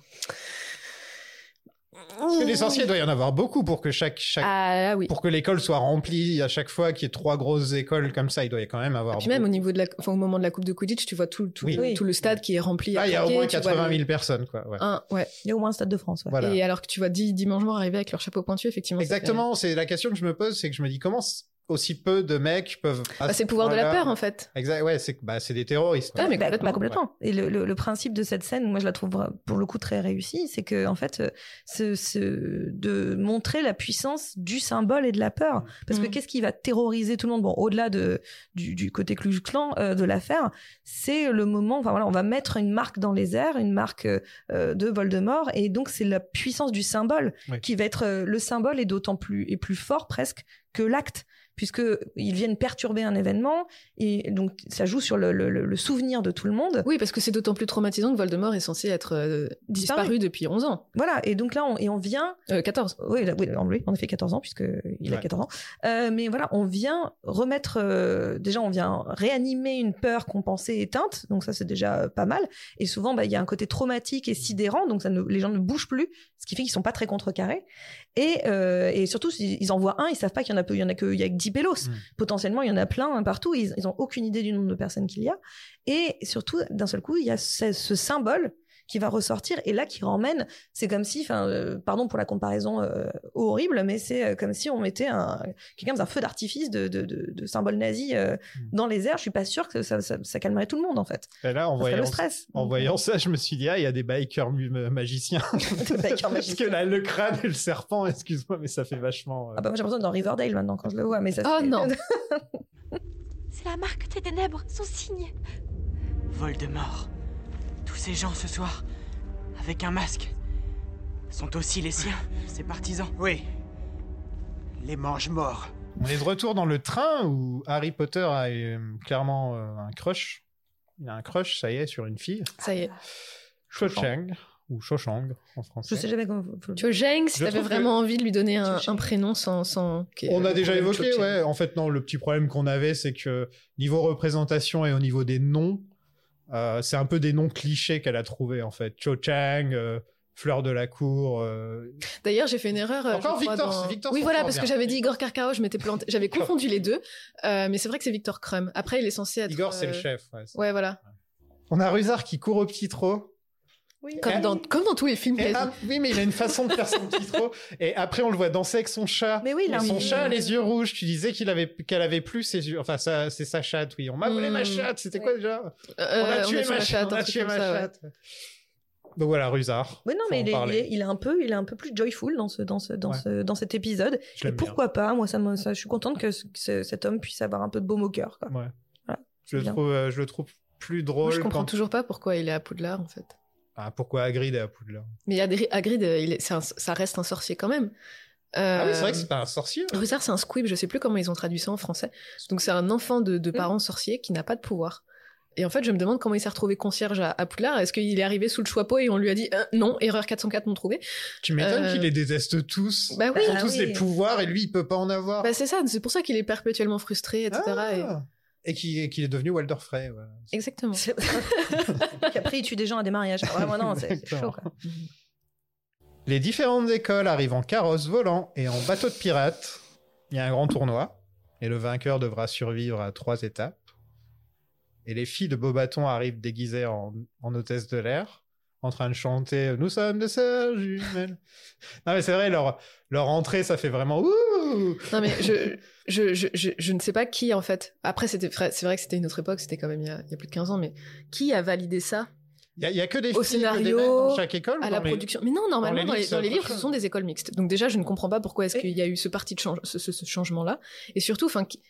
Speaker 8: Parce que des sorciers, il doit y en avoir beaucoup pour que chaque, chaque
Speaker 10: Ah là, oui.
Speaker 8: pour que l'école soit remplie à chaque fois qu'il y ait trois grosses écoles comme ça, il doit y quand même avoir.
Speaker 10: Ah, Puis même au
Speaker 8: beaucoup.
Speaker 10: niveau de la, enfin, au moment de la coupe de Quidditch, tu vois tout, tout,
Speaker 8: Oui.
Speaker 10: le, tout le stade qui est rempli. à
Speaker 8: Ah, il y a au
Speaker 10: craquer,
Speaker 8: moins
Speaker 10: tu vois
Speaker 8: 80
Speaker 10: le-
Speaker 8: 000 personnes, quoi. ouais.
Speaker 10: Un, ouais.
Speaker 9: Il y a au moins un stade de France. ouais.
Speaker 8: Voilà.
Speaker 10: Et alors que tu vois 10 dimanches noirs arriver avec leur chapeau pointu, effectivement. ça fait-
Speaker 8: Exactement, c'est la question que je me pose, c'est que je me dis comment c- aussi peu de mecs peuvent.
Speaker 10: Bah, c'est le pouvoir de la peur, en fait.
Speaker 8: Exact, ouais, c'est que- bah, c'est des terroristes.
Speaker 10: Ah, mais
Speaker 9: Bah,
Speaker 10: complètement.
Speaker 9: bah, Et le, le- le principe de cette scène, moi je la trouve vra- pour le coup très réussie, c'est que en fait, euh, ce, ce- de montrer la puissance du symbole et de la peur. Parce que
Speaker 10: Mm.
Speaker 9: qu'est-ce qui va terroriser tout le monde Bon, au-delà de, du, du côté Klux Klan euh, de l'affaire, c'est le moment. Enfin voilà, on va mettre une marque dans les airs, une marque euh, euh, de Voldemort, et donc c'est la puissance du symbole
Speaker 8: Ouais.
Speaker 9: qui va être euh, le symbole est d'autant plus et plus fort presque que l'acte. Puisque ils viennent perturber un événement et donc ça joue sur le- le- le- le souvenir de tout le monde.
Speaker 10: Oui, parce que c'est d'autant plus traumatisant que Voldemort est censé être euh,
Speaker 9: Disparu.
Speaker 10: disparu. depuis 11 ans.
Speaker 9: Voilà, et donc là, on, et on vient.
Speaker 10: Euh, 14.
Speaker 9: Oui, là, oui, en- oui, on a fait 14 ans, puisqu'il a
Speaker 8: Ouais.
Speaker 9: 14 ans. Euh, mais voilà, on vient remettre. euh, déjà, on vient réanimer une peur qu'on pensait éteinte, donc ça, c'est déjà euh, pas mal. Et souvent, bah, il y a un côté traumatique et sidérant, donc ça ne- les gens ne bougent plus, ce qui fait qu'ils sont pas très contrecarrés. Et, euh, et surtout, ils, ils en voient un, ils savent pas qu'il y en a peu, il y en a que, il y a que 10 pélos.
Speaker 8: Mm.
Speaker 9: Potentiellement, il y en a plein hein, partout, ils, ils ont aucune idée du nombre de personnes qu'il y a. Et surtout, d'un seul coup, il y a ce, ce symbole qui va ressortir et là qui ramène c'est comme si enfin euh, pardon pour la comparaison euh, horrible mais c'est euh, comme si on mettait un quelqu'un dans un feu d'artifice de, de, de, de symboles nazis euh,
Speaker 8: Mm.
Speaker 9: dans les airs je suis pas sûre que ça, ça, ça calmerait tout le monde en fait
Speaker 8: Et là, en
Speaker 9: ça serait
Speaker 8: voyant,
Speaker 9: le stress
Speaker 8: en voyant ça, je me suis dit, ah, il y a des bikers mu- euh, magiciens.
Speaker 9: bikers
Speaker 8: Parce que
Speaker 9: magiciens.
Speaker 8: là, le crâne et le serpent, excuse-moi, mais ça fait vachement. euh,
Speaker 9: ah bah moi j'ai l'impression d'être dans Riverdale maintenant quand je le vois mais ça
Speaker 10: Oh
Speaker 9: c'est-
Speaker 10: non.
Speaker 11: C'est la marque des ténèbres, son signe.
Speaker 5: Voldemort. Tous ces gens ce soir, avec un masque, sont aussi les siens, ses partisans.
Speaker 1: Oui. Les mange-morts.
Speaker 8: On est de retour dans le train où Harry Potter a euh, clairement euh, un crush. Il a un crush, ça y est, sur une fille.
Speaker 10: Ça y est.
Speaker 8: Cho Chang, ou Cho Chang en français.
Speaker 9: je sais jamais comment faut-
Speaker 10: Tu vois, Zheng, si
Speaker 8: Je
Speaker 10: t'avais
Speaker 8: trouve que-
Speaker 10: vraiment envie de lui donner un,
Speaker 9: Cho-Chang.
Speaker 10: un prénom sans. sans...
Speaker 8: On a
Speaker 10: euh,
Speaker 8: déjà
Speaker 10: problème
Speaker 8: évoqué,
Speaker 10: Cho-Chang.
Speaker 8: ouais. En fait, non, le petit problème qu'on avait, c'est que niveau représentation et au niveau des noms, euh, c'est un peu des noms clichés qu'elle a trouvé en fait. Cho Chang, euh, Fleur de la Cour. euh,
Speaker 10: D'ailleurs, j'ai fait une erreur. euh,
Speaker 8: Encore
Speaker 10: je crois,
Speaker 8: Victor,
Speaker 10: dans-
Speaker 8: c'est Victor
Speaker 10: Oui,
Speaker 8: son
Speaker 10: voilà,
Speaker 8: frère,
Speaker 10: parce que
Speaker 8: merde.
Speaker 10: j'avais dit Igor Karkarao, je m'étais plantée. J'avais
Speaker 8: Igor.
Speaker 10: confondu les deux. Euh, mais c'est vrai que c'est Victor Crumb. Après, il est censé être.
Speaker 8: Igor, c'est le
Speaker 10: euh,
Speaker 8: chef. ouais.
Speaker 10: Ouais, voilà.
Speaker 8: On a Ruzard qui court au petit trot.
Speaker 9: Oui.
Speaker 10: Comme,
Speaker 8: Et-
Speaker 10: dans, comme dans tous les films.
Speaker 8: Et
Speaker 10: quasi.
Speaker 8: ap- oui, mais il a une façon de faire son petit trot. Et après, on le voit danser avec son chat.
Speaker 9: mais oui il a
Speaker 8: Et
Speaker 9: un
Speaker 8: son
Speaker 9: petit-
Speaker 8: chat a les yeux rouges. Tu disais qu'il avait qu'elle avait plus ses yeux. Enfin, ça, c'est sa chatte. Oui, on m'a volé ma
Speaker 10: Mm.
Speaker 8: chatte. C'était quoi déjà
Speaker 10: Euh,
Speaker 8: On a tué
Speaker 10: sur
Speaker 8: ma
Speaker 10: la
Speaker 8: chatte. On
Speaker 10: un
Speaker 8: a
Speaker 10: truc
Speaker 8: tué
Speaker 10: comme
Speaker 8: ma
Speaker 10: ça, ouais.
Speaker 8: chatte. Donc voilà, Ruzard.
Speaker 9: mais non,
Speaker 8: Faut
Speaker 9: mais
Speaker 8: en
Speaker 9: il est, il,
Speaker 8: parler.
Speaker 9: est, il est un peu, il est un peu plus joyful dans ce, dans ce, dans
Speaker 8: Ouais.
Speaker 9: ce, dans cet épisode.
Speaker 8: Je
Speaker 9: Et
Speaker 8: l'aime bien.
Speaker 9: pourquoi pas Moi, ça, me, ça, je suis contente que, ce- que ce- cet homme puisse avoir un peu de baume au cœur. quoi.
Speaker 8: Je le
Speaker 9: Bien.
Speaker 8: trouve, euh, je le trouve plus
Speaker 10: Moi,
Speaker 8: drôle.
Speaker 10: je comprends
Speaker 8: quand-
Speaker 10: toujours pas pourquoi il est à Poudlard, en fait.
Speaker 8: Ah, pourquoi Hagrid est à Poudlard
Speaker 10: Mais Adri- Hagrid, euh, il est- c'est un- ça reste un sorcier quand même. Euh,
Speaker 8: Ah oui, c'est vrai que c'est pas un sorcier. hein.
Speaker 10: Ruzard, c'est un squib, je sais plus comment ils ont traduit ça en français. Donc c'est un enfant de,
Speaker 8: Mm.
Speaker 10: de parents sorciers qui n'a pas de pouvoir. Et en fait, je me demande comment il s'est retrouvé concierge à, à Poudlard. Est-ce qu'il est arrivé sous le chapeau et on lui a dit Euh, non, erreur 404 non trouvée
Speaker 8: Tu m'étonnes
Speaker 10: Euh,
Speaker 8: qu'il les déteste tous.
Speaker 10: Bah oui.
Speaker 8: Ils ont
Speaker 9: Ah
Speaker 8: tous
Speaker 9: oui.
Speaker 8: les pouvoirs et lui, il peut pas en avoir.
Speaker 10: Bah c'est ça, c'est pour ça qu'il est perpétuellement frustré, etc. et-
Speaker 8: Ah. Et qui- et qu'il est devenu Walder Frey. ouais.
Speaker 10: Exactement.
Speaker 9: C'est- Puis après, il tue des gens à des mariages. Vraiment, non, c'est c'est chaud.
Speaker 8: Exactement.
Speaker 9: Quoi.
Speaker 8: Les différentes écoles arrivent en carrosse volant et en bateau de pirates. Il y a un grand tournoi et le vainqueur devra survivre à trois étapes. Et les filles de Beaubaton arrivent déguisées en, en hôtesses de l'air, en train de chanter Nous sommes des sœurs jumelles. non, mais c'est vrai, leur, leur entrée, ça fait vraiment Ouh
Speaker 10: Non mais je, je, je, je, je ne sais pas qui en fait. Après c'était vrai- c'est vrai que c'était une autre époque, c'était quand même il y, a, il y a plus de 15 ans, mais qui a validé ça
Speaker 8: Il y a- il y, a que des
Speaker 10: Au
Speaker 8: filles et des mecs
Speaker 10: scénario,
Speaker 8: dans chaque école
Speaker 10: à
Speaker 8: dans
Speaker 10: la
Speaker 8: les-
Speaker 10: production. Mais non, normalement,
Speaker 8: livres,
Speaker 10: dans les,
Speaker 8: c'est
Speaker 10: dans les
Speaker 8: autre
Speaker 10: livres, ce
Speaker 8: chose.
Speaker 10: sont des écoles mixtes. Donc déjà, je ne comprends pas pourquoi est-ce
Speaker 9: Oui.
Speaker 10: qu'il y a eu ce parti de change, ce, ce- ce changement-là. Et surtout, enfin, qui-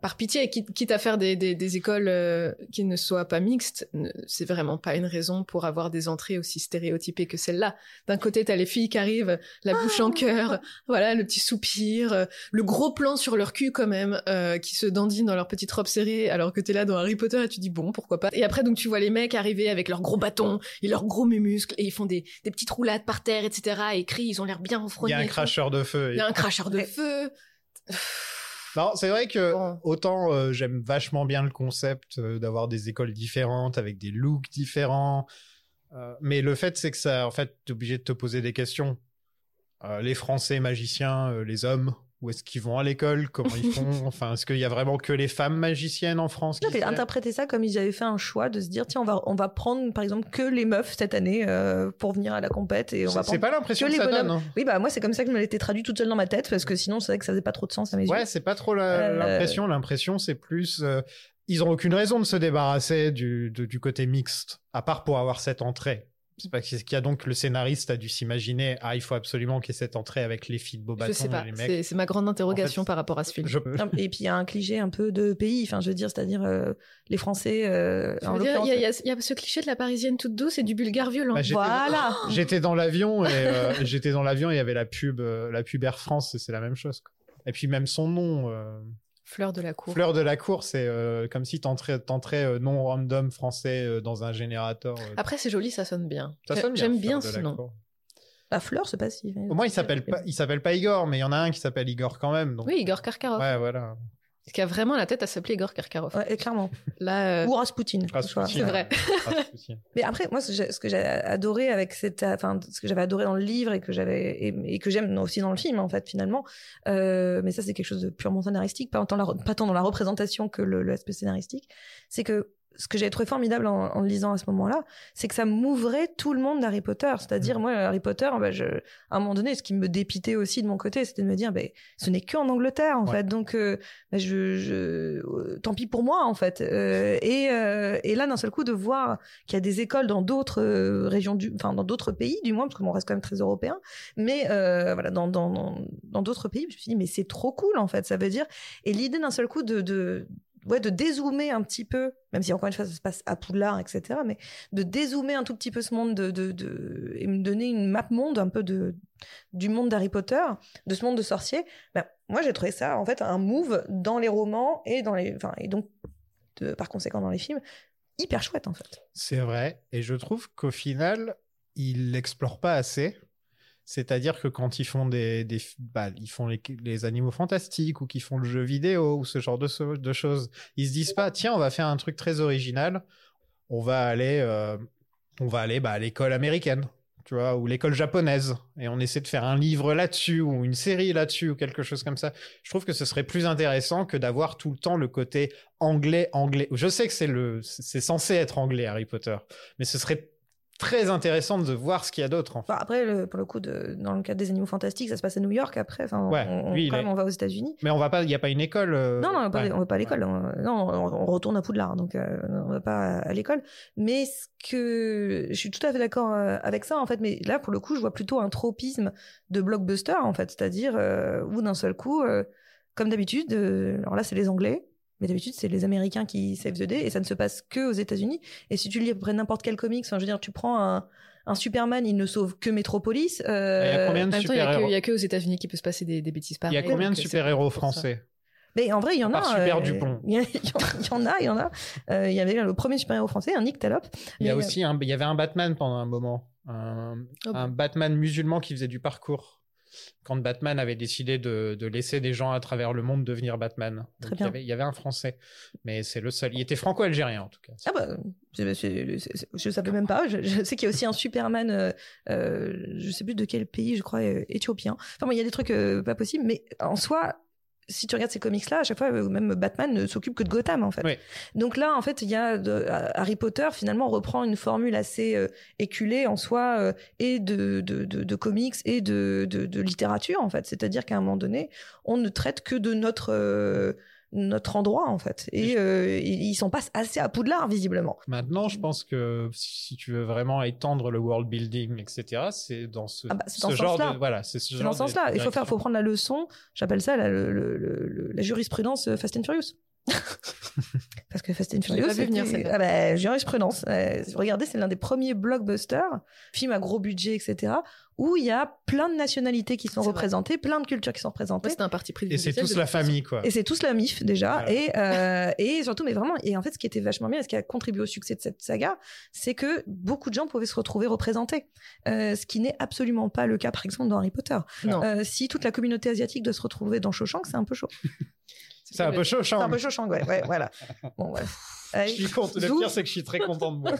Speaker 10: par pitié, quitte, quitte à faire des, des- des écoles euh, qui ne soient pas mixtes, ne- c'est vraiment pas une raison pour avoir des entrées aussi stéréotypées que celle-là. D'un côté, t'as les filles qui arrivent, la bouche en cœur, voilà, le petit soupir, euh, le gros plan sur leur cul quand même, euh, qui se dandinent dans leur petite robe serrée, alors que t'es là dans Harry Potter et tu dis bon, pourquoi pas. Et après, donc, tu vois les mecs arriver avec leurs gros bâtons et leurs gros muscles et ils font des, des petites roulades par terre, etc. Et ils crient, ils ont l'air bien
Speaker 8: Il y
Speaker 10: renfrognés.
Speaker 8: a un
Speaker 10: et tout.
Speaker 8: cracheur de feu.
Speaker 10: Il
Speaker 8: et-
Speaker 10: y a un cracheur de feu.
Speaker 8: Non, c'est vrai que
Speaker 10: Bon.
Speaker 8: autant euh, j'aime vachement bien le concept euh, d'avoir des écoles différentes avec des looks différents, euh, mais le fait c'est que ça, en fait, t'es obligé de te poser des questions. euh, les Français magiciens, euh, les hommes Où est-ce qu'ils vont à l'école Comment ils font Enfin, est-ce qu'il y a vraiment que les femmes magiciennes en France
Speaker 9: Non,
Speaker 8: qui
Speaker 9: mais
Speaker 8: se-
Speaker 9: interpréter ça comme ils avaient fait un choix de se dire tiens, on va, on va prendre par exemple que les meufs cette année euh, pour venir à la compète et on va
Speaker 8: C'est c'est
Speaker 9: prendre.
Speaker 8: pas l'impression
Speaker 9: que
Speaker 8: que,
Speaker 9: les
Speaker 8: ça donne.
Speaker 9: bonhommes.
Speaker 8: hein.
Speaker 9: Oui, bah moi c'est comme ça que je me l'étais traduit toute seule dans ma tête parce que sinon c'est vrai que ça faisait pas trop de sens à mes
Speaker 8: Ouais,
Speaker 9: yeux.
Speaker 8: c'est pas trop la-
Speaker 9: Euh,
Speaker 8: l'impression. L'impression, c'est plus. euh, ils ont aucune raison de se débarrasser du, de- du côté mixte, à part pour avoir cette entrée. C'est pas qu'il y a donc le scénariste a dû s'imaginer ah il faut absolument qu'il y ait cette entrée avec les filles de beau
Speaker 10: Je
Speaker 8: bâton
Speaker 10: sais
Speaker 8: et
Speaker 10: pas.
Speaker 8: les mecs.
Speaker 10: C'est c'est ma grande interrogation
Speaker 8: En fait,
Speaker 10: par rapport à ce film.
Speaker 8: Je-
Speaker 9: Non, Et puis il y a un cliché un peu de pays, enfin je veux dire, c'est-à-dire euh, les Français. euh,
Speaker 10: Je
Speaker 9: en
Speaker 10: veux dire, Il
Speaker 9: l'occurrence-
Speaker 10: y, a- il y a- il y a ce cliché de la parisienne toute douce et du bulgare violent.
Speaker 8: Bah, j'étais-
Speaker 9: Voilà.
Speaker 8: J'étais dans l'avion et euh, j'étais dans l'avion et il y avait la pub euh, la pub Air France et c'est la même chose. quoi. Et puis même son nom euh,
Speaker 10: Fleur de la cour.
Speaker 8: Fleur de la cour c'est euh, comme si t'entrais t'entrais euh, non random français euh, dans un générateur. euh,
Speaker 10: Après, c'est joli, ça sonne bien.
Speaker 8: ça sonne bien,
Speaker 10: Ah, J'aime
Speaker 8: Fleur
Speaker 10: bien
Speaker 8: de
Speaker 10: ce
Speaker 8: la
Speaker 10: nom.
Speaker 8: Cour.
Speaker 9: La fleur, c'est pas si.
Speaker 8: Au moins il s'appelle pas il s'appelle pas Igor mais il y en a un qui s'appelle Igor quand même donc.
Speaker 10: Oui, Igor Karkarov.
Speaker 8: Ouais voilà.
Speaker 10: Parce qu'il a vraiment la tête à s'appeler Igor Karkarov.
Speaker 9: Ouais, clairement.
Speaker 10: Là, euh,
Speaker 9: Ou Rasputin. je crois.
Speaker 8: Rasputin,
Speaker 10: C'est vrai.
Speaker 8: euh, Rasputin.
Speaker 9: Mais après, moi, ce que j'ai- ce que j'ai adoré avec cette, enfin, ce que j'avais adoré dans le livre et que j'avais aimé- et que j'aime aussi dans le film, en fait, finalement. euh, mais ça, c'est quelque chose de purement scénaristique, pas tant, la re- pas tant dans la représentation que le- l'aspect scénaristique. C'est que ce que j'ai trouvé formidable en, en le lisant à ce moment-là, c'est que ça m'ouvrait tout le monde d'Harry Potter. C'est-à-dire, moi, Harry Potter, bah, je, à un moment donné, ce qui me dépitait aussi de mon côté, c'était de me dire, ben, ce n'est qu'en Angleterre, en
Speaker 8: Ouais.
Speaker 9: fait. Donc, euh, bah, je, je- euh, tant pis pour moi, en fait. Euh, et, euh, et là, d'un seul coup, de voir qu'il y a des écoles dans d'autres euh, régions, du, enfin, dans d'autres pays, du moins, parce qu'on reste quand même très européen, mais euh, voilà, dans dans- dans- dans d'autres pays, je me suis dit, mais c'est trop cool, en fait. Ça veut dire. Et l'idée, d'un seul coup, de. de Ouais, de dézoomer un petit peu, même si encore une fois ça se passe à Poudlard, etc., mais de dézoomer un tout petit peu ce monde de, de, de- et me donner une map monde un peu de, du monde d'Harry Potter, de ce monde de sorciers, ben, moi j'ai trouvé ça en fait un move dans les romans et dans les, enfin et donc de- par conséquent dans les films hyper chouette en fait.
Speaker 8: C'est vrai. Et je trouve qu'au final, ils l'explorent pas assez. C'est-à-dire que quand ils font des, des bah, ils font les, les animaux fantastiques ou qu'ils font le jeu vidéo ou ce genre de, so- de choses, ils se disent pas tiens on va faire un truc très original, on va aller euh, on va aller bah, à l'école américaine, tu vois, ou l'école japonaise et on essaie de faire un livre là-dessus ou une série là-dessus ou quelque chose comme ça. Je trouve que ce serait plus intéressant que d'avoir tout le temps le côté anglais, anglais. Je sais que c'est le, c'est censé être anglais Harry Potter, mais ce serait très intéressant de voir ce qu'il y a d'autre. En fait.
Speaker 9: Enfin, Bah, après le- pour le coup de, dans le cas des animaux fantastiques ça se passe à New York après, enfin on-
Speaker 8: Ouais,
Speaker 9: on,
Speaker 8: lui, il
Speaker 9: quand
Speaker 8: est-
Speaker 9: même, on va aux États-Unis.
Speaker 8: Mais on va pas, il y a pas une école. euh,
Speaker 9: Non, non, on va pas,
Speaker 8: ouais.
Speaker 9: on va pas à l'école. hein. on- Non, on, on retourne à Poudlard, donc euh, non, on va pas à l'école. Mais ce que je suis tout à fait d'accord euh, avec ça, en fait. Mais là, pour le coup, je vois plutôt un tropisme de blockbuster, en fait, c'est-à-dire euh, où d'un seul coup, euh, comme d'habitude, euh, alors là, c'est les Anglais. Mais d'habitude, c'est les Américains qui save the day et ça ne se passe que aux États-Unis. Et si tu lis après n'importe quel comics, enfin, je veux dire, tu prends un, un Superman, il ne sauve que Metropolis.
Speaker 8: Il y
Speaker 9: euh,
Speaker 8: a
Speaker 10: En
Speaker 8: combien de
Speaker 10: même temps, il y a que- il
Speaker 8: super-héros
Speaker 10: n'y a que aux États-Unis qui peut se passer des, des bêtises
Speaker 8: Il y
Speaker 10: pareilles.
Speaker 8: a combien de
Speaker 10: donc, euh, c'est
Speaker 8: super-héros
Speaker 10: pour ça.
Speaker 8: français
Speaker 9: Mais en vrai, il y en a.
Speaker 8: Par Super
Speaker 9: euh,
Speaker 8: Dupont.
Speaker 9: Il y, a- il y en- il y en a, il y en a. Euh, Il y avait le premier super-héros français, un Nick Talop.
Speaker 8: Il y a
Speaker 9: Mais, euh,
Speaker 8: aussi, un, il y avait un Batman pendant un moment, un,
Speaker 10: Oh
Speaker 8: un Batman musulman qui faisait du parcours. Quand Batman avait décidé de, de laisser des gens à travers le monde devenir Batman, Donc, il y
Speaker 9: Très bien.
Speaker 8: avait- il y avait un Français, mais c'est le seul. Il était franco-algérien en tout cas.
Speaker 9: Ah bah, c'est- c'est- c'est- c'est- je savais même pas. Je, je sais qu'il y a aussi un Superman, euh, euh, je sais plus de quel pays, je crois, euh, éthiopien. Enfin bon, il y a des trucs euh, pas possibles, mais en soi, si tu regardes ces comics-là, à chaque fois, euh, même Batman ne s'occupe que de Gotham, en fait.
Speaker 8: Oui.
Speaker 9: Donc là, en fait, il y a de- euh, Harry Potter finalement reprend une formule assez euh, éculée en soi euh, et de, de, de, de comics et de, de, de littérature, en fait. C'est-à-dire qu'à un moment donné, on ne traite que de notre euh, notre endroit en fait et euh, il il s'en passe assez à Poudlard visiblement
Speaker 8: Maintenant, je pense que si tu veux vraiment étendre le world building, etc., c'est dans ce,
Speaker 9: Ah bah, c'est dans
Speaker 8: ce
Speaker 9: ce
Speaker 8: genre
Speaker 9: sens-là.
Speaker 8: de voilà, c'est ce
Speaker 9: C'est
Speaker 8: genre
Speaker 9: dans ce sens-là.
Speaker 8: de
Speaker 9: Il faut faire, faut prendre la leçon. J'appelle ça la, le- le- le- la jurisprudence euh, Fast and Furious. Parce que Fast and
Speaker 10: Je l'ai
Speaker 9: Furious,
Speaker 10: pas vu venir,
Speaker 9: c'était-
Speaker 10: celle-là.
Speaker 9: ah bah, jurisprudence. Euh, regardez, c'est l'un des premiers blockbusters, film à gros budget, etc., où il y a plein de nationalités qui sont
Speaker 10: C'est vrai.
Speaker 9: représentées, plein de cultures qui sont représentées.
Speaker 10: Ouais, c'était un parti pris.
Speaker 8: Et c'est
Speaker 10: tous
Speaker 8: tous la famille, quoi.
Speaker 9: Et c'est tous la MIF déjà.
Speaker 8: Voilà.
Speaker 9: Et, euh, et surtout, mais vraiment, et en fait, ce qui était vachement bien, et ce qui a contribué au succès de cette saga, c'est que beaucoup de gens pouvaient se retrouver représentés. Euh, ce qui n'est absolument pas le cas, par exemple, dans Harry Potter.
Speaker 10: Non.
Speaker 9: Euh, si toute la communauté asiatique doit se retrouver dans Shawshank, c'est un peu chaud.
Speaker 8: C'est un peu chaud,
Speaker 9: C'est un
Speaker 8: Charles.
Speaker 9: peu Shawshank, ouais, ouais, voilà. Bon, ouais.
Speaker 8: Je suis content. Le
Speaker 9: Zou.
Speaker 8: pire, c'est que je suis très content de moi.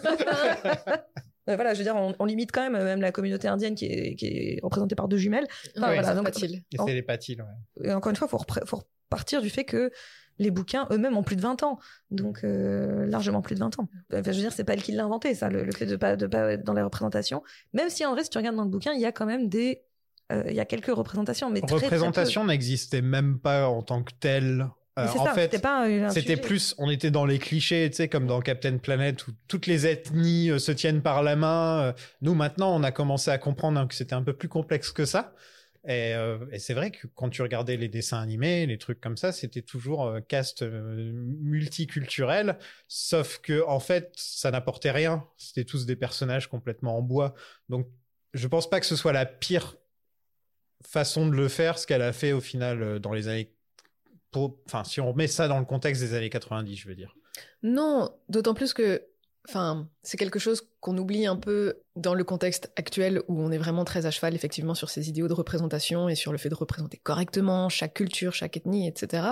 Speaker 9: Euh, voilà, je veux dire, on, on limite quand même euh, même la communauté indienne qui est, qui est représentée par deux jumelles. Enfin,
Speaker 10: Ouais,
Speaker 9: voilà,
Speaker 10: c'est
Speaker 9: donc-
Speaker 10: facile.
Speaker 8: Et
Speaker 9: en-
Speaker 8: c'est les patil, ouais.
Speaker 9: et encore une fois, faut, repre- faut repartir du fait que les bouquins eux-mêmes ont plus de 20 ans, donc euh, largement plus de 20 ans. Enfin, je veux dire, c'est pas elle qui l'a inventé, ça, le, le fait de pas, de pas être dans les représentations. Même si en vrai, si tu regardes dans le bouquin, il y a quand même des, euh, il y a quelques représentations, mais très, très peu.
Speaker 8: représentation n'existait même pas en tant que telle. Euh,
Speaker 9: Mais c'est
Speaker 8: en
Speaker 9: ça,
Speaker 8: fait,
Speaker 9: c'était pas un- un
Speaker 8: c'était
Speaker 9: sujet.
Speaker 8: plus, on était dans les clichés, tu sais, comme dans Captain Planet où toutes les ethnies euh, se tiennent par la main. Euh, Nous, maintenant, on a commencé à comprendre hein, que c'était un peu plus complexe que ça. Et, euh, et c'est vrai que quand tu regardais les dessins animés, les trucs comme ça, c'était toujours euh, caste euh, multiculturel, sauf que en fait, ça n'apportait rien. C'était tous des personnages complètement en bois. Donc, je pense pas que ce soit la pire façon de le faire, ce qu'elle a fait au final euh, dans les années. pour- Enfin, si on met ça dans le contexte des années 90, je veux dire.
Speaker 10: Non, d'autant plus que, enfin, c'est quelque chose qu'on oublie un peu dans le contexte actuel où on est vraiment très à cheval, effectivement, sur ces idéaux de représentation et sur le fait de représenter correctement chaque culture, chaque ethnie, etc.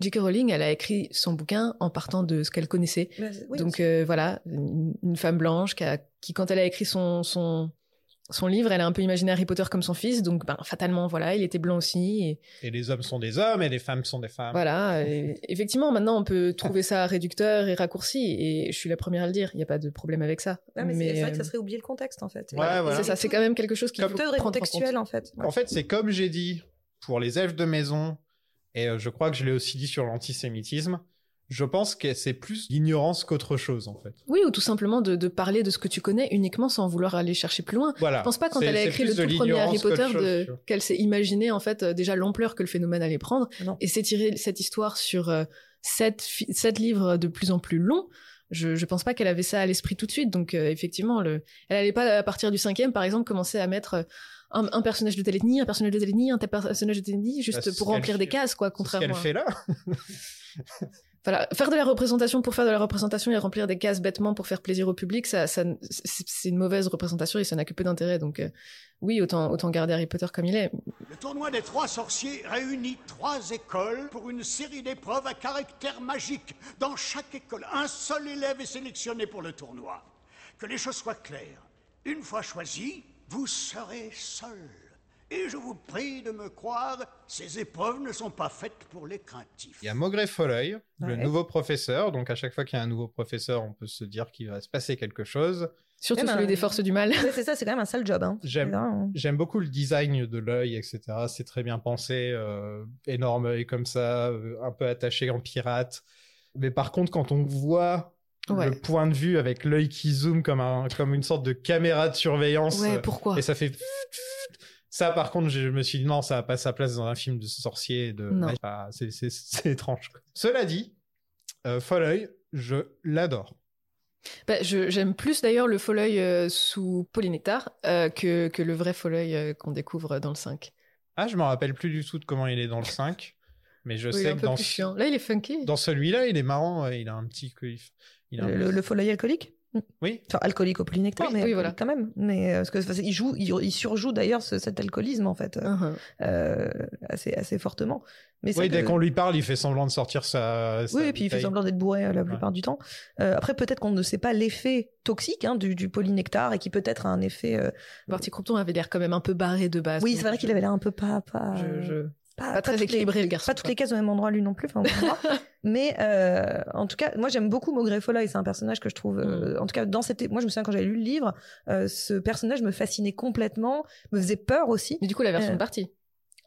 Speaker 10: J.K. Rowling, elle a écrit son bouquin en partant de ce qu'elle connaissait.
Speaker 9: Mais c'est- oui,
Speaker 10: Donc euh, voilà, une, une femme blanche qui, a- qui, quand elle a écrit son, son, son livre, elle a un peu imaginé Harry Potter comme son fils, donc ben, fatalement, voilà, il était blanc aussi. Et,
Speaker 8: Et les hommes sont des hommes et les femmes sont des femmes.
Speaker 10: voilà, et effectivement, maintenant on peut trouver ça réducteur et raccourci, et je suis la première à le dire, il n'y a pas de problème avec ça.
Speaker 9: Ouais, mais c'est- c'est vrai que ça
Speaker 10: euh,
Speaker 9: serait oublier le contexte en fait.
Speaker 8: Ouais,
Speaker 9: Voilà.
Speaker 8: voilà.
Speaker 10: c'est ça, c'est quand même quelque chose qui
Speaker 9: Comme
Speaker 10: faut
Speaker 9: tout est
Speaker 10: prendre en
Speaker 9: contextuel
Speaker 10: compte.
Speaker 9: en fait. Ouais.
Speaker 8: En fait, c'est comme j'ai dit pour les elfes de maison, et euh, je crois que je l'ai aussi dit sur l'antisémitisme. Je pense que c'est plus l'ignorance qu'autre chose, en fait.
Speaker 10: Oui, ou tout simplement de, de parler de ce que tu connais uniquement sans vouloir aller chercher plus loin.
Speaker 8: Voilà.
Speaker 10: Je pense pas quand
Speaker 8: C'est-
Speaker 10: elle a
Speaker 8: c'est
Speaker 10: écrit le
Speaker 8: plus de
Speaker 10: tout premier Harry
Speaker 8: l'ignorance qu'autre
Speaker 10: Potter
Speaker 8: chose,
Speaker 10: de-
Speaker 8: tu vois.
Speaker 10: qu'elle s'est imaginé en fait euh, déjà l'ampleur que le phénomène allait prendre
Speaker 9: Non.
Speaker 10: et s'étirer cette histoire sur euh, sept, fi- sept livres de plus en plus longs. Je, je pense pas qu'elle avait ça à l'esprit tout de suite. Donc euh, effectivement, le, elle allait pas à partir du cinquième, par exemple, commencer à mettre euh, un, un personnage de telle ethnie, un personnage de telle ethnie, un tel personnage de telle ethnie,
Speaker 8: Bah,
Speaker 10: juste
Speaker 8: c'est ce
Speaker 10: pour
Speaker 8: qu'elle
Speaker 10: remplir des
Speaker 8: fait.
Speaker 10: cases, quoi.
Speaker 8: C'est ce qu'elle
Speaker 10: Contrairement. à-
Speaker 8: fait là.
Speaker 10: Voilà, faire de la représentation pour faire de la représentation et remplir des cases bêtement pour faire plaisir au public, ça, ça n- c'est c'est une mauvaise représentation et ça n'a que peu d'intérêt. Donc euh, oui, autant autant garder Harry Potter comme il est.
Speaker 1: Le tournoi des trois sorciers réunit trois écoles pour une série d'épreuves à caractère magique. Dans chaque école, un seul élève est sélectionné pour le tournoi. Que les choses soient claires, une fois choisi, vous serez seul. Et je vous prie de me croire, ces épreuves ne sont pas faites pour les craintifs.
Speaker 8: Il y a Maugrey Folleuil, le
Speaker 9: Ouais.
Speaker 8: nouveau professeur. Donc, à chaque fois qu'il y a un nouveau professeur, on peut se dire qu'il va se passer quelque chose.
Speaker 10: Surtout
Speaker 9: Eh ben,
Speaker 10: celui des forces du mal.
Speaker 9: Ouais, c'est ça, c'est quand même un sale job. Hein.
Speaker 8: J'aime.
Speaker 9: C'est vraiment-
Speaker 8: J'aime beaucoup le design de l'œil, etc. C'est très bien pensé, euh, énorme œil comme ça, euh, un peu attaché en pirate. Mais par contre, quand on voit
Speaker 10: Ouais.
Speaker 8: le point de vue avec l'œil qui zoome comme, un, comme une sorte de caméra de surveillance,
Speaker 10: Ouais,
Speaker 8: euh,
Speaker 10: pourquoi
Speaker 8: et ça fait... Ça, par contre, je me suis dit non, ça n'a pas sa place dans un film de sorcier. et De...
Speaker 10: Non.
Speaker 8: magie. Enfin, c'est- c'est c'est étrange. quoi. Cela dit, euh, Folleuil, je l'adore.
Speaker 10: Bah, je- J'aime plus d'ailleurs le Folleuil euh, sous Polynectar euh, que, que le vrai Folleuil euh, qu'on découvre dans le 5.
Speaker 8: Ah, je me rappelle plus du tout de comment il est dans le 5, mais je
Speaker 10: Oui, il est
Speaker 8: sais
Speaker 10: un
Speaker 8: que
Speaker 10: peu
Speaker 8: dans,
Speaker 10: plus chiant. Là, il est funky.
Speaker 8: Dans celui-là, il est marrant, ouais, il a un petit coif. Il a un-
Speaker 9: Le, le, le follet alcoolique
Speaker 8: Oui.
Speaker 9: Enfin, alcoolique au polynectar,
Speaker 10: Oui,
Speaker 9: mais
Speaker 10: oui, voilà.
Speaker 9: quand même. Mais euh, parce que enfin, c'est- il joue, il, il surjoue d'ailleurs ce- cet alcoolisme en fait, euh,
Speaker 10: Uh-huh.
Speaker 9: euh, assez assez fortement. Mais c'est
Speaker 8: Oui,
Speaker 9: que-
Speaker 8: dès qu'on lui parle, il fait semblant de sortir sa. sa
Speaker 9: oui, et puis il fait
Speaker 8: bouteille.
Speaker 9: semblant d'être bourré euh, la plupart du temps. Euh, après, peut-être qu'on ne sait pas l'effet toxique hein, du, du polynectar et qui peut-être a un effet. euh,
Speaker 10: Barty Crompton avait l'air quand même un peu barré de base.
Speaker 9: Oui,
Speaker 10: donc
Speaker 9: c'est vrai
Speaker 10: je-
Speaker 9: qu'il avait l'air euh, un peu pas pas,
Speaker 10: je- je-
Speaker 9: pas-
Speaker 10: Pas très
Speaker 9: toutes les-
Speaker 10: équilibré, le garçon.
Speaker 9: pas toutes les cases au même endroit lui non plus enfin, on verra. mais euh, en tout cas moi j'aime beaucoup Maugrey Folleuil c'est un personnage que je trouve
Speaker 10: Mm.
Speaker 9: euh, en tout cas dans cette moi je me souviens quand j'avais lu le livre euh, ce personnage me fascinait complètement me faisait peur aussi
Speaker 10: Mais du coup, la version
Speaker 9: Euh,
Speaker 10: de Barty.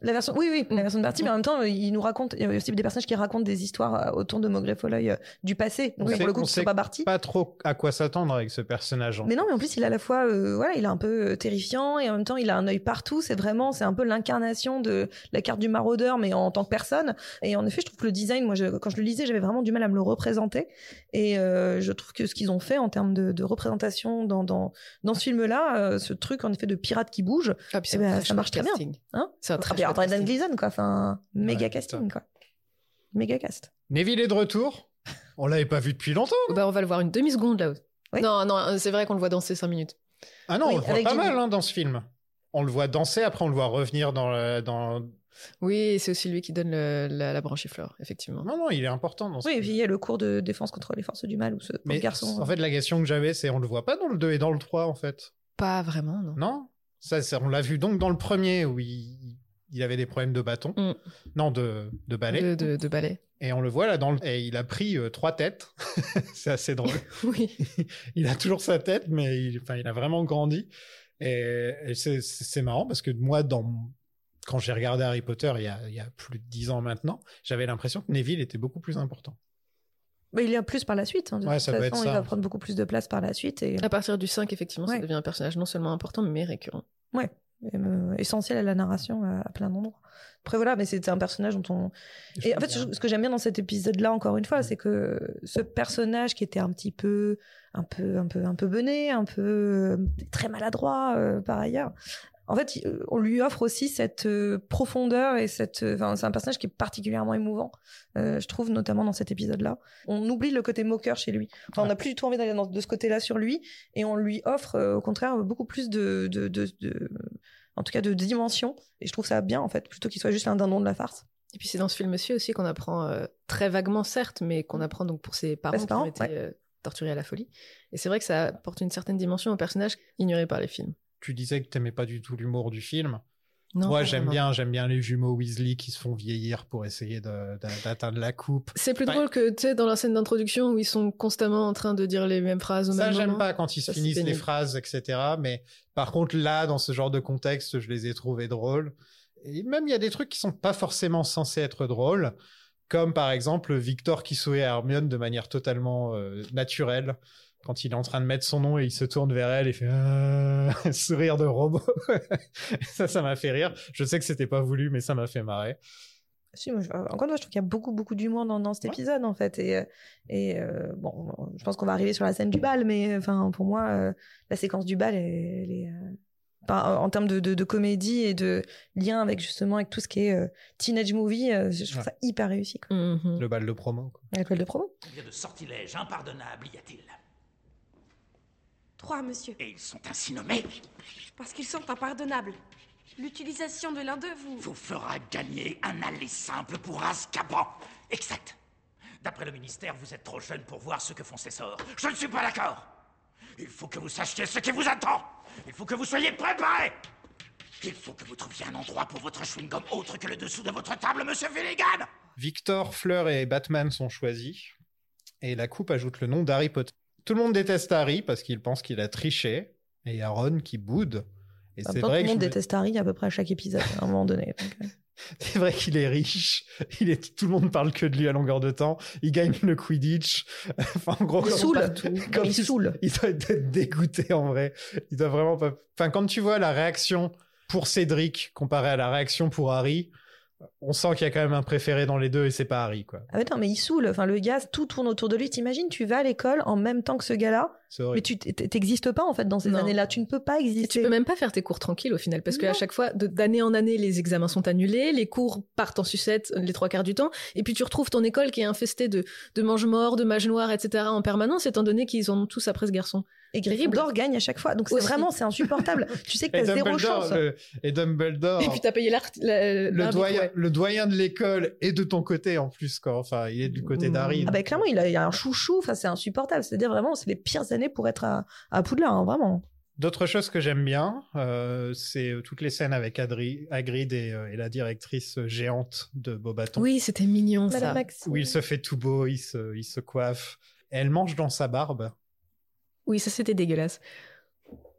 Speaker 9: la version oui oui la
Speaker 10: Mm.
Speaker 9: version de Bertie mais en même temps il nous raconte il y a aussi des personnages qui racontent des histoires euh, autour de Maugrey Folleuil euh, du passé donc
Speaker 8: On
Speaker 9: là,
Speaker 8: sait-
Speaker 9: pour le coup
Speaker 8: on
Speaker 9: qui sont
Speaker 8: sait
Speaker 9: pas partis
Speaker 8: Pas trop à quoi s'attendre avec ce personnage. hein. en
Speaker 9: mais
Speaker 8: fait.
Speaker 9: non, mais en plus, il a à la fois, euh, voilà, il est un peu euh, terrifiant et en même temps, il a un œil partout. C'est vraiment, c'est un peu l'incarnation de la carte du maraudeur, mais en tant que personne. Et en effet, je trouve que le design, moi, je- quand je le lisais, j'avais vraiment du mal à me le représenter. Et euh, je trouve que ce qu'ils ont fait en termes de, de représentation dans, dans, dans ce film-là, euh, ce truc, en effet, de pirate qui bouge,
Speaker 10: Ah, puis c'est
Speaker 9: eh
Speaker 10: un
Speaker 9: ben,
Speaker 10: trash
Speaker 9: ça marche très bien.
Speaker 10: casting.
Speaker 9: hein.
Speaker 10: C'est un
Speaker 9: Ah,
Speaker 10: trash
Speaker 9: puis, alors, Brendan
Speaker 10: casting.
Speaker 9: Gleeson, quoi. Enfin, méga
Speaker 8: Ouais,
Speaker 9: casting, quoi. Méga cast.
Speaker 8: Neville est de retour. On l'avait pas vu depuis longtemps.
Speaker 10: Oh, bah, on va le voir une demi-seconde là-haut.
Speaker 9: Oui.
Speaker 10: Non, non, euh, c'est vrai qu'on le voit danser 5 minutes.
Speaker 8: Ah non,
Speaker 9: Oui,
Speaker 8: on le voit
Speaker 9: avec
Speaker 8: pas
Speaker 9: Jimmy.
Speaker 8: mal hein, dans ce film. On le voit danser, après on le voit revenir dans, la- dans,
Speaker 10: Oui, et c'est aussi lui qui donne le- la, la branchiflore, effectivement.
Speaker 8: Non, non, il est important dans ce
Speaker 9: Oui, et puis il y a le cours de défense contre les forces du mal où ce pauvre
Speaker 8: Mais
Speaker 9: garçon. hein. euh,
Speaker 8: en fait, la question que j'avais, c'est on le voit pas dans le 2 et dans le 3, en fait.
Speaker 10: Pas vraiment, non.
Speaker 8: Non Ça, c'est- On l'a vu donc dans le premier, où il, il avait des problèmes de bâton.
Speaker 10: Mm.
Speaker 8: Non, de, de balai.
Speaker 10: De, de, de balai.
Speaker 8: Et on le voit là dans le... Et il a pris euh, trois têtes. c'est assez drôle.
Speaker 10: Oui.
Speaker 8: il a toujours sa tête, mais il, enfin, il a vraiment grandi. Et, et c'est- c'est c'est marrant parce que moi, dans... quand j'ai regardé Harry Potter il y a, il y a plus de dix ans maintenant, j'avais l'impression que Neville était beaucoup plus important.
Speaker 9: Mais il y a plus par la suite. hein, de
Speaker 8: Ouais,
Speaker 9: toute
Speaker 8: ça
Speaker 9: façon,
Speaker 8: doit être
Speaker 9: il
Speaker 8: ça.
Speaker 9: va prendre beaucoup plus de place par la suite et
Speaker 10: À partir du 5, effectivement,
Speaker 9: Ouais.
Speaker 10: ça devient un personnage non seulement important, mais récurrent.
Speaker 9: et, euh, essentiel à la narration à, à plein d'endroits. Après voilà, mais c'est un personnage dont on. Et en fait, ce ce que j'aime bien dans cet épisode-là, encore une fois, c'est que ce personnage qui était un petit peu, un peu, un peu, un peu bené, un peu euh, très maladroit euh, par ailleurs. En fait, il- euh, on lui offre aussi cette euh, profondeur et cette. euh, Enfin, c'est un personnage qui est particulièrement émouvant, euh, je trouve, notamment dans cet épisode-là. On oublie le côté moqueur chez lui. Enfin, on n'a plus du tout envie d'aller dans- de ce côté-là sur lui, et on lui offre, euh, au contraire, beaucoup plus de, de, de, de- en tout cas, de dimension. Et je trouve ça bien, en fait, plutôt qu'il soit juste un dindon de la farce.
Speaker 10: Et puis c'est dans ce film aussi, aussi qu'on apprend euh, très vaguement, certes, mais qu'on apprend donc Mm. pour ses parents
Speaker 9: ses
Speaker 10: qui
Speaker 9: parents,
Speaker 10: ont été euh, torturés à la folie. Et c'est vrai que ça apporte une certaine dimension au personnage ignoré par les films.
Speaker 8: Tu disais que t'aimais pas du tout l'humour du film.
Speaker 10: Non,
Speaker 8: moi,
Speaker 10: pas
Speaker 8: j'aime
Speaker 10: vraiment.
Speaker 8: bien, j'aime bien les jumeaux Weasley qui se font vieillir pour essayer de- d'a- d'atteindre la coupe.
Speaker 10: C'est plus
Speaker 8: Ouais.
Speaker 10: drôle que tu sais dans la scène d'introduction où ils sont constamment en train de dire les mêmes phrases au
Speaker 8: Ça,
Speaker 10: même
Speaker 8: j'aime
Speaker 10: moment.
Speaker 8: pas quand ils se
Speaker 10: Ça, c'est
Speaker 8: finissent les
Speaker 10: pénible.
Speaker 8: phrases, etc. Mais par contre, là, dans ce genre de contexte, je les ai trouvés drôles. Et même, il y a des trucs qui sont pas forcément censés être drôles, comme par exemple Victor qui sourit à Hermione de manière totalement euh, naturelle. Quand il est en train de mettre son nom et il se tourne vers elle et fait Ah sourire de robot. ça, ça m'a fait rire. Je sais que c'était pas voulu, mais ça m'a fait marrer.
Speaker 9: Si, moi, je- euh, encore une fois, je trouve qu'il y a beaucoup, beaucoup d'humour dans, dans cet
Speaker 8: Ouais.
Speaker 9: épisode, en fait. Et, euh, et euh, bon, je pense qu'on va arriver sur la scène du bal, mais euh, enfin, pour moi, euh, la séquence du bal, elle, elle est. euh, enfin, en en termes de, de- de comédie et de lien avec justement avec tout ce qui est euh, teenage movie, euh, je trouve
Speaker 8: Ouais. Mm-hmm.
Speaker 9: ça hyper réussi. Quoi.
Speaker 10: Mhm.
Speaker 8: Le bal de promo. quoi.
Speaker 9: La toile de promo.
Speaker 2: Combien de sortilèges impardonnables y a-t-il
Speaker 11: Trois, monsieur,
Speaker 2: Et ils sont ainsi nommés
Speaker 11: parce qu'ils sont impardonnables. L'utilisation de l'un d'eux vous.
Speaker 2: vous fera gagner un aller simple pour Azkaban. Exact. D'après le ministère, vous êtes trop jeune pour voir ce que font ces sorts. Je ne suis pas d'accord. Il faut que vous sachiez ce qui vous attend. Il faut que vous soyez préparés. Il faut que vous trouviez un endroit pour votre chewing-gum autre que le dessous de votre table, monsieur Finnegan.
Speaker 8: Victor, Fleur et Batman sont choisis. Et la coupe ajoute le nom d'Harry Potter. Tout le monde déteste Harry parce qu'il pense qu'il a triché. Et il y a Ron qui boude. Et
Speaker 9: En
Speaker 8: c'est
Speaker 9: même temps, tout
Speaker 8: vrai,
Speaker 9: le
Speaker 8: que je
Speaker 9: monde
Speaker 8: me-
Speaker 9: déteste Harry à peu près à chaque épisode, à un moment donné. Donc, euh,
Speaker 8: c'est vrai qu'il est riche. Il est... Tout le monde parle que de lui à longueur de temps. Il gagne le Quidditch. enfin, en gros,
Speaker 9: Il
Speaker 8: quand-
Speaker 9: saoule.
Speaker 8: quand
Speaker 9: il saoule.
Speaker 8: Il doit être dégoûté en vrai. Il doit vraiment pas. Enfin, quand tu vois la réaction pour Cédric comparée à la réaction pour Harry, on sent qu'il y a quand même un préféré dans les deux et c'est pas Harry, quoi.
Speaker 9: Ah ouais, non, mais il saoule. Enfin, le gars, tout tourne autour de lui. T'imagines, tu vas à l'école en même temps que ce gars-là,
Speaker 8: C'est horrible.
Speaker 9: mais tu t- t'existes pas en fait dans ces
Speaker 10: Non.
Speaker 9: années-là. Tu ne peux pas
Speaker 10: Et
Speaker 9: exister.
Speaker 10: tu peux même pas faire tes cours tranquilles au final, parce qu'à
Speaker 9: Non.
Speaker 10: chaque fois, de- d'année en année, les examens sont annulés, les cours partent en sucette euh, les trois quarts du temps, et puis tu retrouves ton école qui est infestée de, de mange-morts, de mages noirs, etc. en permanence, étant donné qu'ils en ont tous après ce garçon.
Speaker 9: Et
Speaker 10: Terrible.
Speaker 9: Gryffondor gagne à chaque fois. Donc c'est
Speaker 10: Aussi.
Speaker 9: vraiment, c'est insupportable. tu sais que t'as zéro chance.
Speaker 8: le- et Dumbledore,
Speaker 10: Et puis t'as payé l'art. la-
Speaker 8: Oh.
Speaker 10: euh,
Speaker 8: le,
Speaker 10: l'arbitre,
Speaker 8: doyen,
Speaker 10: ouais.
Speaker 8: le doyen de l'école est de ton côté en plus, quoi. Enfin, il est du côté
Speaker 10: Mmh.
Speaker 8: d'Harry.
Speaker 9: Ah bah clairement, il a, il a un chouchou. Enfin, c'est insupportable. C'est-à-dire vraiment, c'est les pires années pour être à, à Poudlard, hein, vraiment.
Speaker 8: D'autres choses que j'aime bien, euh, c'est toutes les scènes avec Adri, Hagrid et, euh, et la directrice géante de Bobaton.
Speaker 10: Oui, c'était mignon ça.
Speaker 9: Madame Max.
Speaker 8: Où il se fait tout beau, il se, il se coiffe. Elle mange dans sa barbe.
Speaker 10: Oui, ça c'était dégueulasse.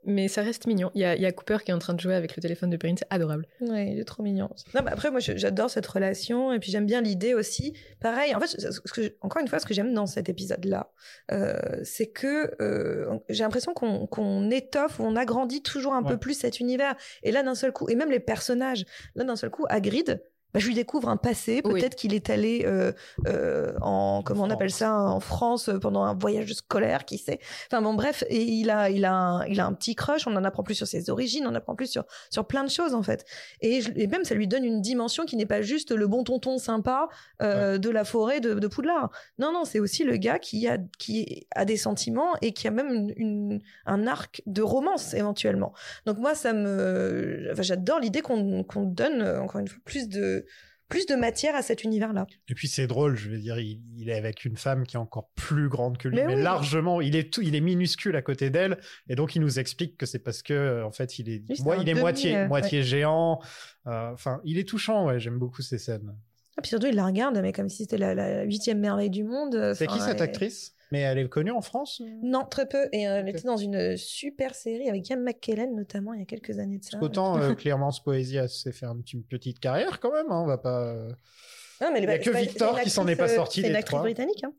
Speaker 10: Mais ça reste mignon. Il y a, il y a Cooper qui est en train de jouer avec le téléphone de Perrine, c'est adorable.
Speaker 9: Ouais, il est trop mignon. Non, mais après, moi, je- j'adore cette relation et puis j'aime bien l'idée aussi. Pareil, en fait, ce- ce que je- encore une fois, ce que j'aime dans cet épisode-là, euh, c'est que euh, j'ai l'impression qu'on qu'on étoffe, on agrandit toujours un
Speaker 8: Ouais.
Speaker 9: peu plus cet univers. Et là, d'un seul coup, et même les personnages, là, d'un seul coup, Hagrid, bah, je lui découvre un passé. Peut-être qu'il est allé euh, euh, en, comment on appelle ça, en France euh, pendant un voyage scolaire, qui sait. Enfin bon, bref, et il a, il a, un, il a un petit crush. On en apprend plus sur ses origines, on en apprend plus sur sur plein de choses en fait. Et, je- et même ça lui donne une dimension qui n'est pas juste le bon tonton sympa euh, de la forêt de, de Poudlard. Non, non, c'est aussi le gars qui a qui a des sentiments et qui a même une, une- un arc de romance éventuellement. Donc moi, ça me, enfin, j'adore l'idée qu'on qu'on donne euh, encore une fois plus de plus de matière à cet univers-là.
Speaker 8: Et puis c'est drôle, je veux dire, il, il est avec une femme qui est encore plus grande que lui,
Speaker 9: Mais
Speaker 8: mais,
Speaker 9: oui.
Speaker 8: largement, il est tout, il est minuscule à côté d'elle, et donc il nous explique que c'est parce que euh, en fait il est,
Speaker 9: Lui, c'est
Speaker 8: moi,
Speaker 9: un
Speaker 8: il est
Speaker 9: demi,
Speaker 8: moitié,
Speaker 9: euh,
Speaker 8: moitié géant, euh, enfin il est touchant, ouais, j'aime beaucoup ces scènes.
Speaker 9: Et Ah, puis surtout, il la regarde, mais comme si c'était la- la huitième merveille du monde. euh,
Speaker 8: C'est
Speaker 9: Enfin,
Speaker 8: qui cette
Speaker 9: elle-
Speaker 8: actrice Mais elle est connue en France ou-
Speaker 9: Non, très peu. Et euh, elle était dans une super série avec Ian McKellen, notamment, il y a quelques années de ça.
Speaker 8: Autant euh, Clémence Poésie a- s'est fait une petite, petite carrière quand même, hein, on va pas.
Speaker 9: Non, mais
Speaker 8: il
Speaker 9: elle
Speaker 8: y a
Speaker 9: est
Speaker 8: que
Speaker 9: pas-
Speaker 8: Victor
Speaker 9: c'est une
Speaker 8: qui s'en est
Speaker 9: actrice,
Speaker 8: pas
Speaker 9: euh,
Speaker 8: sorti
Speaker 9: C'est une
Speaker 8: des
Speaker 9: actrice
Speaker 8: trois.
Speaker 9: britannique. hein.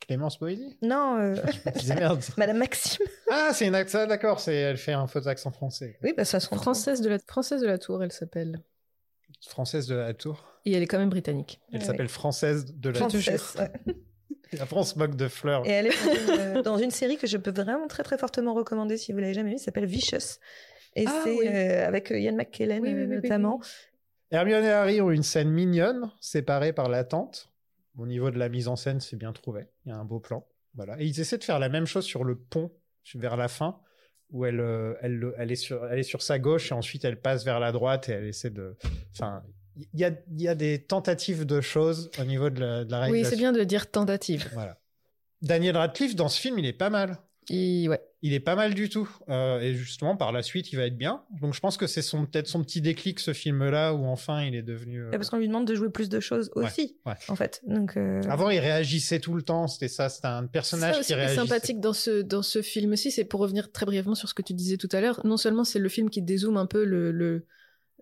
Speaker 8: Clémence Poésie
Speaker 9: Non, euh,
Speaker 8: Qui se merde.
Speaker 9: Madame Maxime.
Speaker 8: Ah, c'est une actrice, d'accord, c'est elle fait un faux accent français.
Speaker 9: Oui, bah ça se comprend.
Speaker 10: Française de la, Française de la Tour, elle s'appelle.
Speaker 8: Française de la Tour.
Speaker 10: Et elle est quand même britannique.
Speaker 8: Elle
Speaker 9: Ouais,
Speaker 8: s'appelle Française de la Tour.
Speaker 9: Ah Française, ouais.
Speaker 8: La France moque de fleurs.
Speaker 9: Et elle est dans une, euh, dans une série que je peux vraiment très très fortement recommander si vous l'avez jamais vue, ça s'appelle Vicious. Et
Speaker 10: Ah,
Speaker 9: c'est
Speaker 10: oui.
Speaker 9: euh, avec euh, Ian McKellen
Speaker 10: Oui, oui,
Speaker 9: euh,
Speaker 10: oui, oui,
Speaker 9: notamment.
Speaker 8: Hermione et Harry ont une scène mignonne, séparée par la tente. Au niveau de la mise en scène, c'est bien trouvé. Il y a un beau plan. Voilà. Et ils essaient de faire la même chose sur le pont, vers la fin, où elle, euh, elle, le- elle est, sur, elle est sur sa gauche et ensuite elle passe vers la droite et elle essaie de. Enfin, il y a, il y a des tentatives de choses au niveau de la, de Ah, la
Speaker 10: Oui,
Speaker 8: réalisation.
Speaker 10: c'est bien de dire tentative.
Speaker 8: Voilà. Daniel Radcliffe, dans ce film, il est pas mal.
Speaker 10: Et ouais.
Speaker 8: il est pas mal du tout. Euh, et justement, par la suite, il va être bien. Donc, je pense que c'est son peut-être son petit déclic, ce film-là, où enfin il est devenu. euh,
Speaker 9: Ouais, Parce qu'on lui demande de jouer plus de choses
Speaker 8: Ouais,
Speaker 9: aussi,
Speaker 8: ouais. Ah
Speaker 9: en fait. Donc, euh,
Speaker 8: Avant, il réagissait tout le temps. C'était ça. C'était un personnage
Speaker 10: ça aussi
Speaker 8: qui
Speaker 10: qui est
Speaker 8: réagissait.
Speaker 10: sympathique dans ce, dans ce film aussi, c'est pour revenir très brièvement sur ce que tu disais tout à l'heure, non seulement c'est le film qui dézoome un peu le, le,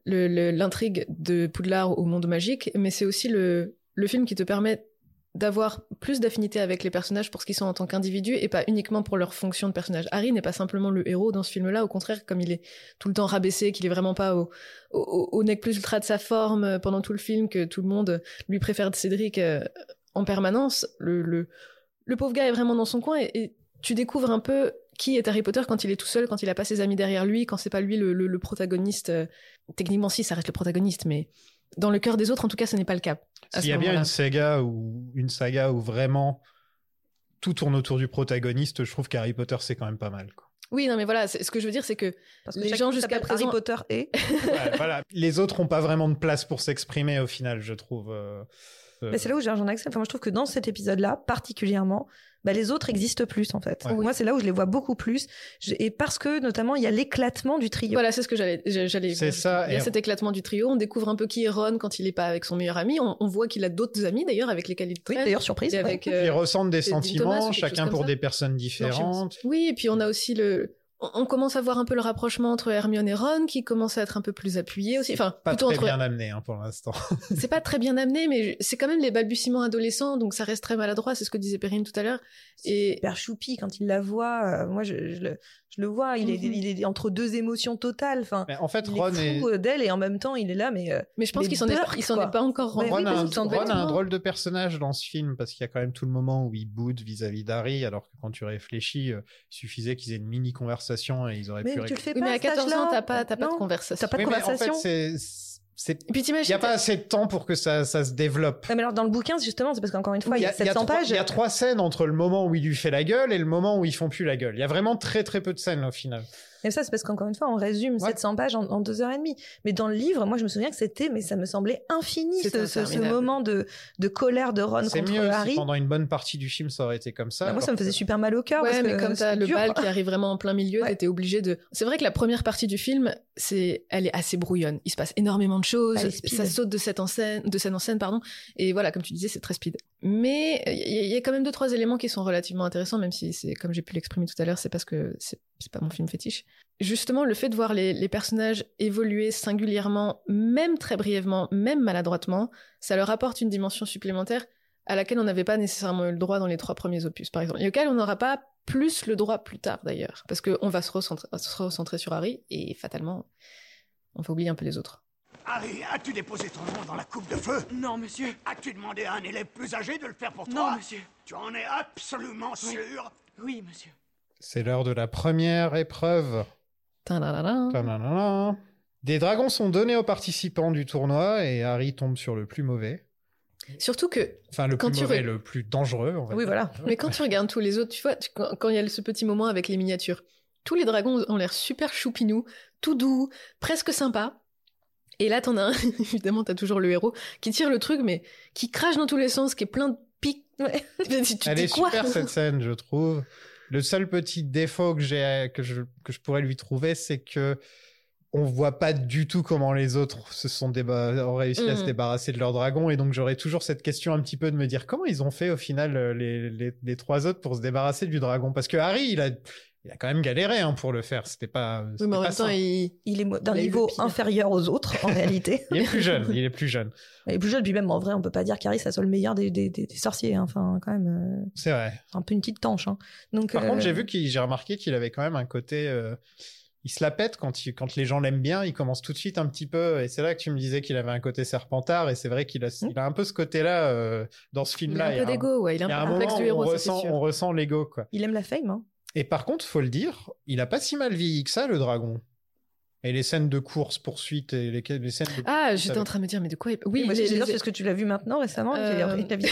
Speaker 10: le- le- l'intrigue de Poudlard au monde magique, mais c'est aussi le, le film qui te permet d'avoir plus d'affinité avec les personnages pour ce qu'ils sont en tant qu'individus et pas uniquement pour leur fonction de personnage. Harry n'est pas simplement le héros dans ce film-là, au contraire, comme il est tout le temps rabaissé, qu'il est vraiment pas au, au, au nec plus ultra de sa forme euh, pendant tout le film, que tout le monde lui préfère de Cédric euh, en permanence, le, le, le pauvre gars est vraiment dans son coin et, et tu découvres un peu qui est Harry Potter quand il est tout seul, quand il a pas ses amis derrière lui, quand c'est pas lui le, le- le protagoniste. Euh, Techniquement, si, ça reste le protagoniste, mais dans le cœur des autres, en tout cas, ce n'est pas le cas. à ce
Speaker 8: S'il y a bien
Speaker 10: moment-là.
Speaker 8: une saga où une saga où vraiment tout tourne autour du protagoniste, je trouve qu'Harry Potter c'est quand même pas mal. quoi.
Speaker 10: Oui, non, mais voilà, c'est- ce que je veux dire, c'est que
Speaker 9: parce que
Speaker 10: les
Speaker 9: chaque
Speaker 10: gens
Speaker 9: film
Speaker 10: jusqu'à
Speaker 9: s'appelle Harry
Speaker 10: présent-
Speaker 9: Potter et.
Speaker 8: Ouais, voilà. Les autres ont pas vraiment de place pour s'exprimer au final, je trouve. euh, euh,
Speaker 9: Bah, c'est là où j'ai un accès. Enfin, moi, je trouve que dans cet épisode-là, particulièrement, bah, les autres existent plus, en fait.
Speaker 8: Ouais.
Speaker 9: Moi, c'est là où je les vois beaucoup plus. Je- Et parce que, notamment, il y a l'éclatement du trio.
Speaker 10: Voilà, c'est ce que j'allais. j'a- j'allais
Speaker 8: C'est ça,
Speaker 10: Il y a
Speaker 8: et
Speaker 10: cet éclatement du trio. On découvre un peu qui est Ron quand il n'est pas avec son meilleur ami. On, on voit qu'il a d'autres amis d'ailleurs avec lesquels il
Speaker 9: Oui,
Speaker 10: traîne.
Speaker 9: d'ailleurs, surprise.
Speaker 10: Et
Speaker 9: ouais.
Speaker 10: avec, euh,
Speaker 8: ils ressentent des
Speaker 10: Dean Thomas ou
Speaker 8: sentiments,
Speaker 10: quelque
Speaker 8: chacun
Speaker 10: chose
Speaker 8: pour
Speaker 10: comme ça.
Speaker 8: des personnes différentes.
Speaker 10: Oui, et puis on a aussi le. On on commence à voir un peu le rapprochement entre Hermione et Ron, qui commence à être un peu plus appuyé aussi. Enfin,
Speaker 8: Pas
Speaker 10: plutôt
Speaker 8: très
Speaker 10: entre.
Speaker 8: bien amené hein, pour l'instant.
Speaker 10: C'est pas très bien amené, mais je- c'est quand même les balbutiements adolescents, donc ça reste très maladroit. C'est ce que disait Perrine tout à l'heure. Et
Speaker 9: Super choupi quand il la voit. euh, moi, je, je le, je le vois. Il,
Speaker 10: Mhm.
Speaker 9: est, il est entre deux émotions totales. Enfin,
Speaker 8: Mais en fait,
Speaker 9: il
Speaker 8: Ron
Speaker 9: est
Speaker 8: est,
Speaker 9: fou euh, d'elle et en même temps, il est là, mais. euh,
Speaker 10: mais je pense
Speaker 9: Les
Speaker 10: qu'il s'en est,
Speaker 9: Burke,
Speaker 10: il s'en
Speaker 9: quoi.
Speaker 10: est pas encore
Speaker 9: Mais
Speaker 10: rendu.
Speaker 9: oui,
Speaker 8: Ron, a
Speaker 10: compte,
Speaker 8: un,
Speaker 10: tout
Speaker 8: Ron a un
Speaker 10: bêtement.
Speaker 8: drôle de personnage dans ce film parce qu'il y a quand même tout le moment où il boude vis-à-vis d'Harry, alors que quand tu réfléchis, euh, il suffisait qu'ils aient une mini conversation et ils auraient
Speaker 9: Mais
Speaker 8: pu.
Speaker 9: tu le
Speaker 8: régler.
Speaker 9: fais
Speaker 10: Oui,
Speaker 9: pas.
Speaker 10: mais à
Speaker 9: à cet
Speaker 10: 14 ans,
Speaker 9: âge-là.
Speaker 10: t'as pas, t'as pas de
Speaker 9: Non.
Speaker 10: conversation.
Speaker 9: T'as pas de
Speaker 8: Oui, mais
Speaker 9: conversation.
Speaker 8: En fait, c'est- c'est-
Speaker 10: Et puis
Speaker 8: il n'y
Speaker 10: t'imagines.
Speaker 8: a pas assez de temps pour que ça, ça se développe.
Speaker 9: Non, Ah, mais alors, dans le bouquin, justement, c'est parce qu'encore une fois, il y a 700
Speaker 8: trois-
Speaker 9: pages.
Speaker 8: il y a trois scènes entre le moment où il lui fait la gueule et le moment où ils font plus la gueule. Il y a vraiment très très peu de scènes au final.
Speaker 9: Et ça, c'est parce qu'encore une fois, on résume
Speaker 8: Ouais.
Speaker 9: 700 pages en, en deux heures et demie. Mais dans le livre, moi, je me souviens que c'était, mais ça me semblait infini,
Speaker 10: C'est
Speaker 9: ce, ce- ce
Speaker 10: interminable.
Speaker 9: moment de, de colère de Ron
Speaker 8: C'est
Speaker 9: contre
Speaker 8: mieux si
Speaker 9: Harry.
Speaker 8: pendant une bonne partie du film ça aurait été comme ça.
Speaker 9: Bah, moi, ça me
Speaker 8: alors
Speaker 9: faisait
Speaker 8: que-
Speaker 9: super mal au cœur.
Speaker 10: Ouais,
Speaker 9: parce
Speaker 10: mais
Speaker 9: que
Speaker 10: comme t'as
Speaker 9: c'était
Speaker 10: le
Speaker 9: dur.
Speaker 10: bal qui arrive vraiment en plein milieu,
Speaker 9: Ouais.
Speaker 10: t'étais obligé de. C'est vrai que la première partie du film, c'est, elle est assez brouillonne. Il se passe énormément de choses.
Speaker 9: Elle est speed.
Speaker 10: Ça saute de scène en scène, de scène en scène, pardon. Et voilà, comme tu disais, c'est très speed. Mais il y, y a quand même deux trois éléments qui sont relativement intéressants, même si c'est comme j'ai pu l'exprimer tout à l'heure, c'est parce que c'est c'est pas mon film fétiche. Justement, le fait de voir les, les personnages évoluer singulièrement, même très brièvement, même maladroitement, ça leur apporte une dimension supplémentaire à laquelle on n'avait pas nécessairement eu le droit dans les trois premiers opus, par exemple, et auquel on n'aura pas plus le droit plus tard, d'ailleurs, parce qu'on va se recentrer, se recentrer sur Harry, et fatalement, on va oublier un peu les autres.
Speaker 1: Harry, as-tu déposé ton nom dans la coupe de feu
Speaker 5: Non, monsieur.
Speaker 1: As-tu demandé à un élève plus âgé de le faire pour toi
Speaker 5: Non, monsieur.
Speaker 1: Tu en es absolument sûr
Speaker 5: Oui, monsieur.
Speaker 8: C'est l'heure de la première épreuve.
Speaker 10: Tadadadam.
Speaker 8: Ta-da-da-da. hein. Des dragons sont donnés aux participants du tournoi et Harry tombe sur le plus mauvais.
Speaker 10: Surtout que,
Speaker 8: Enfin, le
Speaker 10: Quand
Speaker 8: plus
Speaker 10: tu
Speaker 8: mauvais,
Speaker 10: re-
Speaker 8: le plus dangereux. on va
Speaker 9: Oui,
Speaker 8: dire.
Speaker 9: voilà.
Speaker 10: mais quand tu regardes tous les autres, tu vois, tu- quand quand il y a ce petit moment avec les miniatures, tous les dragons ont l'air super choupinous, tout doux, presque sympa. Et là, t'en as un, évidemment, t'as toujours le héros, qui tire le truc, mais qui crache dans tous les sens, qui est plein de pics.
Speaker 9: Ouais.
Speaker 10: Tu te dis, tu
Speaker 8: Elle
Speaker 10: dis
Speaker 8: est
Speaker 10: quoi
Speaker 8: super cette scène, je trouve. Le seul petit défaut que j'ai, que je, que je pourrais lui trouver, c'est que on voit pas du tout comment les autres se sont déba- ont réussi à
Speaker 10: Mhm.
Speaker 8: se débarrasser de leur dragon, et donc j'aurais toujours cette question un petit peu de me dire comment ils ont fait au final euh, les, les- les trois autres pour se débarrasser du dragon, parce que Harry il a il a quand même galéré hein, pour le faire. C'était pas.
Speaker 10: Oui,
Speaker 8: c'était
Speaker 10: mais en
Speaker 8: pas
Speaker 10: même temps,
Speaker 8: simple.
Speaker 10: il...
Speaker 9: Il est mo- d'un
Speaker 10: Il a eu le
Speaker 9: niveau
Speaker 10: pire.
Speaker 9: inférieur aux autres, en réalité.
Speaker 8: il est plus jeune. Il est plus jeune.
Speaker 9: Et plus jeune, puis même en vrai, on peut pas dire qu'Harry, ça soit le meilleur des, des, des- des sorciers. hein. Enfin, quand même, euh,
Speaker 8: C'est vrai.
Speaker 9: c'est un peu une petite tanche. hein. Donc,
Speaker 8: Par
Speaker 9: euh,
Speaker 8: contre, j'ai vu qu'il, j'ai remarqué qu'il avait quand même un côté. euh, il se la pète quand, il- quand les gens l'aiment bien, il commence tout de suite un petit peu. Et c'est là que tu me disais qu'il avait un côté serpentard, et c'est vrai qu'il a, il a un peu ce côté-là euh, dans ce
Speaker 10: Mm. il a
Speaker 8: film-là.
Speaker 10: un peu
Speaker 8: y a
Speaker 10: d'ego, ouais, il a
Speaker 8: il y
Speaker 10: un
Speaker 8: a un
Speaker 10: peu le
Speaker 8: moment
Speaker 10: complexe
Speaker 8: où
Speaker 10: du
Speaker 8: on,
Speaker 10: héros, ça, c'est
Speaker 8: ressent, on
Speaker 10: sûr.
Speaker 8: ressent l'ego, quoi.
Speaker 9: il aime la fame. Hein.
Speaker 8: Et par contre, faut le dire, il a pas si mal vieilli que ça, le dragon. Et les scènes de course, poursuite, et les, les scènes de.
Speaker 10: Ah, j'étais en train de me dire, mais de quoi il... Oui,
Speaker 9: moi,
Speaker 10: les-
Speaker 9: j'ai
Speaker 10: les-
Speaker 9: peur parce que tu l'as vu maintenant récemment.
Speaker 10: Euh,
Speaker 9: Il a il a bien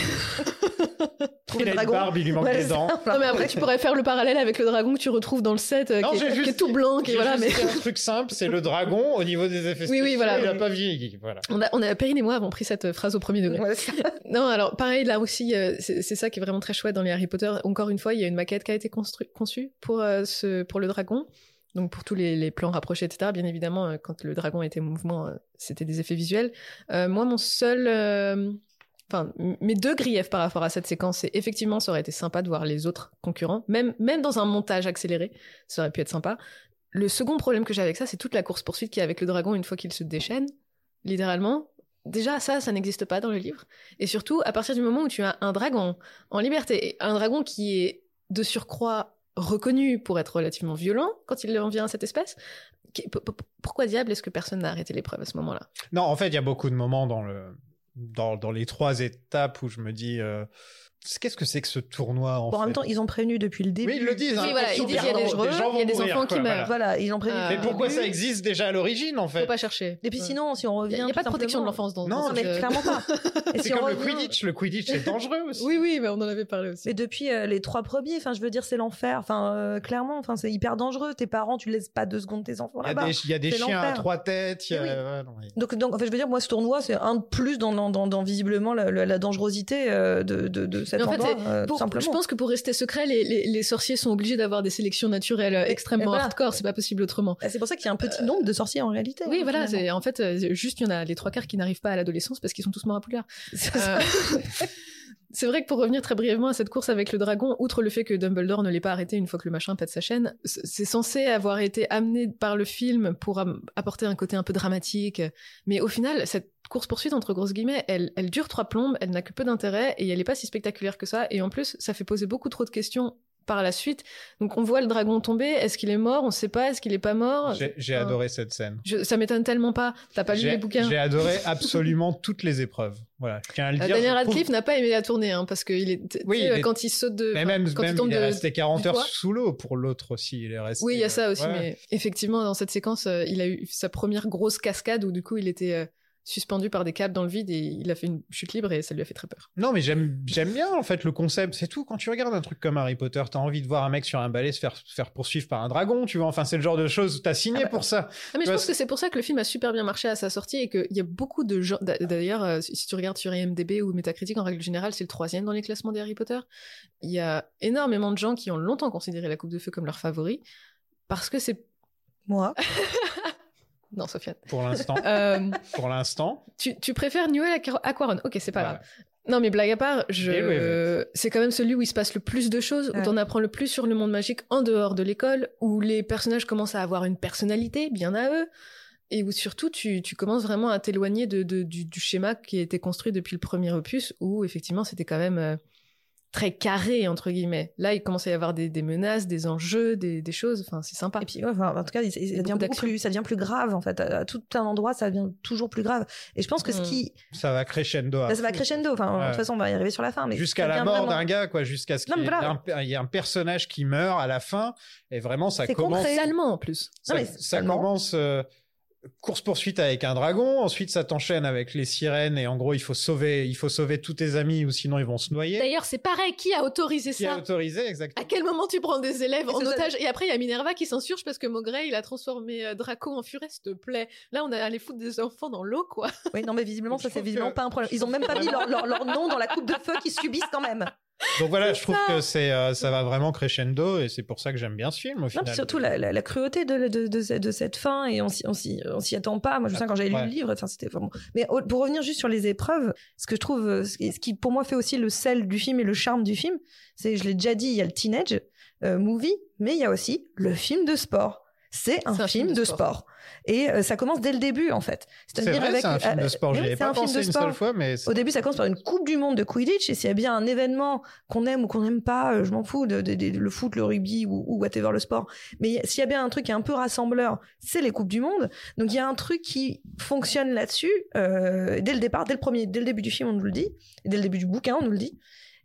Speaker 8: il
Speaker 9: trouvé le
Speaker 8: a une
Speaker 9: dragon.
Speaker 8: barbe, il lui manque
Speaker 9: Ouais,
Speaker 8: des
Speaker 9: c'est
Speaker 8: dents.
Speaker 9: ça, voilà.
Speaker 10: Non, mais après, tu pourrais faire le parallèle avec le dragon que tu retrouves dans le set, euh,
Speaker 8: Non,
Speaker 10: qui, est,
Speaker 8: j'ai
Speaker 10: qui est
Speaker 8: juste-
Speaker 10: tout blanc, qui
Speaker 8: J'ai
Speaker 10: voilà,
Speaker 8: juste
Speaker 10: mais...
Speaker 8: dit un truc simple, c'est le dragon au niveau des effets
Speaker 10: Oui, oui,
Speaker 8: spéciaux,
Speaker 10: voilà,
Speaker 8: il a
Speaker 10: oui.
Speaker 8: pas vieilli. Voilà.
Speaker 10: On a, on a, Perrine et moi avons pris cette euh, phrase au premier degré.
Speaker 9: Ouais, c'est ça.
Speaker 10: Non, alors pareil, là aussi, euh, c'est c'est ça qui est vraiment très chouette dans les Harry Potter. Encore une fois, il y a une maquette qui a été constru- conçue pour, euh, ce, pour le dragon, donc pour tous les, les plans rapprochés, etc. Bien évidemment, euh, quand le dragon était en mouvement, euh, c'était des effets visuels. Euh, moi, mon seul... euh, Enfin, m- mes deux griefs par rapport à cette séquence, c'est effectivement, ça aurait été sympa de voir les autres concurrents, même, même dans un montage accéléré, ça aurait pu être sympa. Le second problème que j'ai avec ça, c'est toute la course-poursuite qu'il y a avec le dragon une fois qu'il se déchaîne, littéralement. Déjà, ça, ça n'existe pas dans le livre. Et surtout, à partir du moment où tu as un dragon en liberté, un dragon qui est de surcroît reconnu pour être relativement violent quand il en vient à cette espèce, qui- p- p- pourquoi diable est-ce que personne n'a arrêté l'épreuve à ce moment-là
Speaker 8: Non, en fait, il y a beaucoup de moments dans le dans, dans les trois étapes où je me dis euh, c'est- qu'est-ce que c'est que ce tournoi en
Speaker 9: Bon, en
Speaker 8: fait
Speaker 9: même temps, ils ont prévenu depuis le début.
Speaker 8: Oui, ils le disent. hein,
Speaker 10: Oui, voilà, ils
Speaker 8: attention,
Speaker 10: disent, il y a
Speaker 8: gens-
Speaker 10: des heureux,
Speaker 8: gens
Speaker 10: il
Speaker 8: Ah.
Speaker 10: y a
Speaker 8: vont
Speaker 10: des
Speaker 8: mourir,
Speaker 10: enfants qui
Speaker 8: quoi,
Speaker 10: meurent.
Speaker 9: Voilà, ils ont prévenu.
Speaker 10: Euh,
Speaker 9: depuis
Speaker 8: Mais
Speaker 9: le
Speaker 8: pourquoi
Speaker 9: début.
Speaker 8: ça existe déjà à l'origine en fait
Speaker 10: Faut pas chercher.
Speaker 9: Et puis
Speaker 10: Ouais.
Speaker 9: sinon, si on
Speaker 10: il
Speaker 9: revient.
Speaker 10: n'y a, pas de
Speaker 9: tout
Speaker 10: protection de euh,
Speaker 9: simplement-
Speaker 10: l'enfance dans
Speaker 8: Non,
Speaker 10: dans
Speaker 9: Non,
Speaker 10: ce
Speaker 9: mais
Speaker 10: jeu.
Speaker 9: clairement pas. Et
Speaker 8: C'est
Speaker 9: si on
Speaker 8: comme le
Speaker 9: revient-
Speaker 8: Quidditch, le Quidditch est dangereux aussi.
Speaker 10: Oui, oui, mais on en avait parlé aussi.
Speaker 9: Mais depuis euh, les trois premiers, enfin, je veux dire, c'est l'enfer. Enfin, euh, clairement, enfin, c'est hyper dangereux. Tes parents, tu laisses pas deux secondes tes enfants
Speaker 10: ah
Speaker 8: Il y a
Speaker 10: bah,
Speaker 9: là-bas.
Speaker 8: des, il y a des
Speaker 9: c'est
Speaker 8: chiens à
Speaker 9: l'enfer.
Speaker 8: trois têtes. il y a-
Speaker 9: Mais oui.
Speaker 8: ouais, non, mais-
Speaker 9: Donc, donc, en fait, je veux dire, moi, ce tournoi, c'est un de plus dans, dans, dans, dans, visiblement la, la- la dangerosité euh, de, de, de cet
Speaker 10: Mais en fait,
Speaker 9: endroit,
Speaker 10: c'est-
Speaker 9: euh, tout
Speaker 10: Pour-
Speaker 9: simplement.
Speaker 10: je pense que pour rester secret, les, les- les sorciers sont obligés d'avoir des sélections naturelles euh,
Speaker 9: Et-
Speaker 10: extrêmement
Speaker 9: et voilà.
Speaker 10: hardcore, c'est pas possible autrement.
Speaker 9: Et C'est pour ça qu'il y a un petit nombre de sorciers en réalité.
Speaker 10: Euh, Oui,
Speaker 9: hein,
Speaker 10: voilà,
Speaker 9: finalement.
Speaker 10: c'est- en fait, euh, juste il y en a les trois quarts qui n'arrivent pas à l'adolescence parce qu'ils sont tous morts à Poudlard.
Speaker 9: C'est ça.
Speaker 10: Euh, C'est vrai que pour revenir très brièvement à cette course avec le dragon, outre le fait que Dumbledore ne l'ait pas arrêté une fois que le machin pète sa chaîne, c- c'est censé avoir été amené par le film pour am- apporter un côté un peu dramatique. Mais au final, cette course-poursuite, entre grosses guillemets, elle, elle dure trois plombes, elle n'a que peu d'intérêt et elle n'est pas si spectaculaire que ça. Et en plus, ça fait poser beaucoup trop de questions par la suite. Donc on voit le dragon tomber, est-ce qu'il est mort On ne sait pas, est-ce qu'il est pas mort
Speaker 8: J'ai j'ai
Speaker 10: Enfin,
Speaker 8: adoré cette scène.
Speaker 10: je- Ça m'étonne tellement pas. T'as Oh, pas lu
Speaker 8: J'ai
Speaker 10: les bouquins
Speaker 8: j'ai adoré absolument toutes les épreuves. Voilà, je tiens à le
Speaker 10: Euh,
Speaker 8: dire.
Speaker 10: Daniel
Speaker 8: je trouve-
Speaker 10: Radcliffe n'a pas aimé la tournée, hein, parce que il est, tu
Speaker 8: Oui,
Speaker 10: sais,
Speaker 8: il est-
Speaker 10: quand il saute de,
Speaker 8: Mais
Speaker 10: enfin,
Speaker 8: même,
Speaker 10: quand
Speaker 8: même,
Speaker 10: il tombe
Speaker 8: il est
Speaker 10: de-
Speaker 8: resté 40
Speaker 10: du
Speaker 8: heures
Speaker 10: toit.
Speaker 8: sous l'eau pour l'autre aussi. Il est resté. euh,
Speaker 10: Oui, il y a ça aussi,
Speaker 8: ouais.
Speaker 10: mais effectivement, dans cette séquence, euh, il a eu sa première grosse cascade où du coup, il était euh, suspendu par des câbles dans le vide et il a fait une chute libre et ça lui a fait très peur.
Speaker 8: Non, mais j'aime j'aime bien en fait le concept, c'est tout. Quand tu regardes un truc comme Harry Potter, t'as envie de voir un mec sur un balai se faire, se faire poursuivre par un dragon, tu vois. Enfin, c'est le genre de choses, t'as signé
Speaker 10: Ah bah.
Speaker 8: pour ça.
Speaker 10: Ah, mais je
Speaker 8: Ouais,
Speaker 10: pense que c'est pour ça que le film a super bien marché à sa sortie et qu'il y a beaucoup de gens. d'a- D'ailleurs, euh, si si tu regardes sur IMDb ou Metacritic, en règle générale, c'est le troisième dans les classements des Harry Potter. Il y a énormément de gens qui ont longtemps considéré la Coupe de Feu comme leur favori parce que c'est.
Speaker 9: Moi,
Speaker 10: Non, Sofiane.
Speaker 8: Pour l'instant,
Speaker 10: Euh,
Speaker 8: pour l'instant.
Speaker 10: tu, tu préfères Newell à Car- Aquaron Ok, c'est pas
Speaker 8: Voilà.
Speaker 10: grave. Non, mais blague à part, je...
Speaker 8: Et oui, oui.
Speaker 10: euh, c'est quand même celui où il se passe le plus de choses, où
Speaker 9: Ouais.
Speaker 10: t'en apprends le plus sur le monde magique en dehors de l'école, où les personnages commencent à avoir une personnalité bien à eux, et où surtout tu, tu commences vraiment à t'éloigner de, de- du, du schéma qui a été construit depuis le premier opus, où effectivement c'était quand même euh, très carré entre guillemets. Là, il commence à y avoir des, des menaces, des enjeux, des, des choses. Enfin, c'est sympa.
Speaker 9: Et puis, ouais, enfin, en tout cas, il- il- ça devient beaucoup
Speaker 10: d'action.
Speaker 9: plus, ça devient plus grave en fait. À, à tout un endroit, ça devient toujours plus grave. Et je pense que ce qui,
Speaker 8: Ça va crescendo. à
Speaker 9: Là, ça va
Speaker 8: fond.
Speaker 9: crescendo. Enfin, de
Speaker 8: Ouais.
Speaker 9: toute façon, on va y arriver sur la fin. mais
Speaker 8: Jusqu'à
Speaker 9: ça
Speaker 8: la
Speaker 9: devient
Speaker 8: mort
Speaker 9: vraiment-
Speaker 8: d'un gars, quoi, jusqu'à ce
Speaker 9: Non,
Speaker 8: qu'il y,
Speaker 9: mais
Speaker 8: ait
Speaker 9: voilà.
Speaker 8: un- il y ait un personnage qui meurt à la fin, et vraiment ça
Speaker 9: C'est
Speaker 8: commence.
Speaker 9: concret.
Speaker 10: C'est allemand en plus.
Speaker 8: Ça,
Speaker 9: mais
Speaker 8: ça
Speaker 9: seulement.
Speaker 8: commence course poursuite avec un dragon, ensuite ça t'enchaîne avec les sirènes et en gros il faut sauver, il faut sauver tous tes amis ou sinon ils vont se noyer.
Speaker 10: D'ailleurs, c'est pareil. Qui a autorisé
Speaker 8: Qui a
Speaker 10: ça
Speaker 8: autorisé exactement
Speaker 10: À quel moment tu prends des élèves
Speaker 9: Et
Speaker 10: en
Speaker 9: ça, ça-
Speaker 10: otage Et après, il y a Minerva qui s'insurge parce que Maugrey, il a transformé euh, Draco en furet, s'il te plaît. Là, on a les foutre des enfants dans l'eau, quoi.
Speaker 9: Oui, non, mais visiblement,
Speaker 8: Je
Speaker 9: ça c'est
Speaker 8: trouve
Speaker 9: visiblement
Speaker 8: que-
Speaker 9: pas un problème. Ils ont même pas mis leur, leur, leur nom dans la coupe de feu qu'ils subissent quand même.
Speaker 8: Donc voilà, je trouve
Speaker 10: ça.
Speaker 8: que c'est euh, ça va vraiment crescendo et c'est pour ça que j'aime bien ce film au
Speaker 9: Non,
Speaker 8: final.
Speaker 9: puis surtout la, la- la cruauté de, de, de, ce- de cette fin et on s'y- on s'y on s'y attend pas. Moi, je me souviens quand j'avais
Speaker 8: Ouais.
Speaker 9: lu le livre, enfin, c'était vraiment. Mais au- pour revenir juste sur les épreuves, ce que je trouve, euh, ce qui- ce qui pour moi fait aussi le sel du film et le charme du film, c'est, je l'ai déjà dit, il y a le teenage euh, movie, mais il y a aussi le film de sport. C'est un, film, de sport. Et euh, ça commence dès le début, en fait.
Speaker 8: C'est vrai, c'est un film
Speaker 9: euh,
Speaker 8: de sport.
Speaker 9: mais
Speaker 8: J'y
Speaker 9: oui,
Speaker 8: avais
Speaker 9: c'est
Speaker 8: pas
Speaker 9: un film
Speaker 8: pensé
Speaker 9: de
Speaker 8: une
Speaker 9: sport.
Speaker 8: seule fois, mais c'est-
Speaker 9: Au début, ça commence par une Coupe du Monde de Quidditch, et s'il y a bien un événement qu'on aime ou qu'on n'aime pas, euh, je m'en fous, de, de- de- le foot, le rugby ou, ou whatever le sport, mais s'il y a bien un truc qui est un peu rassembleur, c'est les Coupes du Monde. Donc il y a un truc qui fonctionne là-dessus, euh, dès le départ, dès le, premier, dès le début du film, on nous le dit, et dès le début du bouquin, on nous le dit.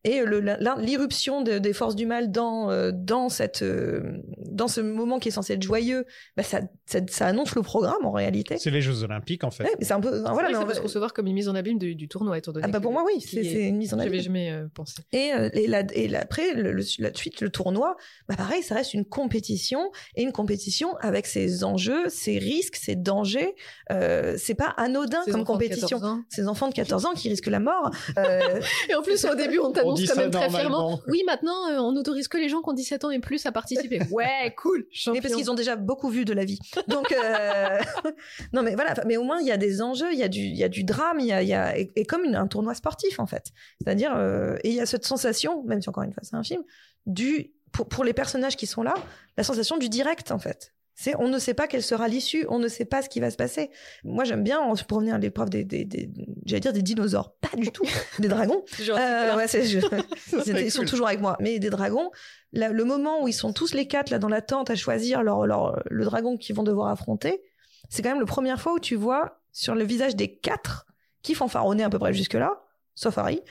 Speaker 9: Et euh, le- la- la- l'irruption de- des forces du mal dans, euh, dans, cette, euh, dans ce moment qui est censé être joyeux, bah, ça, ça- ça annonce le programme en réalité.
Speaker 8: c'est les Jeux Olympiques en fait.
Speaker 9: Ouais, mais c'est un peu. Voilà, mais
Speaker 10: ça
Speaker 9: on-
Speaker 10: peut se recevoir comme une mise Ah, en abîme du, du tournoi, étant donné.
Speaker 9: ah bah
Speaker 10: que-
Speaker 9: pour moi, oui,
Speaker 10: qui
Speaker 9: c'est
Speaker 10: est-
Speaker 9: c'est une mise en
Speaker 10: J'avais
Speaker 9: avis.
Speaker 10: jamais euh, pensé.
Speaker 9: Et, euh, et, la- et la- après, le, le- la suite, le tournoi, bah pareil, ça reste une compétition et une compétition avec ses enjeux, ses risques, ses dangers. Euh, c'est pas anodin
Speaker 10: Ces enfants
Speaker 9: comme
Speaker 10: de 14
Speaker 9: compétition.
Speaker 10: ans.
Speaker 9: Ces enfants de 14 ans qui risquent la mort. euh,
Speaker 10: Et en plus, au début, on
Speaker 8: On
Speaker 10: t'annonce
Speaker 8: dit
Speaker 10: quand
Speaker 8: ça
Speaker 10: même très fièrement.
Speaker 8: normalement.
Speaker 10: Oui, maintenant, euh, on n'autorise que les gens qui ont 17 ans et plus à participer. Ouais, cool.
Speaker 9: mais parce qu'ils ont déjà beaucoup vu de la vie. Donc, euh, non, mais voilà. Mais au moins, il y a des enjeux, il y a du, il y a du drame, il y a, il y a- et, et comme une- un tournoi sportif en fait. C'est-à-dire, euh, et il y a cette sensation, même si encore une fois c'est un film, du pour, pour les personnages qui sont là, la sensation du direct en fait. C'est on ne sait pas quelle sera l'issue, on ne sait pas ce qui va se passer. Moi, j'aime bien en- pour revenir à l'épreuve des, des, des- j'allais dire des dinosaures, pas du tout, des dragons.
Speaker 10: Genre,
Speaker 9: Euh, ouais, c'est- je-
Speaker 8: Ça serait
Speaker 9: ils étaient- ils sont
Speaker 8: cool.
Speaker 9: toujours avec moi. Mais des dragons, la- le moment où ils sont tous les quatre là dans la tente à choisir leur, leur- le dragon qu'ils vont devoir affronter, c'est quand même la première fois où tu vois sur le visage des quatre qui fanfaronnaient à peu près jusque-là, sauf Harry,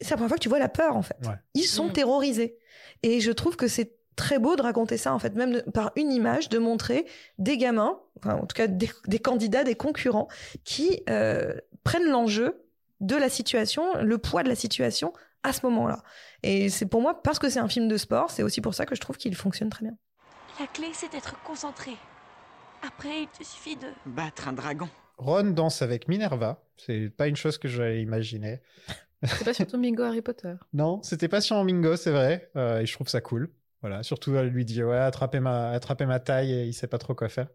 Speaker 9: c'est la première fois que tu vois la peur en fait.
Speaker 8: Ouais.
Speaker 9: Ils sont
Speaker 10: Mm.
Speaker 9: terrorisés. Et je trouve que c'est très beau de raconter ça en fait, même de- par une image, de montrer des gamins, enfin en tout cas des, des candidats, des concurrents, qui euh, prennent l'enjeu de la situation, le poids de la situation à ce moment-là. Et c'est pour moi, parce que c'est un film de sport, c'est aussi pour ça que je trouve qu'il fonctionne très bien.
Speaker 11: La clé, c'est d'être concentré. Après, il te suffit de...
Speaker 5: Battre un dragon.
Speaker 8: Ron danse avec Minerva. C'est pas une chose que j'avais imaginée.
Speaker 10: C'est pas surtout Bingo Harry Potter.
Speaker 8: Non, c'était pas sur Mingo, c'est vrai. euh, et je trouve ça cool. Voilà, surtout elle lui dit ouais, attrapez ma, attrapez ma taille et il sait pas trop quoi faire.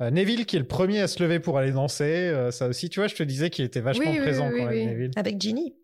Speaker 8: Euh, Neville qui est le premier à se lever pour aller danser, euh, ça aussi, tu vois, je te disais qu'il était vachement
Speaker 10: Oui, oui,
Speaker 8: présent
Speaker 10: oui,
Speaker 8: quand
Speaker 10: oui,
Speaker 8: même,
Speaker 10: oui.
Speaker 8: Neville.
Speaker 9: Avec Ginny.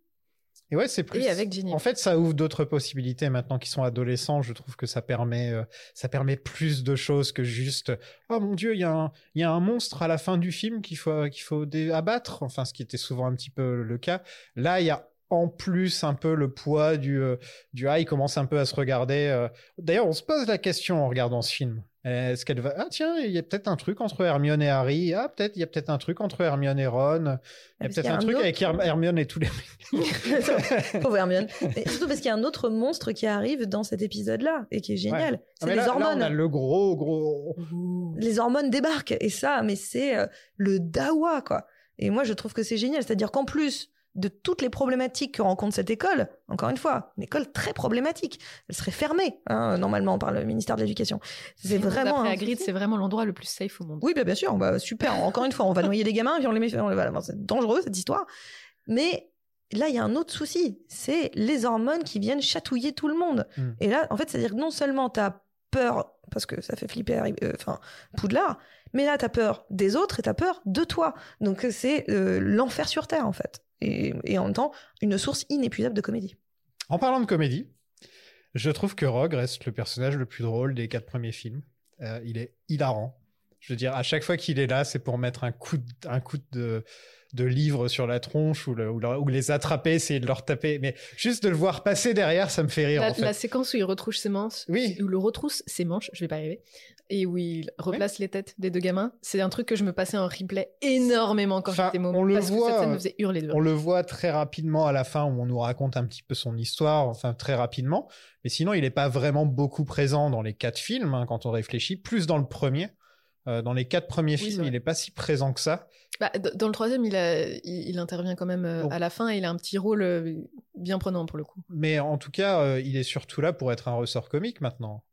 Speaker 8: Et ouais, c'est plus.
Speaker 10: Et avec Ginny.
Speaker 8: En fait, ça ouvre d'autres possibilités maintenant qu'ils sont adolescents. Je trouve que ça permet, euh, ça permet plus de choses que juste oh mon dieu, il y, a un- il y a un monstre à la fin du film qu'il faut, qu'il faut dé- abattre. Enfin, ce qui était souvent un petit peu le cas. Là, il y a en plus un peu le poids du, euh, du ah, il commence un peu à se regarder. euh. D'ailleurs, on se pose la question en regardant ce film. Est-ce qu'elle va ah tiens, il y a peut-être un truc entre Hermione et Harry. Ah peut-être il y a peut-être un truc entre Hermione et Ron. Il y a
Speaker 9: Parce
Speaker 8: peut-être
Speaker 9: qu'il y a
Speaker 8: un,
Speaker 9: un
Speaker 8: truc
Speaker 9: autre-
Speaker 8: avec Herm- Hermione et tous les
Speaker 9: Pauvre Hermione. Et surtout parce qu'il y a un autre monstre qui arrive dans cet épisode-là et qui est génial. C'est
Speaker 8: Ah, mais
Speaker 9: les
Speaker 8: là- là,
Speaker 9: hormones.
Speaker 8: on a le gros, gros.
Speaker 9: Les hormones débarquent. Et ça, mais c'est euh, le dawa, quoi. Et moi, je trouve que c'est génial. C'est-à-dire qu'en plus de toutes les problématiques que rencontre cette école, encore une fois, une école très problématique, elle serait fermée, hein, normalement, par le ministère de l'Éducation. C'est vraiment.
Speaker 10: Après
Speaker 9: un-
Speaker 10: Hagrid, c'est vraiment l'endroit le plus safe au monde.
Speaker 9: Oui, bah, bien sûr, bah, super. Encore une fois, on va noyer les gamins, puis on les met. on les- voilà, bon, c'est dangereux cette histoire. Mais là, il y a un autre souci c'est les hormones qui viennent chatouiller tout le monde.
Speaker 8: Mm.
Speaker 9: Et là, en fait, c'est-à-dire que non seulement tu as peur, parce que ça fait flipper Harry- euh, enfin, Poudlard, mais là, tu as peur des autres et tu as peur de toi. Donc, c'est euh, l'enfer sur Terre, en fait. Et, et en même temps, une source inépuisable de comédie.
Speaker 8: En parlant de comédie, je trouve que Rogue reste le personnage le plus drôle des quatre premiers films. Euh, il est hilarant. Je veux dire, à chaque fois qu'il est là, c'est pour mettre un coup de, un coup de, de livres sur la tronche ou, le- ou leur- ou les attraper, essayer de leur taper. Mais juste de le voir passer derrière, ça me fait rire.
Speaker 10: La,
Speaker 8: en fait.
Speaker 10: la séquence où il retrousse ses manches,
Speaker 8: Oui.
Speaker 10: où le retrousse ses manches, je vais pas arriver, et où il replace les têtes des deux gamins, c'est un truc que je me passais en replay énormément quand
Speaker 8: Enfin,
Speaker 10: j'étais môme.
Speaker 8: on le
Speaker 10: parce que
Speaker 8: voit, euh,
Speaker 10: cette scène me faisait hurler de rire.
Speaker 8: On le voit très rapidement à la fin où on nous raconte un petit peu son histoire, enfin très rapidement. Mais sinon, il n'est pas vraiment beaucoup présent dans les quatre films, hein, quand on réfléchit, plus dans le premier. Euh, dans les quatre premiers
Speaker 10: Oui, c'est
Speaker 8: films,
Speaker 10: vrai.
Speaker 8: il n'est pas si présent que ça.
Speaker 10: Bah, d- dans le troisième, il, a- il, il intervient quand même euh,
Speaker 8: Bon.
Speaker 10: à la fin et il a un petit rôle euh, bien prenant pour le coup.
Speaker 8: Mais en tout cas, euh, il est surtout là pour être un ressort comique maintenant.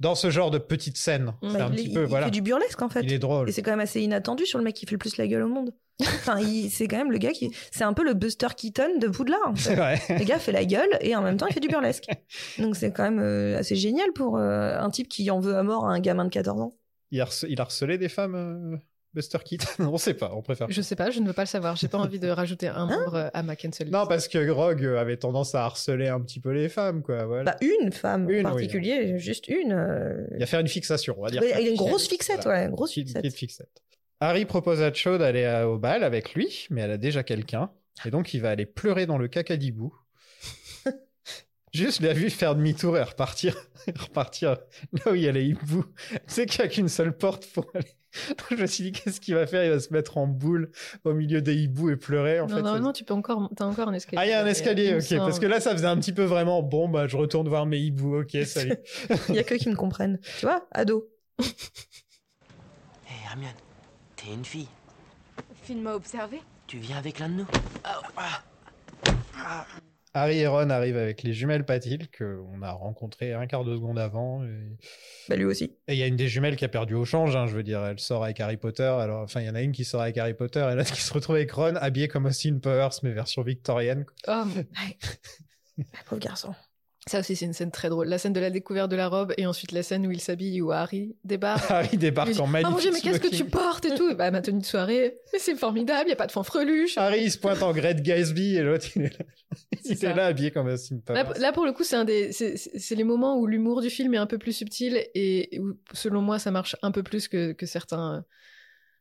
Speaker 8: Dans ce genre de petite scène,
Speaker 10: Mm.
Speaker 8: c'est un
Speaker 9: il,
Speaker 8: petit
Speaker 9: il-
Speaker 8: peu,
Speaker 9: il
Speaker 8: voilà.
Speaker 9: fait du burlesque en fait.
Speaker 8: Il est drôle.
Speaker 9: Et c'est quand même assez inattendu sur le mec qui fait le plus la gueule au monde. Enfin, il- c'est quand même le gars qui. C'est un peu le Buster Keaton de Poudlard. En fait.
Speaker 8: C'est vrai.
Speaker 9: Le gars fait la gueule et en même temps il fait du burlesque. Donc c'est quand même euh, assez génial pour euh, un type qui en veut à mort à un gamin de 14 ans.
Speaker 8: Il, harce- il harcelait des femmes, euh, Buster Keaton. on sait pas, on préfère.
Speaker 10: Je sais pas, je ne veux pas le savoir. J'ai pas envie de rajouter un membre euh, à ma cancel.
Speaker 8: Hein Non, parce que Grog avait tendance à harceler un petit peu les femmes, quoi. Voilà.
Speaker 9: Bah, une femme
Speaker 8: Une, oui.
Speaker 9: en particulier, juste une. euh,
Speaker 8: Il y a faire une fixation, on va dire.
Speaker 9: Ouais, il a une grosse fixette,
Speaker 8: Voilà.
Speaker 9: ouais, une grosse
Speaker 8: Petite-
Speaker 9: fixette.
Speaker 8: petite fixette. Harry propose à Cho d'aller à- au bal avec lui, mais elle a déjà quelqu'un, et donc il va aller pleurer dans le cacadibou. Juste, je l'ai vu faire demi-tour et repartir, et repartir là où il y a les hiboux. Tu sais qu'il n'y a qu'une seule porte pour aller. Donc, je me suis dit, qu'est-ce qu'il va faire Il va se mettre en boule au milieu des hiboux et pleurer. bah, En
Speaker 10: Non,
Speaker 8: fait, euh,
Speaker 10: normalement, tu peux encore, t'as encore un escalier.
Speaker 8: ah, il y a un
Speaker 10: Mais, il
Speaker 8: escalier,
Speaker 10: me
Speaker 8: ok.
Speaker 10: semble.
Speaker 8: Parce que là, ça faisait un petit peu vraiment, bon, bah, je retourne voir mes hiboux, ok, salut.
Speaker 9: Il y a que qui me comprennent. Tu vois, ado.
Speaker 5: Hé Hermione, t'es une fille.
Speaker 11: Film m'a observé.
Speaker 5: Tu viens avec l'un de nous
Speaker 8: Harry et Ron arrivent avec les jumelles Patil, qu'on a rencontrées un quart de seconde avant. Et
Speaker 9: Bah lui aussi.
Speaker 8: et il y a une des jumelles qui a perdu au change, hein, je veux dire. Elle sort avec Harry Potter. Alors, enfin, il y en a une qui sort avec Harry Potter et l'autre qui se retrouve avec Ron, habillée comme Austin Powers, mais version victorienne.
Speaker 10: Oh, mon-
Speaker 9: Ah, Pauvre garçon.
Speaker 10: ça aussi, c'est une scène très drôle. La scène de la découverte de la robe et ensuite la scène où il s'habille, où Harry débarque.
Speaker 8: Harry
Speaker 10: Il
Speaker 8: débarque
Speaker 10: dit,
Speaker 8: en
Speaker 10: Ah
Speaker 8: magnifique
Speaker 10: mon dieu, mais qu'est-ce que tu
Speaker 8: smoking.
Speaker 10: portes et tout Et Bah, ma tenue de soirée, mais c'est formidable, il n'y a pas de fanfreluche.
Speaker 8: Harry, il se pointe en Great Gatsby et l'autre, il est là, il
Speaker 10: C'est
Speaker 8: était
Speaker 10: ça.
Speaker 8: là habillé comme Austin Powers.
Speaker 10: Là, p- là, pour le coup, c'est un des, c'est- c'est c'est les moments où l'humour du film est un peu plus subtil et où, selon moi, ça marche un peu plus que, que certains,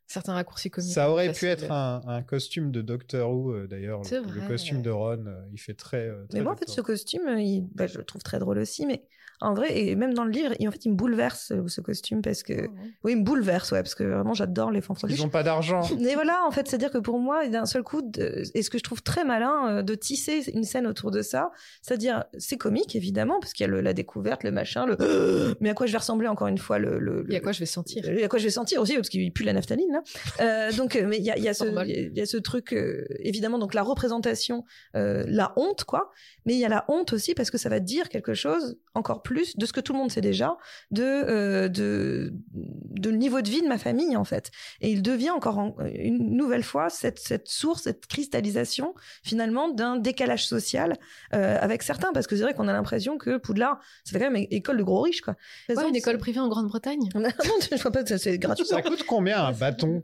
Speaker 10: certains raccourcis comiques.
Speaker 8: Ça aurait pu
Speaker 10: faciles.
Speaker 8: être un, un costume de Doctor Who, euh, d'ailleurs.
Speaker 10: C'est
Speaker 8: Le, le
Speaker 10: vrai.
Speaker 8: costume de Ron, euh, il fait très. euh, très
Speaker 9: Mais moi, en fait,
Speaker 8: Doctor
Speaker 9: ce costume, euh, il- bah, je le trouve très drôle aussi, mais en vrai, et même dans le livre, il- en fait, il me bouleverse euh, ce costume parce que. Oui, il me bouleverse, ouais, parce que vraiment, j'adore les
Speaker 8: Who.
Speaker 9: fanfreluches.
Speaker 8: Ils n'ont pas d'argent.
Speaker 9: Mais voilà, en fait, c'est-à-dire que pour moi, d'un seul coup, de- et ce que je trouve très malin, euh, de tisser une scène autour de ça, c'est-à-dire, c'est comique, évidemment, parce qu'il y a le- la découverte, le machin, le. Mais à quoi je vais ressembler encore une fois le. le- le-
Speaker 10: Et à quoi je vais sentir
Speaker 9: Et Euh, à quoi je vais sentir aussi, parce qu'il pue la naphtaline, là. Euh, donc, euh, mais il y a, il y, a ce-
Speaker 10: Normal.
Speaker 9: il y a ce truc, euh, évidemment, donc la représentation, euh, la honte, quoi. Mais il y a la honte aussi, parce que ça va dire quelque chose, encore plus, de ce que tout le monde sait déjà, de, euh, de, de le niveau de vie de ma famille, en fait. Et il devient encore en- euh, une nouvelle fois cette, cette source, cette cristallisation, finalement, d'un décalage social euh, avec certains, parce que c'est vrai qu'on a l'impression que Poudlard, ça fait quand même é- école de gros riches, quoi.
Speaker 10: Ouais, une école privée en Grande-Bretagne
Speaker 9: Ah, Non, je vois pas, ça, c'est gratuit. hein.
Speaker 8: Ça coûte combien un bâton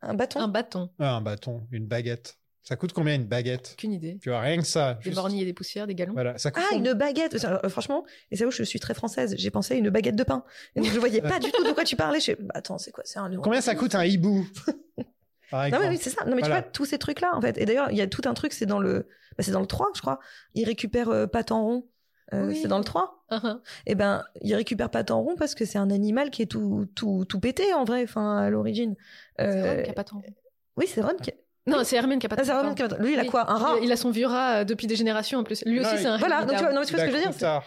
Speaker 9: Un bâton.
Speaker 10: Un bâton,
Speaker 8: Ah, Un bâton, une baguette. Ça coûte combien une baguette
Speaker 10: aucune idée.
Speaker 8: Tu vois, rien que ça.
Speaker 10: Des
Speaker 8: Ah, juste-
Speaker 10: borniers et des poussières, des galons.
Speaker 8: Voilà, ça coûte
Speaker 9: Ah,
Speaker 8: combien
Speaker 9: une baguette. Ça, euh, Franchement, et ça où je suis très française, j'ai pensé à une baguette de pain. Et donc, je voyais pas du tout de quoi tu parlais. Je fais, bah, attends, c'est quoi C'est un euro.
Speaker 8: Combien ça coûte un hibou Par
Speaker 9: Non,
Speaker 8: exemple.
Speaker 9: mais oui, c'est ça. Non, mais
Speaker 8: Voilà.
Speaker 9: tu vois, tous ces trucs-là, en fait. Et d'ailleurs, il y a tout un truc, c'est dans le, bah, c'est dans le 3, je crois. Il récupère euh, Patenron. Euh,
Speaker 10: Oui.
Speaker 9: C'est dans le 3.
Speaker 10: Ah, ah.
Speaker 9: Eh ben, il récupère Patenron parce que c'est un animal qui est tout, tout, tout pété, en vrai, enfin, à l'origine.
Speaker 10: C'est
Speaker 9: Euh,
Speaker 10: Ron qui a pas tant.
Speaker 9: Oui, c'est Ron qui.
Speaker 10: Non, c'est Hermione qui a pas
Speaker 9: Ah, c'est
Speaker 10: tant.
Speaker 9: Ron qui a- Lui, il a
Speaker 10: Oui.
Speaker 9: quoi Un rat
Speaker 10: Il a- Il a son vieux rat euh, depuis des générations en plus. Lui
Speaker 8: Non,
Speaker 10: aussi,
Speaker 8: il-
Speaker 10: c'est un
Speaker 9: Voilà, donc tu vois,
Speaker 10: Hércules.
Speaker 9: non, mais tu vois ce que je veux dire c'est-
Speaker 8: Croutard.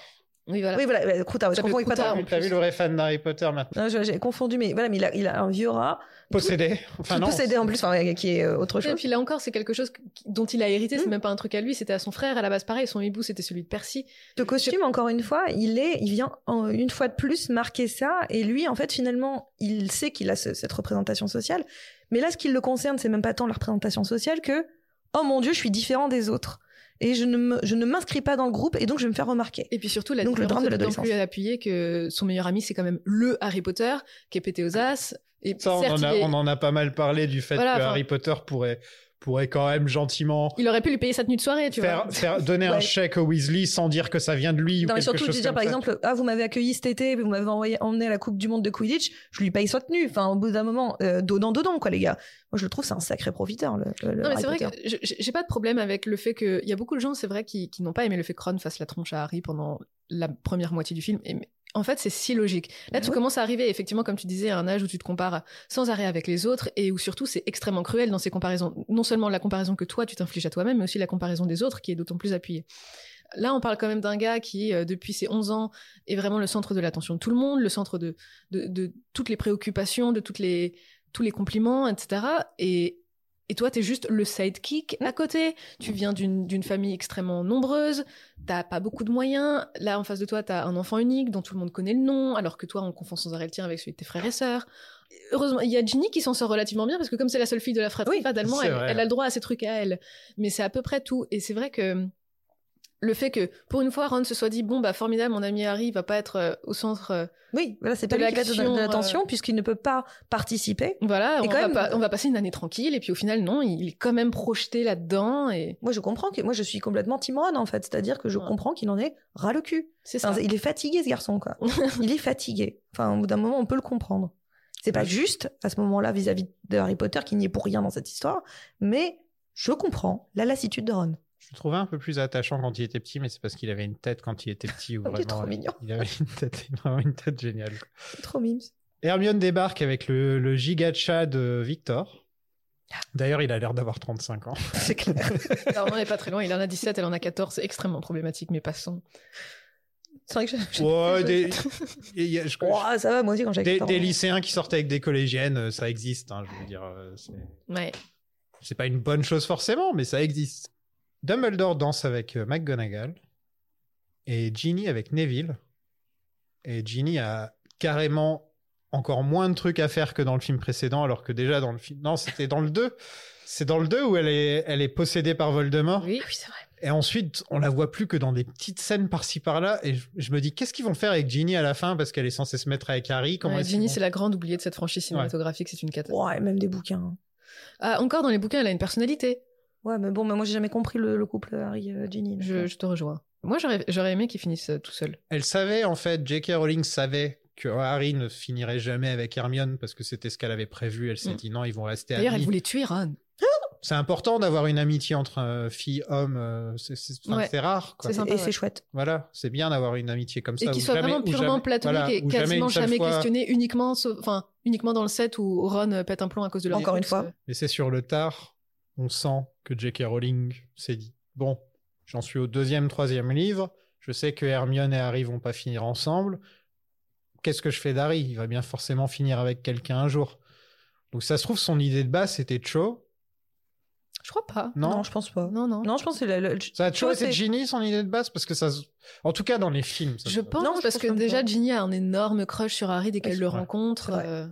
Speaker 10: Oui, voilà.
Speaker 9: Oui, voilà, bah, Croutard, je
Speaker 10: Ça
Speaker 9: confonds
Speaker 10: s'appelle
Speaker 9: avec Patenron.
Speaker 10: Croutard. en
Speaker 8: T'as vu
Speaker 10: plus.
Speaker 8: le vrai fan d'Harry Potter maintenant
Speaker 9: Non, je- j'ai confondu, mais voilà, mais il a, il a un vieux rat
Speaker 8: Possédé. Enfin,
Speaker 9: qui
Speaker 8: non.
Speaker 9: possédait en plus, enfin, ouais, qui est euh, autre
Speaker 10: Et
Speaker 9: chose.
Speaker 10: puis là encore, c'est quelque chose qui- dont il a hérité, c'est
Speaker 9: Mm.
Speaker 10: même pas un truc à lui, c'était à son frère à la base pareil, son hibou c'était celui de Percy.
Speaker 9: Le costume, encore une fois, il est, il vient en- une fois de plus marquer ça. Et lui, en fait, finalement, il sait qu'il a ce- cette représentation sociale. Mais là, ce qui le concerne, c'est même pas tant la représentation sociale que, oh mon dieu, je suis différent des autres. Et je ne me- je ne m'inscris pas dans le groupe et donc je vais me faire remarquer.
Speaker 10: Et puis surtout, la
Speaker 9: Donc, le
Speaker 10: différence
Speaker 9: drame de
Speaker 10: est d'autant
Speaker 9: l'adolescence.
Speaker 10: plus appuyée que son meilleur ami, c'est quand même le Harry Potter, qui est pété aux as. Et
Speaker 8: Ça, on
Speaker 10: certes,
Speaker 8: en, a,
Speaker 10: il est-
Speaker 8: on en a pas mal parlé du fait
Speaker 10: Voilà,
Speaker 8: que
Speaker 10: enfin-
Speaker 8: Harry Potter pourrait pourrait quand même gentiment
Speaker 10: Il aurait pu lui payer sa tenue de soirée, tu
Speaker 8: faire,
Speaker 10: vois.
Speaker 8: faire- donner un
Speaker 9: Ouais.
Speaker 8: chèque au Weasley sans dire que ça vient de lui ou
Speaker 9: Non, mais
Speaker 8: quelque
Speaker 9: surtout, je
Speaker 8: chose
Speaker 9: veux dire,
Speaker 8: comme
Speaker 9: par
Speaker 8: ça.
Speaker 9: exemple, ah, vous m'avez accueilli cet été, vous m'avez envoyé, emmené à la Coupe du Monde de Quidditch, je lui paye sa tenue. Enfin, au bout d'un moment, euh, donnant, donnant, quoi, les gars. Moi, je le trouve, c'est un sacré profiteur, le, le-
Speaker 10: Non,
Speaker 9: le
Speaker 10: mais
Speaker 9: Harry
Speaker 10: c'est vrai que
Speaker 9: Potter.
Speaker 10: je- je- j'ai pas de problème avec le fait que. Il y a beaucoup de gens, c'est vrai, qui, qui n'ont pas aimé le fait que Ron fasse la tronche à Harry pendant la première moitié du film. Et, mais en fait, c'est si logique. Là,
Speaker 9: Bah
Speaker 10: tu
Speaker 9: oui.
Speaker 10: commences à arriver, effectivement, comme tu disais, à un âge où tu te compares sans arrêt avec les autres et où surtout c'est extrêmement cruel dans ces comparaisons. Non seulement la comparaison que toi, tu t'infliges à toi-même, mais aussi la comparaison des autres qui est d'autant plus appuyée. Là, on parle quand même d'un gars qui, euh, depuis ses 11 ans, est vraiment le centre de l'attention de tout le monde, le centre de, de, de toutes les préoccupations, de toutes les, tous les compliments, etc. Et, et toi, t'es juste le sidekick à côté. Tu viens d'une d'une famille extrêmement nombreuse, t'as pas beaucoup de moyens. Là, en face de toi, t'as un enfant unique dont tout le monde connaît le nom, alors que toi, on confond sans arrêt le tien avec celui de tes frères et sœurs. Heureusement, il y a Ginny qui s'en sort relativement bien parce que comme c'est la seule fille de la fratrie,
Speaker 9: Oui,
Speaker 10: fatalement,
Speaker 8: c'est
Speaker 10: elle,
Speaker 8: vrai.
Speaker 10: elle a le droit à ses trucs à elle. Mais c'est à peu près tout. Et c'est vrai que le fait que, pour une fois, Ron se soit dit, bon, bah, formidable, mon ami Harry va pas être euh, au centre euh,
Speaker 9: Oui, voilà, c'est pas
Speaker 10: de
Speaker 9: lui qui va donner
Speaker 10: l'action,
Speaker 9: de
Speaker 10: euh,
Speaker 9: l'attention, puisqu'il ne peut pas participer.
Speaker 10: Voilà,
Speaker 9: Et
Speaker 10: on,
Speaker 9: quand
Speaker 10: va
Speaker 9: même-
Speaker 10: pas- on va passer une année tranquille, et puis au final, non, il est quand même projeté là-dedans, et
Speaker 9: Moi, je comprends que, moi, je suis complètement timorone, en fait. C'est-à-dire que je
Speaker 10: Ouais.
Speaker 9: comprends qu'il en est ras le cul.
Speaker 10: c'est ça.
Speaker 9: Enfin, il est fatigué, ce garçon, quoi. il est fatigué. Enfin, au bout d'un moment, on peut le comprendre. C'est pas juste à ce moment-là vis-à-vis de Harry Potter qui n'y est pour rien dans cette histoire, mais je comprends la lassitude de Ron.
Speaker 8: Je le trouvais un peu plus attachant quand il était petit, mais c'est parce qu'il avait une tête quand il était petit. Où
Speaker 9: Il est
Speaker 8: vraiment, euh,
Speaker 9: trop mignon.
Speaker 8: Il avait une tête, vraiment une tête géniale.
Speaker 9: Trop mimes.
Speaker 8: Hermione débarque avec le, le gigacha de Victor. D'ailleurs, il a l'air d'avoir 35 ans.
Speaker 9: C'est clair.
Speaker 10: Alors, on n'en est pas très loin, il en a 17, elle en a 14, c'est extrêmement problématique, mais passons.
Speaker 9: C'est vrai que je- je-
Speaker 8: Ouais, des, il y a- je-
Speaker 9: Ouah, ça va, moi aussi, quand j'avais
Speaker 8: des-
Speaker 9: 14
Speaker 8: des
Speaker 9: ans.
Speaker 8: lycéens qui sortent avec des collégiennes, euh, ça existe. hein, je veux dire, euh, c'est-
Speaker 10: Ouais.
Speaker 8: c'est pas une bonne chose forcément, mais ça existe. Dumbledore danse avec euh, McGonagall et Ginny avec Neville. Et Ginny a carrément encore moins de trucs à faire que dans le film précédent, alors que déjà dans le film. Non, c'était dans le 2. C'est dans le 2 où elle est, elle est possédée par
Speaker 9: Oh,
Speaker 8: Voldemort.
Speaker 9: ah
Speaker 10: Oui, oui c'est vrai.
Speaker 8: Et ensuite, on la voit plus que dans des petites scènes par-ci par-là. Et je, je me dis, qu'est-ce qu'ils vont faire avec Ginny à la fin Parce qu'elle est censée se mettre avec Harry. Comment
Speaker 10: Ouais,
Speaker 8: est-ce
Speaker 10: Ginny,
Speaker 8: qu'ils
Speaker 10: c'est
Speaker 8: vont-
Speaker 10: la grande oubliée de cette franchise cinématographique, c'est une catastrophe.
Speaker 9: Ouais, même des bouquins.
Speaker 10: Ah, encore dans les bouquins, elle a une personnalité,
Speaker 9: Ouais, mais bon, mais moi, j'ai jamais compris le, le couple euh, Harry-Ginny.
Speaker 10: je, je te rejoins. Moi, j'aurais j'aurais aimé qu'ils finissent euh, tout seuls.
Speaker 8: Elle savait, en fait, J.K. Rowling savait que Harry ne finirait jamais avec Hermione parce que c'était ce qu'elle avait prévu. Elle s'est
Speaker 10: Mm.
Speaker 8: dit, non, ils vont rester
Speaker 10: D'ailleurs, elle
Speaker 8: amis.
Speaker 10: voulait tuer Ron.
Speaker 8: C'est important d'avoir une amitié entre euh, filles, hommes. euh, c'est- c'est enfin,
Speaker 10: Ouais.
Speaker 8: c'est rare. quoi.
Speaker 10: C'est sympa,
Speaker 9: Et
Speaker 10: ouais.
Speaker 9: c'est chouette.
Speaker 8: Voilà, c'est bien d'avoir une amitié comme ça.
Speaker 10: Et qui
Speaker 8: où
Speaker 10: soit
Speaker 8: jamais-
Speaker 10: vraiment
Speaker 8: où
Speaker 10: purement
Speaker 8: jamais-
Speaker 10: platonique
Speaker 8: voilà,
Speaker 10: et
Speaker 8: où
Speaker 10: quasiment
Speaker 8: une seule
Speaker 10: jamais
Speaker 8: fois-
Speaker 10: questionné, uniquement, sauf- enfin, uniquement dans le set où Ron euh, pète un plomb à cause de leur
Speaker 9: Encore une
Speaker 10: course,
Speaker 9: fois.
Speaker 10: euh.
Speaker 8: Mais c'est sur le tard, on sent que J.K. Rowling s'est dit Bon, j'en suis au deuxième, troisième livre, je sais que Hermione et Harry vont pas finir ensemble. Qu'est-ce que je fais d'Harry Il va bien forcément finir avec quelqu'un un jour. Donc ça se trouve, son idée de base, c'était Cho.
Speaker 10: Je crois pas.
Speaker 8: Non,
Speaker 9: je pense pas.
Speaker 10: Non, non.
Speaker 9: Non, je pense que c'est la- la-
Speaker 8: Ça a Cho
Speaker 9: Cho,
Speaker 8: été
Speaker 9: c'est-
Speaker 8: Ginny, son idée de base Parce que ça. se- En tout cas, dans les films. ça
Speaker 10: Je
Speaker 8: se-
Speaker 10: pense,
Speaker 9: Non, je
Speaker 10: parce
Speaker 9: pense
Speaker 10: que
Speaker 9: même
Speaker 10: déjà,
Speaker 9: pas.
Speaker 10: Ginny a un énorme crush sur Harry dès qu'elle
Speaker 9: Oui,
Speaker 10: le
Speaker 8: c'est vrai.
Speaker 10: rencontre.
Speaker 9: C'est vrai.
Speaker 10: euh,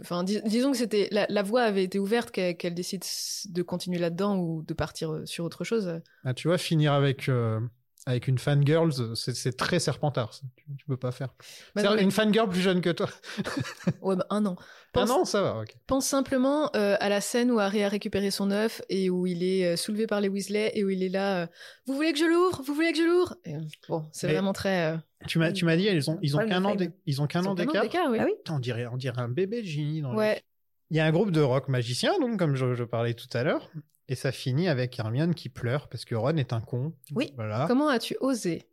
Speaker 10: Enfin, dis- disons que c'était la, la voie avait été ouverte qu'elle qu'elle décide de continuer là-dedans ou de partir euh, sur autre chose.
Speaker 8: Ah, tu vois, finir avec. euh, Avec une fangirl, c'est c'est très serpentard. ça. Tu, tu peux pas faire.
Speaker 10: Bah,
Speaker 8: C'est-à-dire
Speaker 10: non, mais-
Speaker 8: Une fangirl plus jeune que toi.
Speaker 10: Ouais, bah, un an.
Speaker 8: Ah
Speaker 10: Pense,
Speaker 8: non, ça va. ok.
Speaker 10: pense simplement euh, à la scène où Harry a récupéré son œuf et où il est euh, soulevé par les Weasley et où il est là. euh, vous voulez que je l'ouvre Vous voulez que je l'ouvre Et, euh, Bon, c'est
Speaker 8: Mais-
Speaker 10: vraiment très. euh,
Speaker 8: Tu m'as tu m'as dit, ils ont ils ont
Speaker 9: Problème
Speaker 8: qu'un
Speaker 9: de
Speaker 8: an
Speaker 9: fame.
Speaker 8: d'é- ils ont qu'un
Speaker 10: c'est
Speaker 8: an
Speaker 10: vraiment
Speaker 8: d'écart.
Speaker 10: oui.
Speaker 9: Ah oui.
Speaker 8: Putain, on dirait, on dirait un bébé Ginny dans le-
Speaker 10: Ouais.
Speaker 8: Il y a un groupe de rock magicien, donc, comme je, je parlais tout à l'heure. Et ça finit avec Hermione qui pleure parce que Ron est un con.
Speaker 9: Oui.
Speaker 8: Voilà.
Speaker 10: Comment as-tu osé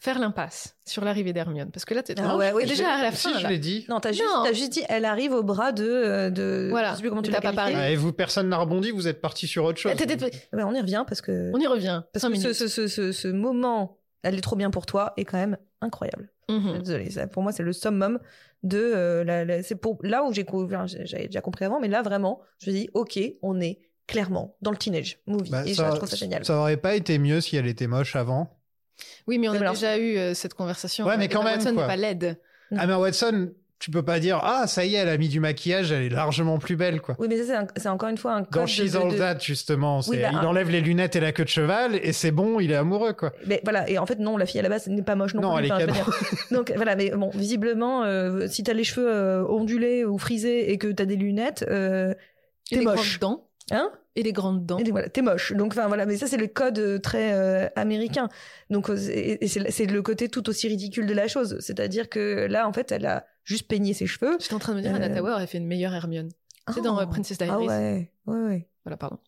Speaker 10: faire l'impasse sur l'arrivée d'Hermione Parce que là, t'es
Speaker 9: Ah
Speaker 10: Non,
Speaker 9: ouais,
Speaker 10: je-
Speaker 9: oui,
Speaker 10: déjà à la
Speaker 8: Si,
Speaker 10: fin.
Speaker 8: je
Speaker 10: là.
Speaker 8: l'ai dit.
Speaker 9: Non, t'as juste,
Speaker 10: Non.
Speaker 9: t'as juste dit, elle arrive au bras de. euh, de
Speaker 10: Voilà.
Speaker 9: Je sais plus comment tu
Speaker 10: T'as
Speaker 9: l'as
Speaker 10: pas
Speaker 9: qualifié.
Speaker 10: parlé.
Speaker 8: Ah, Et vous, personne n'a rebondi, vous êtes parti sur autre
Speaker 9: Ah,
Speaker 8: chose.
Speaker 10: T'es- t'es- t'es-
Speaker 9: Ouais, on y revient parce que.
Speaker 10: On y revient.
Speaker 9: Parce
Speaker 10: Cinq
Speaker 9: que ce,
Speaker 10: minutes.
Speaker 9: ce, ce, ce, ce moment, elle est trop bien pour toi, est quand même incroyable.
Speaker 10: Mhm.
Speaker 9: Désolée, ça, pour moi, c'est le summum de. euh, la, la- c'est pour, là où j'ai co- enfin, j'ai- j'avais déjà compris avant, mais là, vraiment, je me dis, OK, on est clairement dans le teenage movie.
Speaker 8: Bah,
Speaker 9: et ça, je trouve ça génial.
Speaker 8: ça aurait pas été mieux si elle était moche avant.
Speaker 10: Oui, mais on
Speaker 9: Mais
Speaker 10: a
Speaker 9: alors-
Speaker 10: déjà eu euh, cette conversation.
Speaker 8: Ouais, mais
Speaker 10: Emma
Speaker 8: quand même,
Speaker 10: Watson
Speaker 8: quoi.
Speaker 10: n'est pas laide.
Speaker 8: Emma Watson, tu peux pas dire Ah, ça y est, elle a mis du maquillage, elle est largement plus belle, quoi.
Speaker 9: Oui, mais ça, c'est un- c'est encore une fois un
Speaker 8: Dans
Speaker 9: code de-
Speaker 8: She's
Speaker 9: de-
Speaker 8: All
Speaker 9: de-
Speaker 8: That, justement, c'est-
Speaker 9: bah,
Speaker 8: il
Speaker 9: un-
Speaker 8: enlève les lunettes et la queue de cheval, et c'est bon, il est amoureux, quoi.
Speaker 9: Mais voilà, et en fait, non, la fille à la base n'est pas moche non,
Speaker 8: Non,
Speaker 9: plus.
Speaker 8: elle est
Speaker 9: enfin, je veux dire. Donc voilà, mais bon, visiblement, euh, si t'as les cheveux euh, ondulés ou frisés et que t'as des lunettes, euh,
Speaker 10: Et
Speaker 9: T'es
Speaker 10: des
Speaker 9: moche.
Speaker 10: grandes dents.
Speaker 9: hein
Speaker 10: et les grandes dents.
Speaker 9: Et voilà, t'es moche. Donc, enfin, voilà, mais ça, c'est le code euh, très euh, américain. Donc, euh, et- et c'est c'est le côté tout aussi ridicule de la chose. C'est-à-dire que là, en fait, elle a juste peigné ses cheveux.
Speaker 10: J'étais en train de me dire, Anna
Speaker 9: Euh,
Speaker 10: Tower, elle fait une meilleure Hermione. C'est
Speaker 9: Ah.
Speaker 10: dans euh, Princess Diaries.
Speaker 9: Ah ouais, ouais, ouais.
Speaker 10: Voilà, pardon.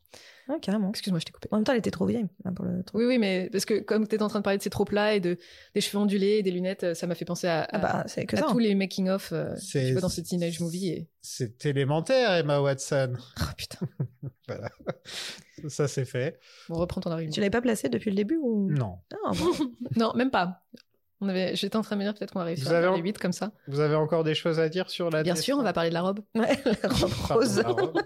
Speaker 9: Ah, carrément.
Speaker 10: Excuse-moi, je t'ai coupé.
Speaker 9: En même temps, elle était trop vieille hein, pour le truc.
Speaker 10: Oui, oui, mais parce que comme tu étais en train de parler de ces trop plats et de, des cheveux ondulés et des lunettes, euh, ça m'a fait penser à, à-
Speaker 9: Ah bah, c'est que
Speaker 10: à
Speaker 9: ça.
Speaker 10: tous les making-of euh,
Speaker 8: C'est-
Speaker 10: tu vois, dans ce teenage movie. Et...
Speaker 8: C'est élémentaire, Emma Watson.
Speaker 10: Oh putain,
Speaker 8: Voilà. Ça, c'est fait.
Speaker 10: bon, reprends ton argument.
Speaker 9: Tu l'avais pas placé depuis le début ou
Speaker 8: Non.
Speaker 9: Ah, bon.
Speaker 10: non, même pas. On avait... J'étais en train de me dire peut-être qu'on va réussir
Speaker 8: Vous
Speaker 10: à
Speaker 8: avez
Speaker 10: faire
Speaker 8: en-
Speaker 10: les 8 comme ça.
Speaker 8: Vous avez encore des choses à dire sur la
Speaker 10: Bien sûr, on va parler de la robe.
Speaker 9: Ouais, la robe
Speaker 8: Pardon,
Speaker 9: rose.
Speaker 8: la robe.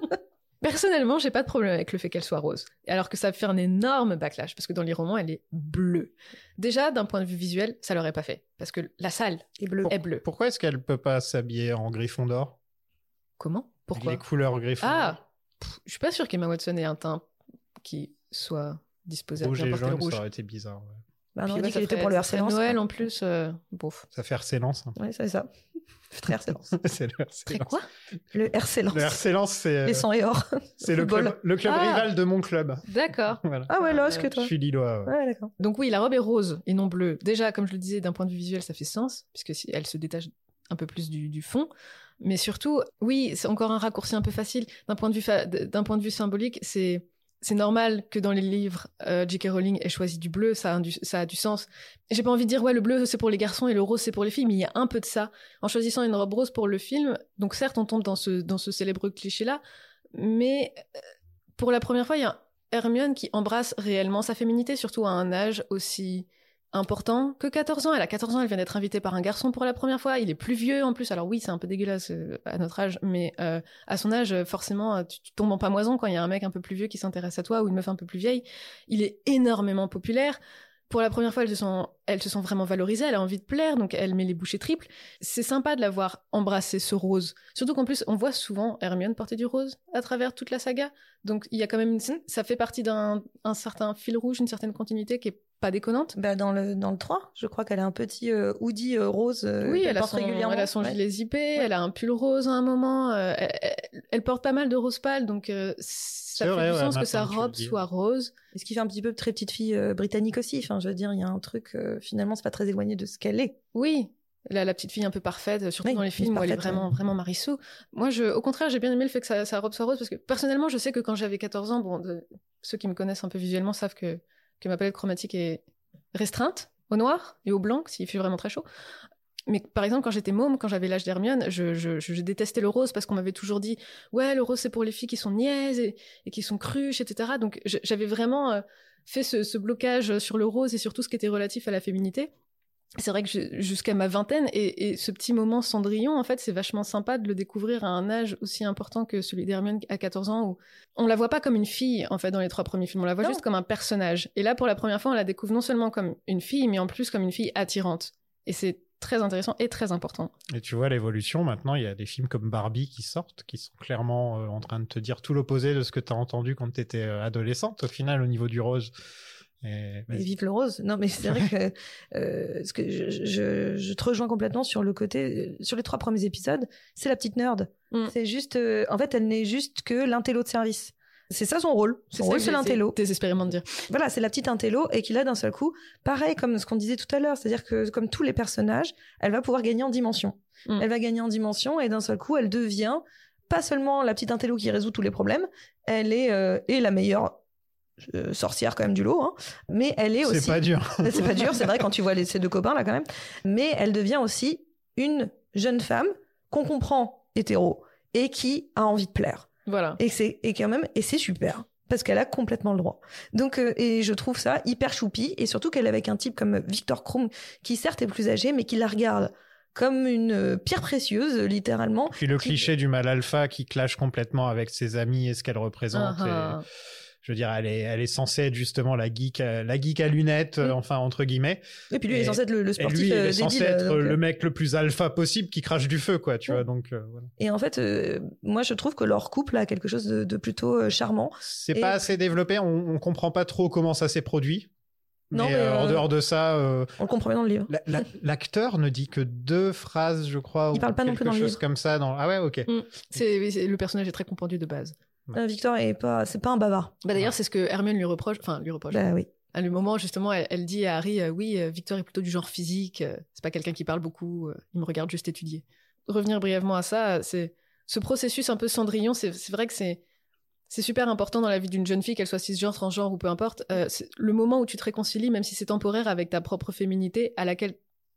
Speaker 10: Personnellement, j'ai pas de problème avec le fait qu'elle soit rose, alors que ça fait un énorme backlash parce que dans les romans, elle est bleue. Déjà, d'un point de vue visuel, ça l'aurait pas fait parce que la salle
Speaker 9: Et bleu.
Speaker 10: est bleue.
Speaker 8: Pourquoi est-ce qu'elle peut pas s'habiller en griffon d'or
Speaker 10: Comment Pourquoi
Speaker 8: Les couleurs griffon
Speaker 10: Ah, Pff, je suis pas sûre qu'Emma Watson ait un teint qui soit disposé
Speaker 8: rouge
Speaker 10: à
Speaker 8: et
Speaker 10: n'importe quel
Speaker 8: jaune,
Speaker 10: rouge.
Speaker 8: ça aurait été bizarre. ouais.
Speaker 9: Bah, on
Speaker 10: Puis
Speaker 9: aurait
Speaker 10: ouais,
Speaker 9: dit
Speaker 10: ça
Speaker 9: qu'elle était
Speaker 10: ferait-
Speaker 9: pour le
Speaker 10: ça ferait
Speaker 9: harcèlement.
Speaker 10: Noël en plus, euh, bon,
Speaker 8: Ça fait RC Lance. hein.
Speaker 9: Ouais, c'est ça. Très RC Lance.
Speaker 8: c'est le RC
Speaker 10: Très
Speaker 8: Lance.
Speaker 10: quoi
Speaker 9: Le RC Lance.
Speaker 8: Le RC Lance, c'est
Speaker 9: Les
Speaker 8: euh,
Speaker 9: sangs et or.
Speaker 8: c'est le
Speaker 9: football.
Speaker 8: club, le club
Speaker 10: Ah.
Speaker 8: rival de mon club.
Speaker 10: D'accord.
Speaker 8: Voilà.
Speaker 9: Ah ouais, losque,
Speaker 8: Je
Speaker 9: toi.
Speaker 8: suis lillois. ouais.
Speaker 9: Ouais, d'accord.
Speaker 10: Donc oui, la robe est rose et non bleue. Déjà, comme je le disais, d'un point de vue visuel, ça fait sens puisque si elle se détache un peu plus du, du fond. Mais surtout, oui, c'est encore un raccourci un peu facile. D'un point de vue, fa- d'un point de vue symbolique, c'est c'est normal que dans les livres, euh, J.K. Rowling ait choisi du bleu, ça a du, ça a du sens. J'ai pas envie de dire, ouais, le bleu c'est pour les garçons et le rose c'est pour les filles, mais il y a un peu de ça. En choisissant une robe rose pour le film, donc certes, on tombe dans ce, dans ce célèbre cliché-là, mais euh, pour la première fois, il y a Hermione qui embrasse réellement sa féminité, surtout à un âge aussi important que 14 ans. Elle a 14 ans, elle vient d'être invitée par un garçon pour la première fois. Il est plus vieux en plus. Alors oui, c'est un peu dégueulasse euh, à notre âge, mais euh, à son âge, euh, forcément, euh, tu, tu tombes en pamoison quand il y a un mec un peu plus vieux qui s'intéresse à toi ou une meuf un peu plus vieille. Il est énormément populaire. Pour la première fois, elle se sent, elle se sent vraiment valorisée, elle a envie de plaire, donc elle met les bouchées triples. C'est sympa de l'avoir embrassé ce rose. Surtout qu'en plus, on voit souvent Hermione porter du rose à travers toute la saga. Donc il y a quand même une... ça fait partie d'un un certain fil rouge, une certaine continuité qui est pas déconnante.
Speaker 9: Bah, dans, le, dans le 3, je crois qu'elle a un petit euh, hoodie euh, rose. euh,
Speaker 10: oui,
Speaker 9: qu'elle
Speaker 10: elle a,
Speaker 9: porte
Speaker 10: son,
Speaker 9: régulièrement.
Speaker 10: elle a son
Speaker 9: Ouais.
Speaker 10: gilet zippé, elle a un pull rose à un moment, euh, elle, elle- elle porte pas mal de rose pâle, donc euh, ça fait
Speaker 8: vrai,
Speaker 10: du
Speaker 8: ouais,
Speaker 10: sens que sa
Speaker 8: maintenant que tu le
Speaker 10: robe
Speaker 8: dis.
Speaker 10: soit rose.
Speaker 9: Et ce qui fait un petit peu très petite fille euh, britannique aussi. Enfin, je veux dire, il y a un truc, euh, finalement, c'est pas très éloigné de ce qu'elle est.
Speaker 10: Oui, la, la petite fille un peu parfaite, euh, surtout
Speaker 9: Oui,
Speaker 10: dans les
Speaker 9: Miss
Speaker 10: films où elle est
Speaker 9: Parfaite,
Speaker 10: vraiment,
Speaker 9: ouais.
Speaker 10: vraiment Marissou. Moi, je, au contraire, j'ai bien aimé le fait que sa, sa robe soit rose, parce que personnellement, je sais que quand j'avais 14 ans, bon, de- ceux qui me connaissent un peu visuellement savent que, que ma palette chromatique est restreinte au noir et au blanc, s'il fait vraiment très chaud. Mais par exemple, quand j'étais môme, quand j'avais l'âge d'Hermione, je, je, je détestais le rose parce qu'on m'avait toujours dit Ouais, le rose, c'est pour les filles qui sont niaises et, et qui sont cruches, etc. Donc je- j'avais vraiment euh, fait ce, ce blocage sur le rose et sur tout ce qui était relatif à la féminité c'est vrai que je- jusqu'à ma vingtaine, et, et ce petit moment Cendrillon, en fait, c'est vachement sympa de le découvrir à un âge aussi important que celui d'Hermione à 14 ans, où on la voit pas comme une fille, en fait, dans les trois premiers films, on la voit
Speaker 9: Non.
Speaker 10: juste comme un personnage. Et là, pour la première fois, on la découvre non seulement comme une fille, mais en plus comme une fille attirante. Et c'est très intéressant et très important.
Speaker 8: Et tu vois l'évolution, maintenant il y a des films comme Barbie qui sortent, qui sont clairement euh, en train de te dire tout l'opposé de ce que tu as entendu quand tu étais adolescente au final au niveau du rose. Et,
Speaker 9: Et vive le rose. Non, mais c'est vrai que, euh, ce que je, je, je te rejoins complètement sur le côté, euh, sur les trois premiers épisodes, c'est la petite nerd.
Speaker 10: Mm.
Speaker 9: C'est juste, euh, en fait, elle n'est juste que l'intello de service. C'est ça son rôle. Son
Speaker 10: ça
Speaker 9: rôle,
Speaker 10: que
Speaker 9: c'est
Speaker 10: j'ai
Speaker 9: l'intello.
Speaker 10: essayé Désespérément de dire.
Speaker 9: Voilà, c'est la petite intello et qui là d'un seul coup, pareil comme ce qu'on disait tout à l'heure, c'est-à-dire que comme tous les personnages, elle va pouvoir gagner en dimension.
Speaker 10: Mm.
Speaker 9: Elle va gagner en dimension et d'un seul coup, elle devient pas seulement la petite intello qui résout tous les problèmes, elle est euh, et la meilleure euh, sorcière quand même du lot, hein, mais elle est aussi
Speaker 8: C'est pas dur.
Speaker 9: c'est pas dur, c'est vrai quand tu vois les, ces deux copains là quand même. Mais elle devient aussi une jeune femme qu'on comprend hétéro et qui a envie de plaire.
Speaker 10: Voilà.
Speaker 9: Et c'est et quand même et c'est super parce qu'elle a complètement le droit. Donc euh, et je trouve ça hyper choupi et surtout qu'elle est avec un type comme Victor Krum qui certes est plus âgé mais qui la regarde comme une euh, pierre précieuse euh, littéralement.
Speaker 8: Puis le
Speaker 9: Qui-
Speaker 8: cliché du mal alpha qui clash complètement avec ses amis et ce qu'elle représente.
Speaker 10: Ah, ah.
Speaker 9: Uh-huh.
Speaker 8: et- je veux dire, elle est, elle est censée être justement la geek, à- la geek à lunettes, euh,
Speaker 9: Mm.
Speaker 8: enfin entre guillemets.
Speaker 9: Et puis lui il est
Speaker 8: Et-
Speaker 9: censé être le, le
Speaker 8: Et
Speaker 9: sportif
Speaker 8: lui, il
Speaker 9: euh,
Speaker 8: est
Speaker 9: débile,
Speaker 8: censé être
Speaker 9: euh, donc, euh, Mm.
Speaker 8: le mec le plus alpha possible qui crache du feu, quoi. Tu
Speaker 9: Ouais.
Speaker 8: vois, donc euh, voilà.
Speaker 9: Et en fait euh, moi je trouve que leur couple a quelque chose de, de plutôt euh, charmant.
Speaker 8: C'est
Speaker 9: Et-
Speaker 8: pas assez développé, on, on comprend pas trop comment ça s'est produit.
Speaker 9: Non,
Speaker 8: mais
Speaker 9: mais,
Speaker 8: euh, en
Speaker 9: euh,
Speaker 8: dehors de ça, euh,
Speaker 9: On le comprend bien dans le livre.
Speaker 8: la- la- l'acteur ne dit que deux phrases, je crois,
Speaker 9: Il
Speaker 8: ou
Speaker 9: parle pas non
Speaker 8: quelque
Speaker 9: plus dans le
Speaker 8: chose
Speaker 9: livre.
Speaker 8: comme ça. Dans... Ah ouais, ok.
Speaker 10: C'est- oui, c'est- le personnage est très compendu de base.
Speaker 9: Euh, Victor est pas, c'est pas un bavard.
Speaker 10: Bah d'ailleurs, c'est ce que Hermione lui reproche. Enfin, lui reproche.
Speaker 9: Bah oui.
Speaker 10: À le moment, justement, elle, elle dit à Harry euh, Oui, euh, Victor est plutôt du genre physique, euh, c'est pas quelqu'un qui parle beaucoup, euh, il me regarde juste étudier. Revenir brièvement à ça, euh, c'est ce processus un peu cendrillon, c'est c'est vrai que c'est. C'est super important dans la vie d'une jeune fille, qu'elle soit cisgenre, transgenre ou peu importe. euh, c'est le moment où tu te réconcilies, même si c'est temporaire, avec ta propre féminité, à laquelle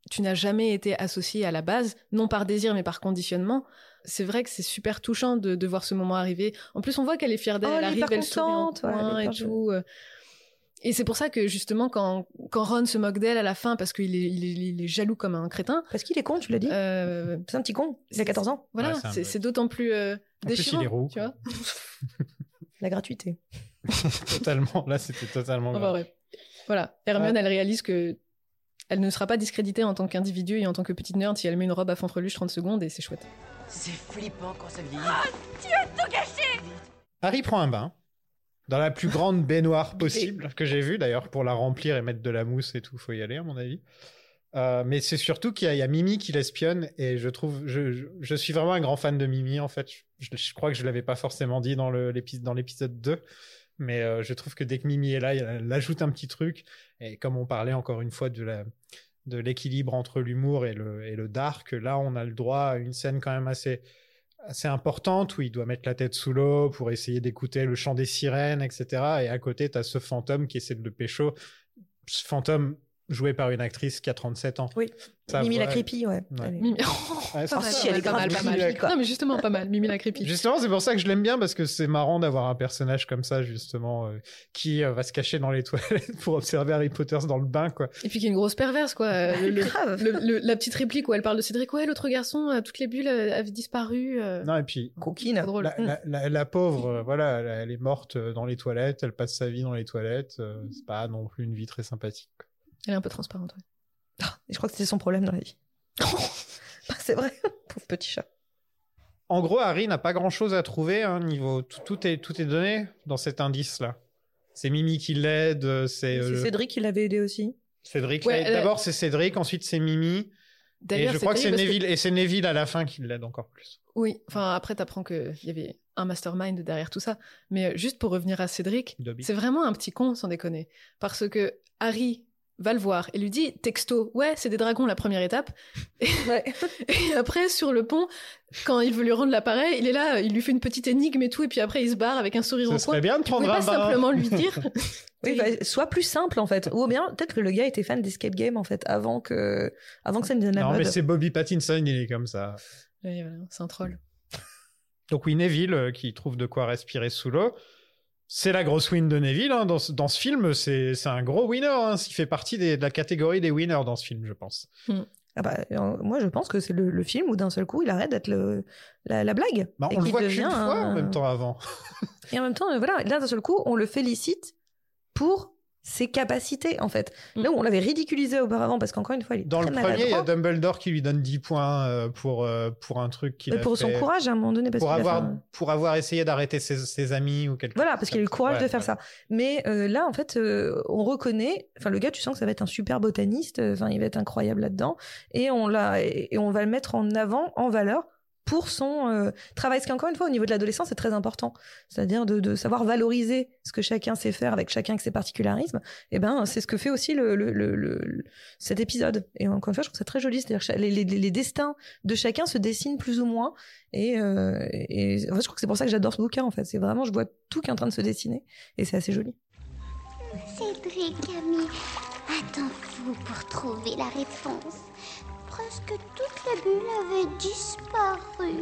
Speaker 10: tu n'as jamais été associée à la base, non par désir mais par conditionnement. C'est vrai que c'est super touchant de, de voir ce moment arriver. En plus, on voit qu'elle est fière d'elle,
Speaker 9: Oh, elle
Speaker 10: elle arrive,
Speaker 9: est hyper
Speaker 10: elle sourit en
Speaker 9: contente, ouais, elle est
Speaker 10: coin et
Speaker 9: hyper
Speaker 10: tout. euh. Et c'est pour ça que justement, quand, quand Ron se moque d'elle à la fin, parce qu'il est, il est- il est jaloux comme un crétin.
Speaker 9: Parce qu'il est con, tu l'as dit.
Speaker 10: Euh,
Speaker 9: C'est un petit con. Il a 14 ans.
Speaker 10: Voilà,
Speaker 9: Ouais, c'est un
Speaker 10: c'est
Speaker 9: peu-
Speaker 10: c'est d'autant plus euh,
Speaker 9: il est
Speaker 10: déchirant.
Speaker 9: roux,
Speaker 10: tu vois
Speaker 9: La gratuité.
Speaker 8: totalement. Là, c'était totalement.
Speaker 9: Ah
Speaker 10: Enfin,
Speaker 9: bah
Speaker 8: grave.
Speaker 10: bref. Voilà, Hermione, elle réalise que elle ne sera pas discréditée en tant qu'individu et en tant que petite nerd si elle met une robe à fanfreluche 30 secondes et c'est chouette.
Speaker 5: C'est flippant quand ça vieillit.
Speaker 12: Tu as tout gâché
Speaker 8: Harry prend un bain dans la plus grande baignoire possible que j'ai vue d'ailleurs pour la remplir et mettre de la mousse et tout. Faut y aller à mon avis. Euh, mais c'est surtout qu'il y, a- il y a Mimi qui l'espionne et je trouve, je, je- je suis vraiment un grand fan de Mimi en fait. Je, je crois que je l'avais pas forcément dit dans le- l'épi- dans l'épisode 2, mais euh, je trouve que dès que Mimi est là, elle, elle ajoute un petit truc. Et comme on parlait encore une fois de la de l'équilibre entre l'humour et le, et le dark, là on a le droit à une scène quand même assez assez importante où il doit mettre la tête sous l'eau pour essayer d'écouter le chant des sirènes, etc. Et à côté, tu as ce fantôme qui essaie de le pécho. Ce fantôme joué par une actrice qui a 37 ans.
Speaker 9: Oui. Mimi la creepy, ouais. Oh, Elle est-
Speaker 10: Mimi... Ah,
Speaker 8: Ouais, c'est
Speaker 10: Pas
Speaker 8: ça.
Speaker 10: mal,
Speaker 9: Si, elle est
Speaker 10: pas
Speaker 9: grave
Speaker 10: mal, pas
Speaker 9: creepy,
Speaker 10: mal.
Speaker 9: quoi.
Speaker 10: Non mais justement pas mal, Mimi la creepy.
Speaker 8: Justement, c'est pour ça que je l'aime bien parce que c'est marrant d'avoir un personnage comme ça, justement, euh, qui euh, va se cacher dans les toilettes pour observer Harry Potter dans le bain, quoi.
Speaker 10: Et puis qui est une grosse perverse, quoi. Euh, le- le-
Speaker 9: Grave.
Speaker 10: le- le- la petite réplique où elle parle de Cédric, ouais, l'autre garçon, euh, toutes les bulles euh, avaient disparu. euh.
Speaker 8: Non, et puis.
Speaker 9: Coquine.
Speaker 10: drôle. Mm.
Speaker 8: La, la- la- la pauvre, euh, voilà, elle, elle est morte euh, dans les toilettes, elle passe sa vie dans les toilettes. euh, c'est pas non plus une vie très sympathique.
Speaker 10: Elle est un peu transparente, ouais.
Speaker 9: Je crois que c'était son problème dans la vie. Bah, c'est vrai. Pauvre petit chat.
Speaker 8: En gros, Harry n'a pas grand-chose à trouver hein, niveau tout, tout est tout est donné dans cet indice-là. C'est Mimi qui l'aide, euh, c'est
Speaker 9: C'est
Speaker 8: euh,
Speaker 9: Cédric qui l'avait aidé aussi.
Speaker 8: Cédric
Speaker 9: Ouais,
Speaker 8: l'aide.
Speaker 9: euh,
Speaker 8: D'abord c'est Cédric, ensuite c'est Mimi. Et
Speaker 10: D'ailleurs,
Speaker 8: je
Speaker 10: c'est
Speaker 8: crois que c'est
Speaker 10: terrible parce
Speaker 8: Neville et c'est Neville à la fin qui l'aide encore plus.
Speaker 10: Oui, enfin après t'apprends qu'il y avait un mastermind derrière tout ça. Mais euh, juste pour revenir à Cédric,
Speaker 8: Dobby.
Speaker 10: c'est vraiment un petit con sans déconner. Parce que Harry va le voir et lui dit texto, ouais c'est des dragons la première étape. Et, et après sur le pont, quand il veut lui rendre l'appareil, il est là, il lui fait une petite énigme et tout, et puis après il se barre avec un sourire
Speaker 8: Ce
Speaker 10: au coin.
Speaker 8: serait bien de
Speaker 10: Tu pouvais
Speaker 8: prendre un
Speaker 10: pas
Speaker 8: bain.
Speaker 10: simplement lui dire.
Speaker 9: Oui, bah, soit plus simple en fait. Ou bien peut-être que le gars était fan d'Escape Game en fait avant que avant que ça ne devienne la
Speaker 8: Non mais
Speaker 9: mode.
Speaker 8: c'est Bobby Pattinson, il est comme ça.
Speaker 10: Oui, voilà, c'est un troll.
Speaker 8: Donc oui, Neville euh, qui trouve de quoi respirer sous l'eau. C'est la grosse win de Neville. hein. Dans, ce, dans ce film, c'est c'est un gros winner. Hein. Il fait partie des- de la catégorie des winners dans ce film, je pense.
Speaker 9: Ah bah, euh, moi je pense que c'est le, le film où d'un seul coup il arrête d'être le- la, la blague.
Speaker 8: Bah,
Speaker 9: Et
Speaker 8: on le
Speaker 9: qu'il
Speaker 8: voit qu'une
Speaker 9: devient
Speaker 8: fois en
Speaker 9: un-
Speaker 8: même temps avant.
Speaker 9: Et en même temps, euh, voilà, là d'un seul coup on le félicite pour ses capacités en fait. Là où on l'avait ridiculisé auparavant parce qu'encore une fois il est
Speaker 8: Dans
Speaker 9: très Oh,
Speaker 8: le premier, il y a
Speaker 9: maladroit.
Speaker 8: Dumbledore qui lui donne 10 points euh, pour, euh, pour un truc qu'il
Speaker 9: Mais
Speaker 8: a
Speaker 9: pour
Speaker 8: fait.
Speaker 9: son courage à un moment donné parce
Speaker 8: pour
Speaker 9: qu'il a
Speaker 8: avoir,
Speaker 9: fait un-
Speaker 8: pour avoir essayé d'arrêter ses, ses amis ou quelque
Speaker 9: Voilà, parce qu'il a eu le courage
Speaker 8: Ouais,
Speaker 9: de faire
Speaker 8: ouais.
Speaker 9: ça. Mais euh, là, en fait, euh, on reconnaît. Enfin, le gars, tu sens que ça va être un super botaniste. euh, Enfin, il va être incroyable là-dedans. Et on l'a, et, et on va le mettre en avant, en valeur pour son euh, travail. Ce qui, encore une fois, au niveau de l'adolescence, c'est très important. C'est-à-dire de, de savoir valoriser ce que chacun sait faire avec chacun avec ses particularismes. Et ben, c'est ce que fait aussi le, le- le- le- le- cet épisode. Et encore une fois, je trouve ça très joli. C'est-à-dire que cha- les, les- les destins de chacun se dessinent plus ou moins. Et, euh, et- en fait, je crois que c'est pour ça que j'adore ce bouquin. En fait, c'est vraiment, je vois tout qui est en train de se dessiner. Et c'est assez joli.
Speaker 4: Cédric, ami, attends-vous pour trouver la réponse. Presque toute la bulle avait disparu.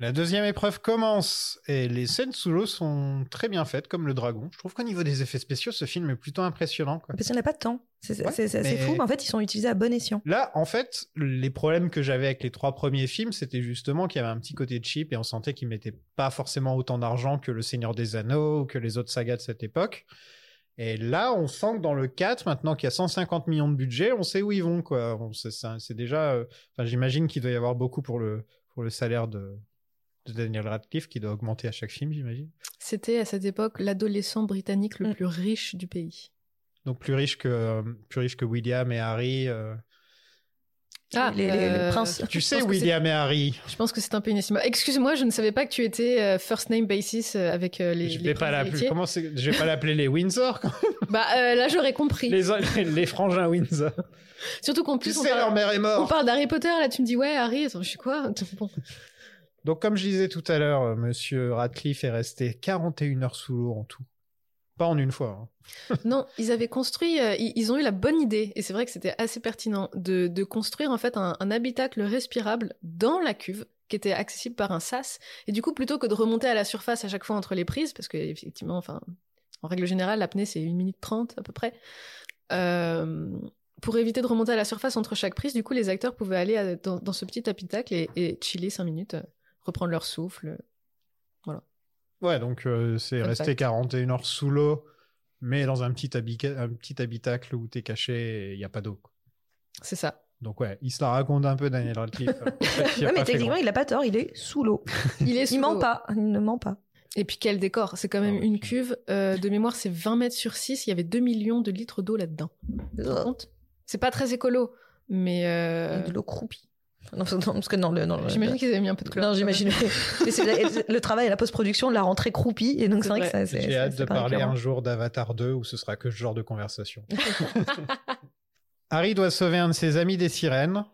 Speaker 8: La deuxième épreuve commence et les scènes sous l'eau sont très bien faites, comme le dragon. Je trouve qu'au niveau des effets spéciaux, ce film est plutôt impressionnant. quoi.
Speaker 9: Parce qu'il n'y en a pas de temps. C'est c'est-
Speaker 8: Ouais,
Speaker 9: c'est- c'est
Speaker 8: mais-
Speaker 9: fou, mais en fait, ils sont utilisés à bon escient.
Speaker 8: Là, en fait, les problèmes que j'avais avec les trois premiers films, c'était justement qu'il y avait un petit côté cheap et on sentait qu'ils mettaient pas forcément autant d'argent que Le Seigneur des Anneaux ou que les autres sagas de cette époque. Et là, on sent que dans le 4, maintenant qu'il y a 150 millions de budget, on sait où ils vont, quoi. On sait- C'est c'est déjà. euh, Enfin, j'imagine qu'il doit y avoir beaucoup pour le, pour le salaire de, de Daniel Radcliffe qui doit augmenter à chaque film, j'imagine.
Speaker 10: C'était à cette époque l'adolescent britannique le plus riche du pays.
Speaker 8: Donc plus riche que, plus riche que William et Harry. euh,
Speaker 10: Ah,
Speaker 9: les, les- les
Speaker 10: euh,
Speaker 9: princes.
Speaker 8: Tu
Speaker 10: Je
Speaker 8: sais,
Speaker 10: pense que
Speaker 8: William et Harry,
Speaker 10: Je pense que c'est un peu inestimable. Excuse-moi, je ne savais pas que tu étais euh, first name basis euh, avec euh, les.
Speaker 8: je
Speaker 10: les
Speaker 8: vais pas
Speaker 10: princes
Speaker 8: l'appeler.
Speaker 10: héritiers.
Speaker 8: Comment c'est- je vais pas l'appeler les Windsor, quand-
Speaker 10: Bah euh, là, j'aurais compris.
Speaker 8: les, les frangins Windsor.
Speaker 10: Surtout qu'en
Speaker 8: Tu
Speaker 10: plus, on
Speaker 8: sais, leur
Speaker 10: parle,
Speaker 8: mère est
Speaker 10: on
Speaker 8: morte.
Speaker 10: parle d'Harry Potter. Là, tu me dis ouais, Harry. Attends, je suis quoi Bon.
Speaker 8: Donc, comme je disais tout à l'heure, euh, Monsieur Radcliffe est resté 41 heures sous l'eau en tout. Pas en une fois. hein.
Speaker 10: Non, ils avaient construit, euh, ils, ils ont eu la bonne idée, et c'est vrai que c'était assez pertinent, de, de construire en fait un, un habitacle respirable dans la cuve qui était accessible par un sas. Et du coup, plutôt que de remonter à la surface à chaque fois entre les prises, parce que effectivement, enfin, en règle générale, l'apnée c'est 1 minute 30 à peu près. euh, pour éviter de remonter à la surface entre chaque prise, du coup, les acteurs pouvaient aller à- dans, dans ce petit habitacle et, et chiller 5 minutes, euh, reprendre leur souffle. euh,
Speaker 8: Ouais, donc euh, c'est
Speaker 10: Fun
Speaker 8: resté
Speaker 10: fact.
Speaker 8: 41 heures sous l'eau, mais dans un petit, habica- un petit habitacle où t'es caché et il n'y a pas d'eau. quoi.
Speaker 10: C'est ça.
Speaker 8: Donc ouais, il se la raconte un peu, Daniel Radcliffe. En fait, il a
Speaker 9: Ouais, mais
Speaker 8: pas fait
Speaker 9: techniquement,
Speaker 8: grand-
Speaker 9: il a pas tort, il est sous l'eau.
Speaker 10: Il est
Speaker 9: Il
Speaker 10: sous
Speaker 9: ment
Speaker 10: l'eau.
Speaker 9: pas, il ne ment pas.
Speaker 10: Et puis quel décor C'est quand même une cuve. euh, de mémoire, c'est 20 mètres sur 6. Il y avait 2 millions de litres d'eau là-dedans. Tu te rends compte C'est pas très écolo, mais... euh,
Speaker 9: Et De l'eau croupie. Non, non, parce que dans le. dans le-
Speaker 10: J'imagine qu'ils avaient mis un peu de chlore.
Speaker 9: Non, j'imagine. Mais c'est la- le travail à la post-production, la rentrée croupie, et donc
Speaker 10: C'est
Speaker 9: c'est vrai que
Speaker 10: vrai.
Speaker 9: ça. c'est-
Speaker 8: J'ai
Speaker 9: ça-
Speaker 8: hâte
Speaker 9: ça
Speaker 8: de
Speaker 9: paraît
Speaker 8: parler
Speaker 9: clairement.
Speaker 8: un jour d'Avatar 2 où ce sera que ce genre de conversation. Harry doit sauver un de ses amis des sirènes.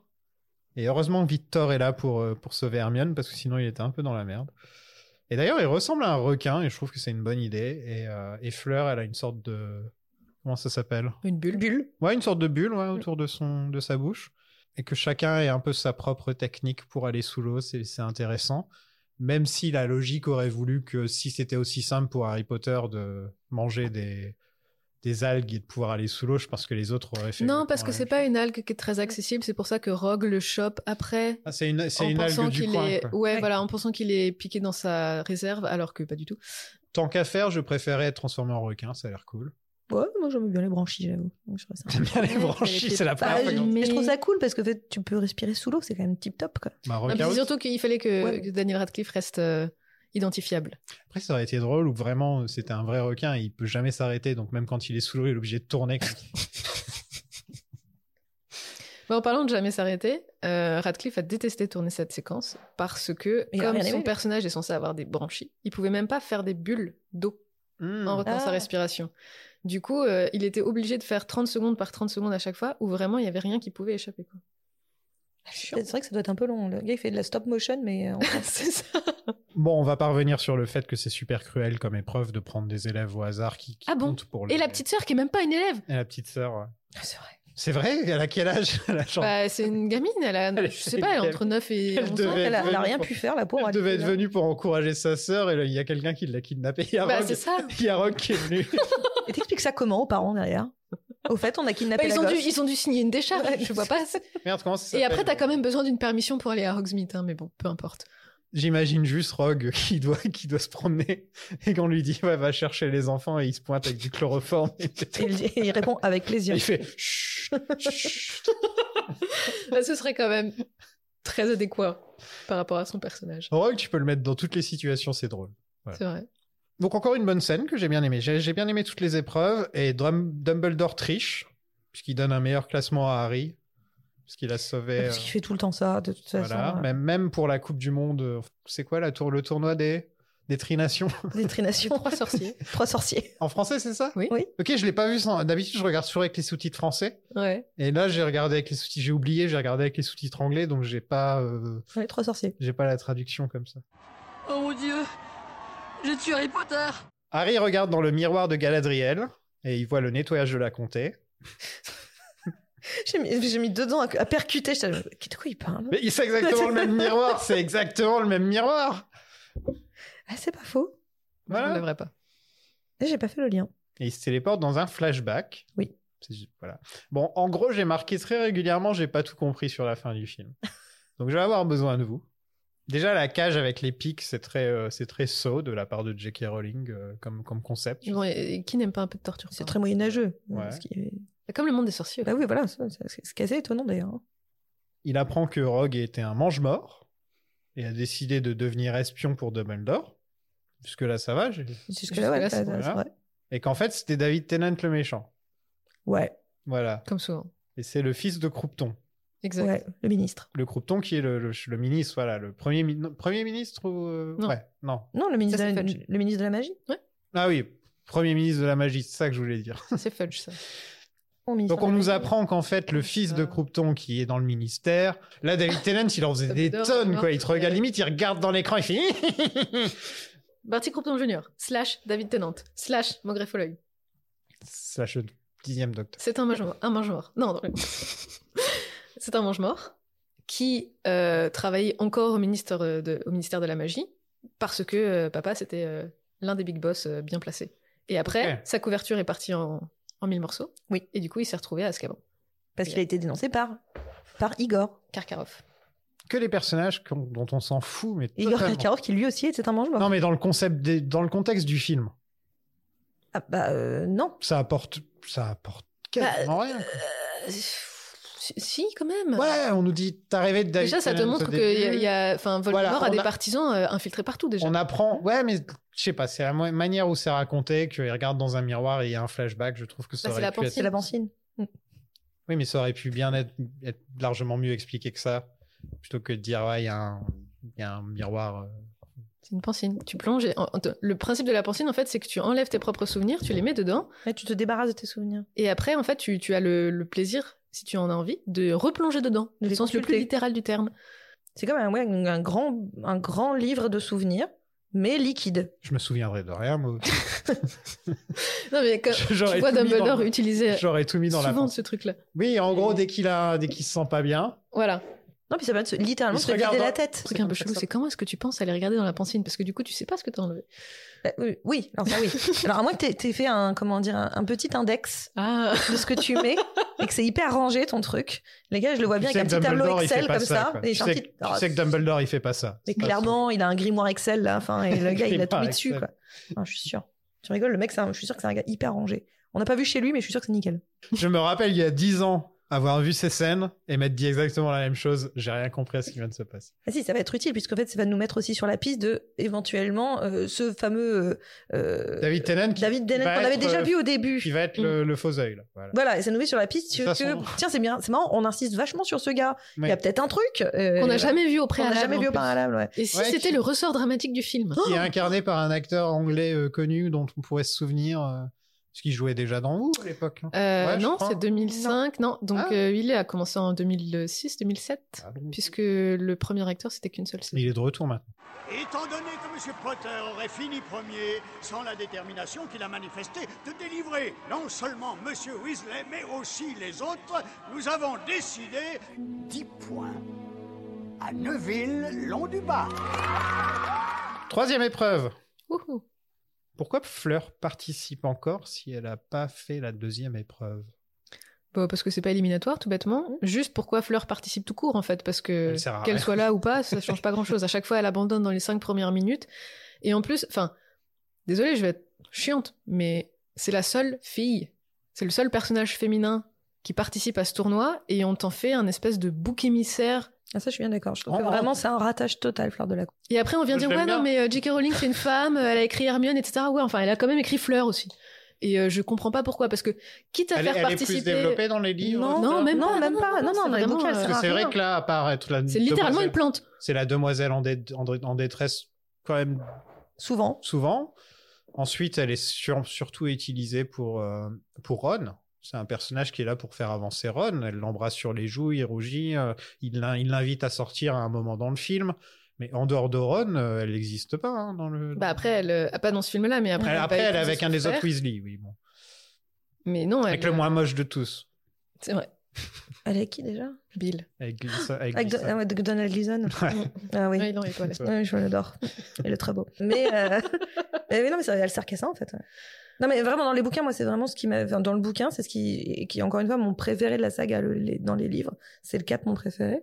Speaker 8: Et heureusement que Victor est là pour, euh, pour sauver Hermione, parce que sinon il était un peu dans la merde. Et d'ailleurs, il ressemble à un requin, et je trouve que c'est une bonne idée. Et, euh, et Fleur, elle a une sorte de... Comment ça s'appelle
Speaker 10: Une bulle.
Speaker 9: Bulle.
Speaker 8: Ouais, une sorte de bulle
Speaker 10: Mm.
Speaker 8: ouais, autour de, son, de sa bouche. Et que chacun ait un peu sa propre technique pour aller sous l'eau, c'est c'est intéressant. Même si la logique aurait voulu que si c'était aussi simple pour Harry Potter de manger des, des algues et de pouvoir aller sous l'eau, je pense que les autres auraient fait.
Speaker 10: Non,
Speaker 8: exactement
Speaker 10: parce que
Speaker 8: la
Speaker 10: c'est
Speaker 8: même
Speaker 10: pas une algue qui est très accessible. C'est pour ça que Rogue le chope après.
Speaker 8: chose. Ah, c'est une, c'est
Speaker 10: en
Speaker 8: une
Speaker 10: pensant
Speaker 8: algue du
Speaker 10: qu'il
Speaker 8: coin.
Speaker 10: est...
Speaker 8: quoi.
Speaker 10: ouais, voilà, en pensant qu'il est piqué dans sa réserve, alors que pas du tout.
Speaker 8: Tant qu'à faire, je préférais être transformé en requin, ça a l'air cool.
Speaker 9: Ouais, moi j'aime bien les branchies, j'avoue. Donc, je trouve ça-
Speaker 8: T'aimes bien les
Speaker 10: Ouais,
Speaker 8: branchies,
Speaker 10: t'as
Speaker 8: c'est la
Speaker 10: les
Speaker 8: première
Speaker 10: pieds pas-
Speaker 8: fois que j'en-
Speaker 9: Mais Ah, je trouve
Speaker 10: Bah, Mais-
Speaker 9: ça cool parce que en fait, tu peux respirer sous l'eau, c'est quand même tip top. Quoi.
Speaker 8: Bah,
Speaker 10: Non, Ah, puis
Speaker 8: requin
Speaker 10: c'est
Speaker 8: aussi.
Speaker 10: surtout qu'il fallait que,
Speaker 9: Ouais.
Speaker 10: que Daniel Radcliffe reste euh, identifiable.
Speaker 8: Après, ça aurait été drôle où vraiment euh, c'était un vrai requin et il peut jamais s'arrêter, donc même quand il est sous l'eau, il est obligé de tourner. comme-
Speaker 10: Bah, en parlant de jamais s'arrêter, euh, Radcliffe a détesté tourner cette séquence parce que,
Speaker 9: Il a
Speaker 10: comme
Speaker 9: rien
Speaker 10: son
Speaker 9: aimé.
Speaker 10: personnage est censé avoir des branchies, il pouvait même pas faire des bulles d'eau
Speaker 8: Hmm.
Speaker 10: en retenant
Speaker 9: Ah.
Speaker 10: sa respiration. Du coup, euh, il était obligé de faire 30 secondes par 30 secondes à chaque fois où vraiment il y avait rien qui pouvait échapper. quoi. Chiant.
Speaker 9: C'est vrai que ça doit être un peu long. Le gars il fait de la stop motion, mais. euh, on-
Speaker 10: C'est ça.
Speaker 8: Bon, on va pas revenir sur le fait que c'est super cruel comme épreuve de prendre des élèves au hasard qui, qui
Speaker 10: Ah bon
Speaker 8: comptent pour
Speaker 10: Et
Speaker 8: les-
Speaker 10: la petite sœur qui est même pas une élève.
Speaker 8: et la petite sœur. ouais.
Speaker 9: c'est vrai.
Speaker 8: C'est vrai Elle a quel âge Elle a genre-
Speaker 10: Bah, c'est une gamine, elle a,
Speaker 8: Elle
Speaker 10: je
Speaker 8: était
Speaker 10: sais pas, elle a
Speaker 8: gamine.
Speaker 10: entre 9 et
Speaker 8: Elle
Speaker 10: 11
Speaker 8: devait
Speaker 10: ans.
Speaker 8: être
Speaker 9: Elle a, elle a
Speaker 8: venue
Speaker 9: rien
Speaker 8: pour-
Speaker 9: pu faire, la pauvre.
Speaker 8: Elle devait
Speaker 9: était
Speaker 8: être
Speaker 9: là.
Speaker 8: venue pour encourager sa sœur et là, il y a quelqu'un qui l'a kidnappée. Il y a
Speaker 10: Bah,
Speaker 8: Rogue-
Speaker 10: c'est ça.
Speaker 8: il y a Rogue qui est venu.
Speaker 9: Et t'expliques ça comment aux parents derrière Au fait, on a
Speaker 10: Bah,
Speaker 9: kidnappé
Speaker 10: ils,
Speaker 9: la
Speaker 10: ont dû,
Speaker 9: gosse.
Speaker 10: ils ont dû signer une décharge,
Speaker 9: Ouais.
Speaker 10: je vois pas.
Speaker 8: Merde, comment ça
Speaker 10: Et après,
Speaker 8: s'appelle
Speaker 10: t'as quand même besoin d'une permission pour aller à Hogsmeade, hein, mais bon, peu importe.
Speaker 8: J'imagine juste Rogue qui doit, qui doit se promener et qu'on lui dit ouais, va chercher les enfants et il se pointe avec du chloroforme. Et
Speaker 9: Et il, et il répond avec plaisir.
Speaker 8: il fait Chut, chut.
Speaker 10: Bah, ce serait quand même très adéquat par rapport à son personnage.
Speaker 8: Rogue, tu peux le mettre dans toutes les situations, c'est drôle.
Speaker 10: C'est vrai.
Speaker 8: Donc encore une bonne scène que j'ai bien aimée. J'ai j'ai bien aimé toutes les épreuves et Drum- Dumbledore triche puisqu'il donne un meilleur classement à Harry puisqu'il a sauvé.
Speaker 9: Ah, Parce
Speaker 8: euh,
Speaker 9: qu'il fait tout le temps ça, de toute façon. hein.
Speaker 8: voilà. Même, même pour la Coupe du Monde, euh, c'est quoi la tour, le tournoi des des trinations
Speaker 9: Des trinations.
Speaker 10: Trois sorciers.
Speaker 9: Trois sorciers.
Speaker 8: en français, c'est ça
Speaker 10: Oui.
Speaker 9: Oui.
Speaker 8: Ok, je l'ai pas vu. Sans... D'habitude, je regarde toujours avec les sous-titres français
Speaker 10: Ouais.
Speaker 8: et là j'ai regardé avec les sous-titres. J'ai oublié, j'ai regardé avec les sous-titres anglais, donc j'ai pas euh,
Speaker 9: Les trois sorciers.
Speaker 8: j'ai pas la traduction comme ça.
Speaker 5: Oh mon dieu J'ai tué Harry Potter
Speaker 8: Harry regarde dans le miroir de Galadriel et il voit le nettoyage de la comté.
Speaker 9: J'ai mis, j'ai mis dedans à, à percuter. j'étais là, De quoi il parle
Speaker 8: Mais c'est exactement le même miroir, c'est exactement le même miroir.
Speaker 9: Ah, c'est pas faux.
Speaker 10: Je ne
Speaker 8: Voilà.
Speaker 10: l'aimerais pas.
Speaker 9: Et J'ai pas fait le lien.
Speaker 8: Et il se téléporte dans un flashback.
Speaker 9: Oui.
Speaker 8: C'est ju- Voilà. Bon, en gros, j'ai marqué très régulièrement, j'ai pas tout compris sur la fin du film. Donc je vais avoir besoin de vous. Déjà, la cage avec les pics, c'est très, euh, c'est très saut de la part de J.K. Rowling euh, comme, comme concept.
Speaker 10: Bon, et- et qui n'aime pas un peu de torture
Speaker 9: C'est
Speaker 10: pardon.
Speaker 9: très moyenâgeux.
Speaker 8: Ah, Ouais.
Speaker 9: Ce qui est-
Speaker 10: Comme le monde des sorciers.
Speaker 9: Bah oui, voilà. ça- ça- C'est c'est assez étonnant d'ailleurs. hein.
Speaker 8: Il apprend que Rogue était un mange-mort et a décidé de devenir espion pour Dumbledore. Jusque là, ça va. j'ai-
Speaker 9: Jusque-là, ouais,
Speaker 10: Jusque-là,
Speaker 9: ça-
Speaker 10: c'est-
Speaker 9: ça- c'est
Speaker 8: voilà.
Speaker 9: vrai.
Speaker 8: Et qu'en fait, c'était David Tennant le méchant.
Speaker 9: Ouais.
Speaker 8: Voilà.
Speaker 10: Comme souvent.
Speaker 8: Et c'est le fils de Croupton.
Speaker 10: Exact.
Speaker 9: Ouais, le ministre.
Speaker 8: Le Croupton qui est le, le, le ministre, voilà, le premier, mi- non, premier ministre ou. euh,
Speaker 10: Non.
Speaker 8: Ouais, non.
Speaker 9: Non, le ministre,
Speaker 10: Ça,
Speaker 9: de la,
Speaker 10: c'est Fudge.
Speaker 9: le ministre de la magie.
Speaker 8: Ah oui, premier ministre de la magie, c'est ça que je voulais dire.
Speaker 10: C'est fudge, ça.
Speaker 9: Au ministre
Speaker 8: Donc
Speaker 9: de
Speaker 8: on
Speaker 9: la
Speaker 8: nous
Speaker 9: magie.
Speaker 8: apprend qu'en fait le fils
Speaker 10: Ah.
Speaker 8: de Croupton qui est dans le ministère, là David Tennant il en faisait des
Speaker 10: Dumbledore,
Speaker 8: tonnes
Speaker 10: Dumbledore.
Speaker 8: quoi, il te regarde limite, il regarde dans l'écran, il fait
Speaker 10: Barty Croupton Jr. slash David Tennant slash Maugrey Folleuil.
Speaker 8: slash le dixième docteur.
Speaker 10: C'est un mange-mort. Un mange-mort. Non, non. C'est un mange-mort qui euh, travaillait encore au ministère de, au ministère de la magie parce que euh, papa, c'était euh, l'un des big boss euh, bien placés. Et après,
Speaker 9: Ok.
Speaker 10: sa couverture est partie en, en mille morceaux.
Speaker 9: Oui.
Speaker 10: Et du coup, il s'est retrouvé à Azkaban.
Speaker 9: Parce qu'il a été dénoncé par, par Igor.
Speaker 10: Karkaroff.
Speaker 8: Que les personnages qu'on- dont on s'en fout mais
Speaker 9: Igor
Speaker 8: totalement.
Speaker 9: Karkaroff qui lui aussi était un mange-mort.
Speaker 8: Non mais dans le concept des- dans le contexte du film,
Speaker 9: Ah, bah euh, non.
Speaker 8: ça apporte ça apporte quasiment rien. quoi.
Speaker 10: Bah, Euh, si- si, quand même.
Speaker 8: Ouais, on nous dit t'as rêvé de David
Speaker 10: Déjà, ça te
Speaker 8: Tennant au
Speaker 10: montre qu'il
Speaker 8: début.
Speaker 10: y a, il y a- enfin, Voldemort
Speaker 8: Voilà,
Speaker 10: a
Speaker 8: on
Speaker 10: des
Speaker 8: a-
Speaker 10: partisans euh, infiltrés partout déjà.
Speaker 8: On apprend, ouais, mais je sais pas, c'est la mo- manière où c'est raconté, qu'il regarde dans un miroir et il y a un flashback, je trouve que ça
Speaker 10: Bah, c'est
Speaker 8: aurait
Speaker 10: la
Speaker 8: pu être-
Speaker 10: pensée.
Speaker 9: C'est la pancine.
Speaker 8: Oui, mais ça aurait pu bien être, être largement mieux expliqué que ça, plutôt que de dire, ouais, il y, a un- il y a un miroir. euh.
Speaker 10: C'est une pancine. Tu plonges. et- en- en te- Le principe de la pancine, en fait, c'est que tu enlèves tes propres souvenirs, tu les mets dedans,
Speaker 9: Ouais, tu te débarrasses de tes souvenirs.
Speaker 10: et après, en fait, tu, tu as le, le plaisir, si tu en as envie, de replonger dedans,
Speaker 9: De
Speaker 10: le
Speaker 9: les
Speaker 10: sens le plus
Speaker 9: consulter.
Speaker 10: littéral du terme.
Speaker 9: C'est comme un, ouais, un, un grand, un grand livre de souvenirs, mais liquide.
Speaker 8: Je me souviendrai de rien, moi.
Speaker 10: Non, mais quand tu
Speaker 8: J'aurais
Speaker 10: vois
Speaker 8: tout mis
Speaker 10: Dumbledore
Speaker 8: dans-
Speaker 9: euh,
Speaker 10: utiliser
Speaker 8: J'aurais tout mis dans la.
Speaker 10: souvent
Speaker 8: pensée.
Speaker 10: ce truc-là.
Speaker 8: Oui, en gros, dès qu'il a, dès qu'il se sent pas bien,
Speaker 10: Voilà.
Speaker 9: Non, puis ça va te- littéralement
Speaker 8: Il se
Speaker 9: te
Speaker 8: regarde
Speaker 9: vider la
Speaker 8: dans-
Speaker 9: tête.
Speaker 10: Le truc un peu chelou, c'est comment est-ce que tu penses à les regarder dans la pancine Parce que du coup, tu sais pas ce que t'as enlevé.
Speaker 9: Bah, oui, oui, alors ça oui. Alors à moins que t'aies- t'aies fait un, comment dire, un, un petit index
Speaker 10: Ah
Speaker 9: de ce que tu mets et que c'est hyper rangé ton truc. Les gars, je le vois
Speaker 8: tu
Speaker 9: bien
Speaker 8: sais
Speaker 9: avec
Speaker 8: que
Speaker 9: un petit tableau
Speaker 8: Dumbledore, il fait
Speaker 9: Excel
Speaker 8: pas
Speaker 9: comme
Speaker 8: ça.
Speaker 9: ça.
Speaker 8: quoi.
Speaker 9: et
Speaker 8: Tu
Speaker 9: j'ai un
Speaker 8: sais
Speaker 9: petit-
Speaker 8: que- tu
Speaker 9: Alors,
Speaker 8: sais que Dumbledore, il fait pas ça.
Speaker 9: Mais
Speaker 8: C'est pas
Speaker 9: clairement, il a un grimoire Excel là, enfin, et le gars, il a tout
Speaker 8: Grimoire
Speaker 9: mis dessus,
Speaker 8: Excel.
Speaker 9: quoi. Enfin, je suis sûr. Tu rigoles, le mec, c'est un- je suis sûr que c'est un gars hyper rangé. On n'a pas vu chez lui, mais je suis sûr que c'est nickel.
Speaker 8: son- Je me rappelle, il y a 10 ans, avoir vu ces scènes et m'être dit exactement la même chose, j'ai rien compris à ce qui vient de se passer.
Speaker 9: Ah si, ça va être utile, puisqu'en fait, ça va nous mettre aussi sur la piste de, éventuellement, euh, ce fameux euh, euh,
Speaker 8: David Tennant, qui-
Speaker 9: David Tennant
Speaker 8: qui va
Speaker 9: qu'on avait
Speaker 8: être,
Speaker 9: déjà
Speaker 8: euh,
Speaker 9: vu au début.
Speaker 8: qui
Speaker 10: Mm.
Speaker 8: va être le, le faux œil, là. Voilà.
Speaker 9: Voilà, et ça nous met sur la piste
Speaker 8: De
Speaker 9: que,
Speaker 8: toute façon-
Speaker 9: tiens, c'est bien, c'est marrant, on insiste vachement sur ce gars. Il y a
Speaker 8: Ouais.
Speaker 9: peut-être un truc euh,
Speaker 10: Qu'on n'a jamais vu au
Speaker 9: qu'on n'a
Speaker 10: préalable.
Speaker 9: jamais
Speaker 10: en
Speaker 9: vu au
Speaker 10: plus.
Speaker 9: préalable, ouais.
Speaker 10: Et si
Speaker 8: Ouais,
Speaker 10: c'était
Speaker 8: qui-
Speaker 10: le ressort dramatique du film
Speaker 8: qui est incarné par un acteur anglais euh, connu dont on pourrait se souvenir euh, parce qu'il jouait déjà dans vous à l'époque. hein.
Speaker 10: Euh,
Speaker 8: Ouais, je
Speaker 10: non,
Speaker 8: crois.
Speaker 10: c'est 2005. Non, donc
Speaker 8: Ah.
Speaker 10: euh, il a commencé en 2006, 2007, puisque le premier acteur c'était qu'une seule saison.
Speaker 8: Il est de retour maintenant.
Speaker 1: Étant donné que M. Potter aurait fini premier sans la détermination qu'il a manifestée de délivrer non seulement M. Weasley, mais aussi les autres, nous avons décidé 10 points à Neuville, long du bas.
Speaker 8: Troisième épreuve.
Speaker 10: Wouhou.
Speaker 8: Pourquoi Fleur participe encore si elle n'a pas fait la deuxième épreuve
Speaker 10: Bon, Bah, parce que c'est pas éliminatoire, tout bêtement. Juste pourquoi Fleur participe tout court en fait, parce que
Speaker 8: Elle sert à
Speaker 10: qu'elle
Speaker 8: rien.
Speaker 10: soit là ou pas, ça change pas grand chose. À chaque fois, elle abandonne dans les cinq premières minutes. Et en plus, enfin, désolée, je vais être chiante, mais c'est la seule fille, c'est le seul personnage féminin qui participe à ce tournoi, et on t'en fait un espèce de bouc émissaire
Speaker 9: Ah, ça, je suis bien d'accord. Je trouve
Speaker 8: En-
Speaker 9: que
Speaker 8: en-
Speaker 9: vraiment, c'est un ratage total, Fleur de la Coupe.
Speaker 10: Et après, on vient
Speaker 8: Moi,
Speaker 10: dire,
Speaker 8: je l'aime
Speaker 10: ouais, non,
Speaker 8: bien.
Speaker 10: mais euh, J.K. Rowling, c'est une femme, euh, elle a écrit Hermione, etc. Ouais, enfin, elle a quand même écrit Fleur aussi. Et euh, je comprends pas pourquoi, parce que quitte à
Speaker 8: Elle,
Speaker 10: faire
Speaker 8: elle est
Speaker 10: participer.
Speaker 8: plus développée dans les livres
Speaker 10: Non,
Speaker 8: Fleur
Speaker 10: même
Speaker 9: non,
Speaker 10: pas.
Speaker 9: même pas. Non, non,
Speaker 10: c'est
Speaker 9: dans les
Speaker 10: vraiment,
Speaker 9: bouquins,
Speaker 10: euh,
Speaker 9: elle
Speaker 8: Parce
Speaker 9: sert
Speaker 8: que
Speaker 9: à
Speaker 8: c'est
Speaker 9: rien.
Speaker 8: vrai que là, à part être la
Speaker 10: C'est littéralement
Speaker 8: demoiselle-
Speaker 10: une plante.
Speaker 8: c'est la demoiselle en, dé- en dé- en détresse quand même
Speaker 9: Souvent.
Speaker 8: souvent. Ensuite, elle est sur- surtout utilisée pour, euh, pour Ron. C'est un personnage qui est là pour faire avancer Ron. Elle l'embrasse sur les joues, il rougit, euh, il l'in- il l'invite à sortir à un moment dans le film. Mais en dehors de Ron, euh, elle n'existe pas hein, dans le.
Speaker 10: Bah après, elle, euh, pas dans ce film-là, mais après.
Speaker 8: Elle-
Speaker 10: va
Speaker 8: après, elle est
Speaker 10: épouser
Speaker 8: avec
Speaker 10: son
Speaker 8: un des
Speaker 10: frère.
Speaker 8: autres Weasley, oui. Bon.
Speaker 10: Mais non, elle. euh,
Speaker 8: Avec le moins moche de tous.
Speaker 10: C'est vrai.
Speaker 9: Elle est avec qui déjà
Speaker 10: Bill.
Speaker 8: Avec Glissa- avec
Speaker 9: Avec Don-
Speaker 8: Glissa.
Speaker 9: ah ouais, avec Donald Gleason.
Speaker 8: Ouais.
Speaker 9: Ah oui.
Speaker 10: Ouais, dans les toilettes.
Speaker 9: Ouais, je l'adore. Il est très beau. Mais, euh, mais, mais non, mais ça, elle sert qu'à ça, en fait. ouais. Non, mais vraiment, dans les bouquins, moi, c'est vraiment ce qui m'a. enfin, dans le bouquin, c'est ce qui, qui, encore une fois, mon préféré de la saga le- les- dans les livres. C'est le cap, mon préféré.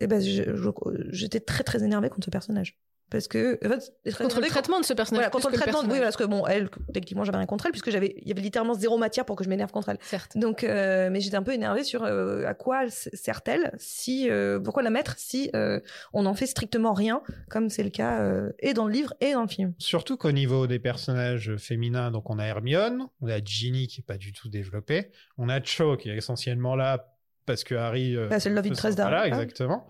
Speaker 9: Et ben, je- je- j'étais très, très énervée contre ce personnage. Parce que. en fait, très
Speaker 10: Contre le
Speaker 9: énervée
Speaker 10: traitement de ce personnage.
Speaker 9: Voilà,
Speaker 10: plus
Speaker 9: contre
Speaker 10: que
Speaker 9: le traitement, oui,
Speaker 10: personnage.
Speaker 9: parce que bon, elle, techniquement, j'avais rien contre elle, puisque j'avais, il y avait littéralement zéro matière pour que je m'énerve contre elle.
Speaker 10: Certes.
Speaker 9: Donc, euh, mais j'étais un peu énervée sur euh, à quoi elle s- sert-elle, si, euh, pourquoi la mettre si euh, on n'en fait strictement rien, comme c'est le cas euh, et dans le livre et dans le film.
Speaker 8: Surtout qu'au niveau des personnages féminins, donc on a Hermione, on a Ginny qui est pas du tout développée, on a Cho qui est essentiellement là parce que Harry. euh,
Speaker 9: Ah, c'est le Love Interest
Speaker 8: Voilà,
Speaker 9: d'Harry, hein.
Speaker 8: exactement.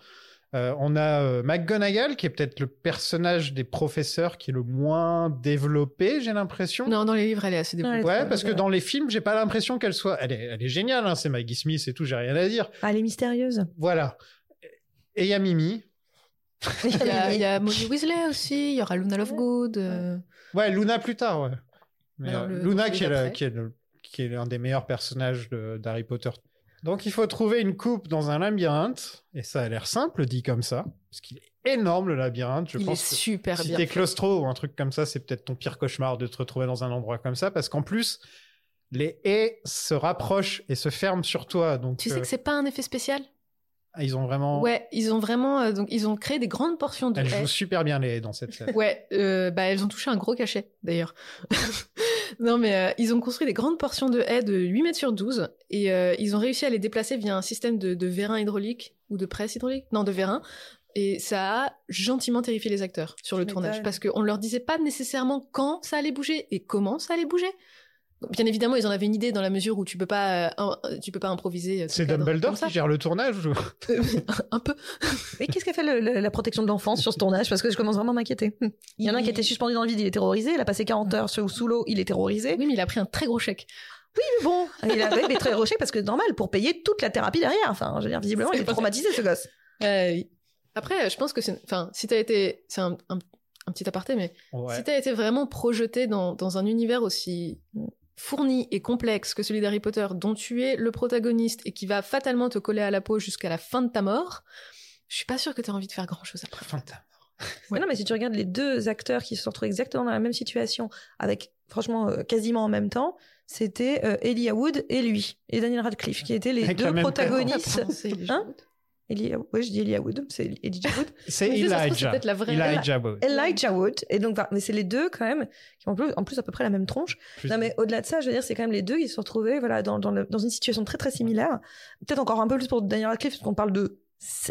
Speaker 8: Euh, on a euh, McGonagall, qui est peut-être le personnage des professeurs qui est le moins développé, j'ai l'impression.
Speaker 10: Non, dans les livres, elle est assez développée.
Speaker 8: ouais, parce que dans les films, j'ai pas l'impression qu'elle soit. Elle est, elle est géniale, hein, c'est Maggie Smith et tout, j'ai rien à dire.
Speaker 9: Ah, elle est mystérieuse.
Speaker 8: Voilà. Et il y a Mimi.
Speaker 10: Il y a, il y a Molly Weasley aussi, il y aura Luna Lovegood. euh,
Speaker 8: Ouais, Luna plus tard, ouais. Mais,
Speaker 10: Alors,
Speaker 8: euh,
Speaker 10: le-
Speaker 8: Luna
Speaker 10: celui
Speaker 8: qui est, le-
Speaker 10: d'après.
Speaker 8: qui est le- qui est l'un des meilleurs personnages de- d'Harry Potter. Donc il faut trouver une coupe dans un labyrinthe, et ça a l'air simple dit comme ça, parce qu'il est énorme le labyrinthe. Je
Speaker 10: Il
Speaker 8: pense
Speaker 10: est
Speaker 8: que
Speaker 10: super
Speaker 8: si
Speaker 10: bien
Speaker 8: t'es
Speaker 10: fait.
Speaker 8: claustro ou un truc comme ça, c'est peut-être ton pire cauchemar de te retrouver dans un endroit comme ça, parce qu'en plus les haies se rapprochent et se ferment sur toi. Donc
Speaker 10: Tu sais
Speaker 8: euh,
Speaker 10: que c'est pas un effet spécial
Speaker 8: ils ont vraiment,
Speaker 10: Ouais, ils ont vraiment. euh, donc, ils ont créé des grandes portions de.
Speaker 8: elles
Speaker 10: haies.
Speaker 8: jouent super bien les haies dans cette scène.
Speaker 10: Ouais, euh, bah, elles ont touché un gros cachet, d'ailleurs. non, mais euh, ils ont construit des grandes portions de haies de 8 mètres sur 12 et euh, ils ont réussi à les déplacer via un système de, de vérin hydraulique ou de presse hydraulique Non, de vérin. Et ça a gentiment terrifié les acteurs sur le
Speaker 9: Tu
Speaker 10: tournage
Speaker 9: m'étonnes.
Speaker 10: parce qu'on ne leur disait pas nécessairement quand ça allait bouger et comment ça allait bouger. Donc, Bien évidemment, ils en avaient une idée dans la mesure où tu peux pas, euh, un- tu peux pas improviser. euh, ton
Speaker 8: C'est
Speaker 10: cadre
Speaker 8: Dumbledore
Speaker 10: comme ça.
Speaker 8: qui gère le tournage. ou-
Speaker 9: Mais qu'est-ce qu'a fait le- le- la protection de l'enfance sur ce tournage Parce que je commence vraiment à m'inquiéter. Il y en a un qui était suspendu dans le vide, il est terrorisé. Il a passé 40 heures sous, sous l'eau, il est terrorisé.
Speaker 10: Oui, mais il a pris un très gros chèque.
Speaker 9: Oui, mais bon, il avait des très gros chèques parce que c'est normal pour payer toute la thérapie derrière. Enfin, je veux dire, visiblement, il
Speaker 10: C'est
Speaker 9: est
Speaker 10: pas-
Speaker 9: traumatisé ce gosse.
Speaker 10: Euh, oui. après, je pense que c'est. Enfin, si t'as été. C'est un, un- un petit aparté, mais
Speaker 8: Ouais.
Speaker 10: si t'as été vraiment projeté dans, dans un univers aussi fourni et complexe que celui d'Harry Potter, dont tu es le protagoniste et qui va fatalement te coller à la peau jusqu'à la fin de ta mort, je suis pas sûre que t'aies envie de faire grand chose après.
Speaker 8: Fanta.
Speaker 9: Mais non, mais si tu regardes les deux acteurs qui se sont retrouvés exactement dans la même situation, avec franchement euh, quasiment en même temps, c'était euh, Elia Wood et lui, et Daniel Radcliffe, qui étaient les
Speaker 8: Avec la
Speaker 9: deux
Speaker 8: même
Speaker 9: protagonistes.
Speaker 10: performance. C'est Elijah
Speaker 9: Hein Elia, ouais, je dis Elia Wood, c'est Elijah Wood.
Speaker 8: C'est
Speaker 10: Mais ça, ça se trouve, c'est
Speaker 8: Elijah.
Speaker 10: peut-être la vraie-
Speaker 8: Elijah Wood.
Speaker 9: Elijah Wood. Et donc, bah, mais c'est les deux quand même, qui ont en plus, en plus à peu près la même tronche.
Speaker 8: Plus-
Speaker 9: Non, mais au-delà de ça, je veux dire, c'est quand même les deux qui se sont retrouvés voilà, dans, dans, le- dans une situation très très similaire. Peut-être encore un peu plus pour Daniel Radcliffe, parce qu'on parle de,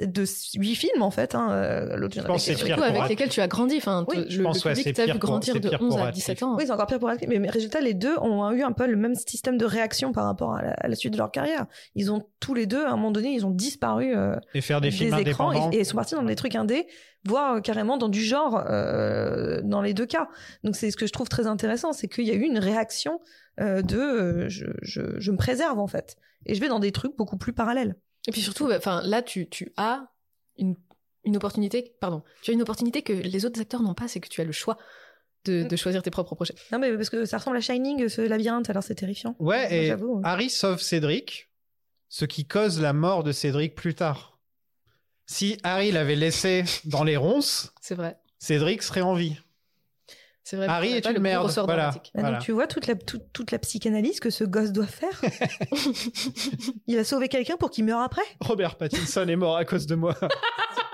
Speaker 9: de huit films en fait. Hein, euh, l'autre,
Speaker 8: Je
Speaker 9: il y en avait
Speaker 8: pense que c'est
Speaker 9: quelques-
Speaker 8: pire
Speaker 10: Surtout
Speaker 8: pour
Speaker 10: avec
Speaker 8: Radcliffe.
Speaker 10: lesquels tu as grandi. Enfin,
Speaker 9: Oui,
Speaker 10: te-
Speaker 8: je
Speaker 10: le,
Speaker 8: pense,
Speaker 10: le
Speaker 8: ouais,
Speaker 10: public
Speaker 8: c'est
Speaker 10: t'a
Speaker 8: pire
Speaker 10: vu
Speaker 8: pour-
Speaker 10: grandir
Speaker 8: c'est
Speaker 10: de
Speaker 8: pire
Speaker 10: 11
Speaker 8: pour
Speaker 10: à
Speaker 8: Radcliffe.
Speaker 10: 17 ans. hein.
Speaker 9: Oui, c'est encore pire pour Radcliffe. Mais, mais résultat, les deux ont hein, eu un peu le même système de réaction par rapport à la, à la suite de leur carrière. Ils ont tous les deux, à un moment donné, ils ont disparu euh,
Speaker 8: Et faire des films
Speaker 9: écrans
Speaker 8: indépendants.
Speaker 9: et, et ils sont partis dans des trucs indés, voire euh, carrément dans du genre euh, dans les deux cas. Donc c'est ce que je trouve très intéressant, c'est qu'il y a eu une réaction euh, de euh, je, je- je me préserve en fait. Et je vais dans des trucs beaucoup plus parallèles.
Speaker 10: Et puis surtout, bah, enfin là, tu, tu as une, une opportunité, pardon, tu as une opportunité que les autres acteurs n'ont pas, c'est que tu as le choix de, de choisir tes propres projets.
Speaker 9: Non mais parce que ça ressemble à Shining, ce labyrinthe, alors c'est terrifiant. Moi,
Speaker 8: Ouais, et Ah,
Speaker 9: j'avoue. hein. euh.
Speaker 8: Harry sauve Cédric, ce qui cause la mort de Cédric plus tard. Si Harry l'avait laissé dans les ronces,
Speaker 10: C'est vrai,
Speaker 8: Cédric serait en vie.
Speaker 10: c'est vrai.
Speaker 8: Harry
Speaker 10: on n'a
Speaker 8: est
Speaker 10: pas
Speaker 8: une
Speaker 10: le gros
Speaker 8: merde.
Speaker 10: ressort
Speaker 8: Voilà.
Speaker 10: dramatique.
Speaker 9: Bah,
Speaker 8: voilà.
Speaker 9: Donc tu vois toute la, toute, toute la psychanalyse que ce gosse doit faire. Il a sauvé quelqu'un pour qu'il meure après.
Speaker 8: Robert Pattinson est mort à cause de moi.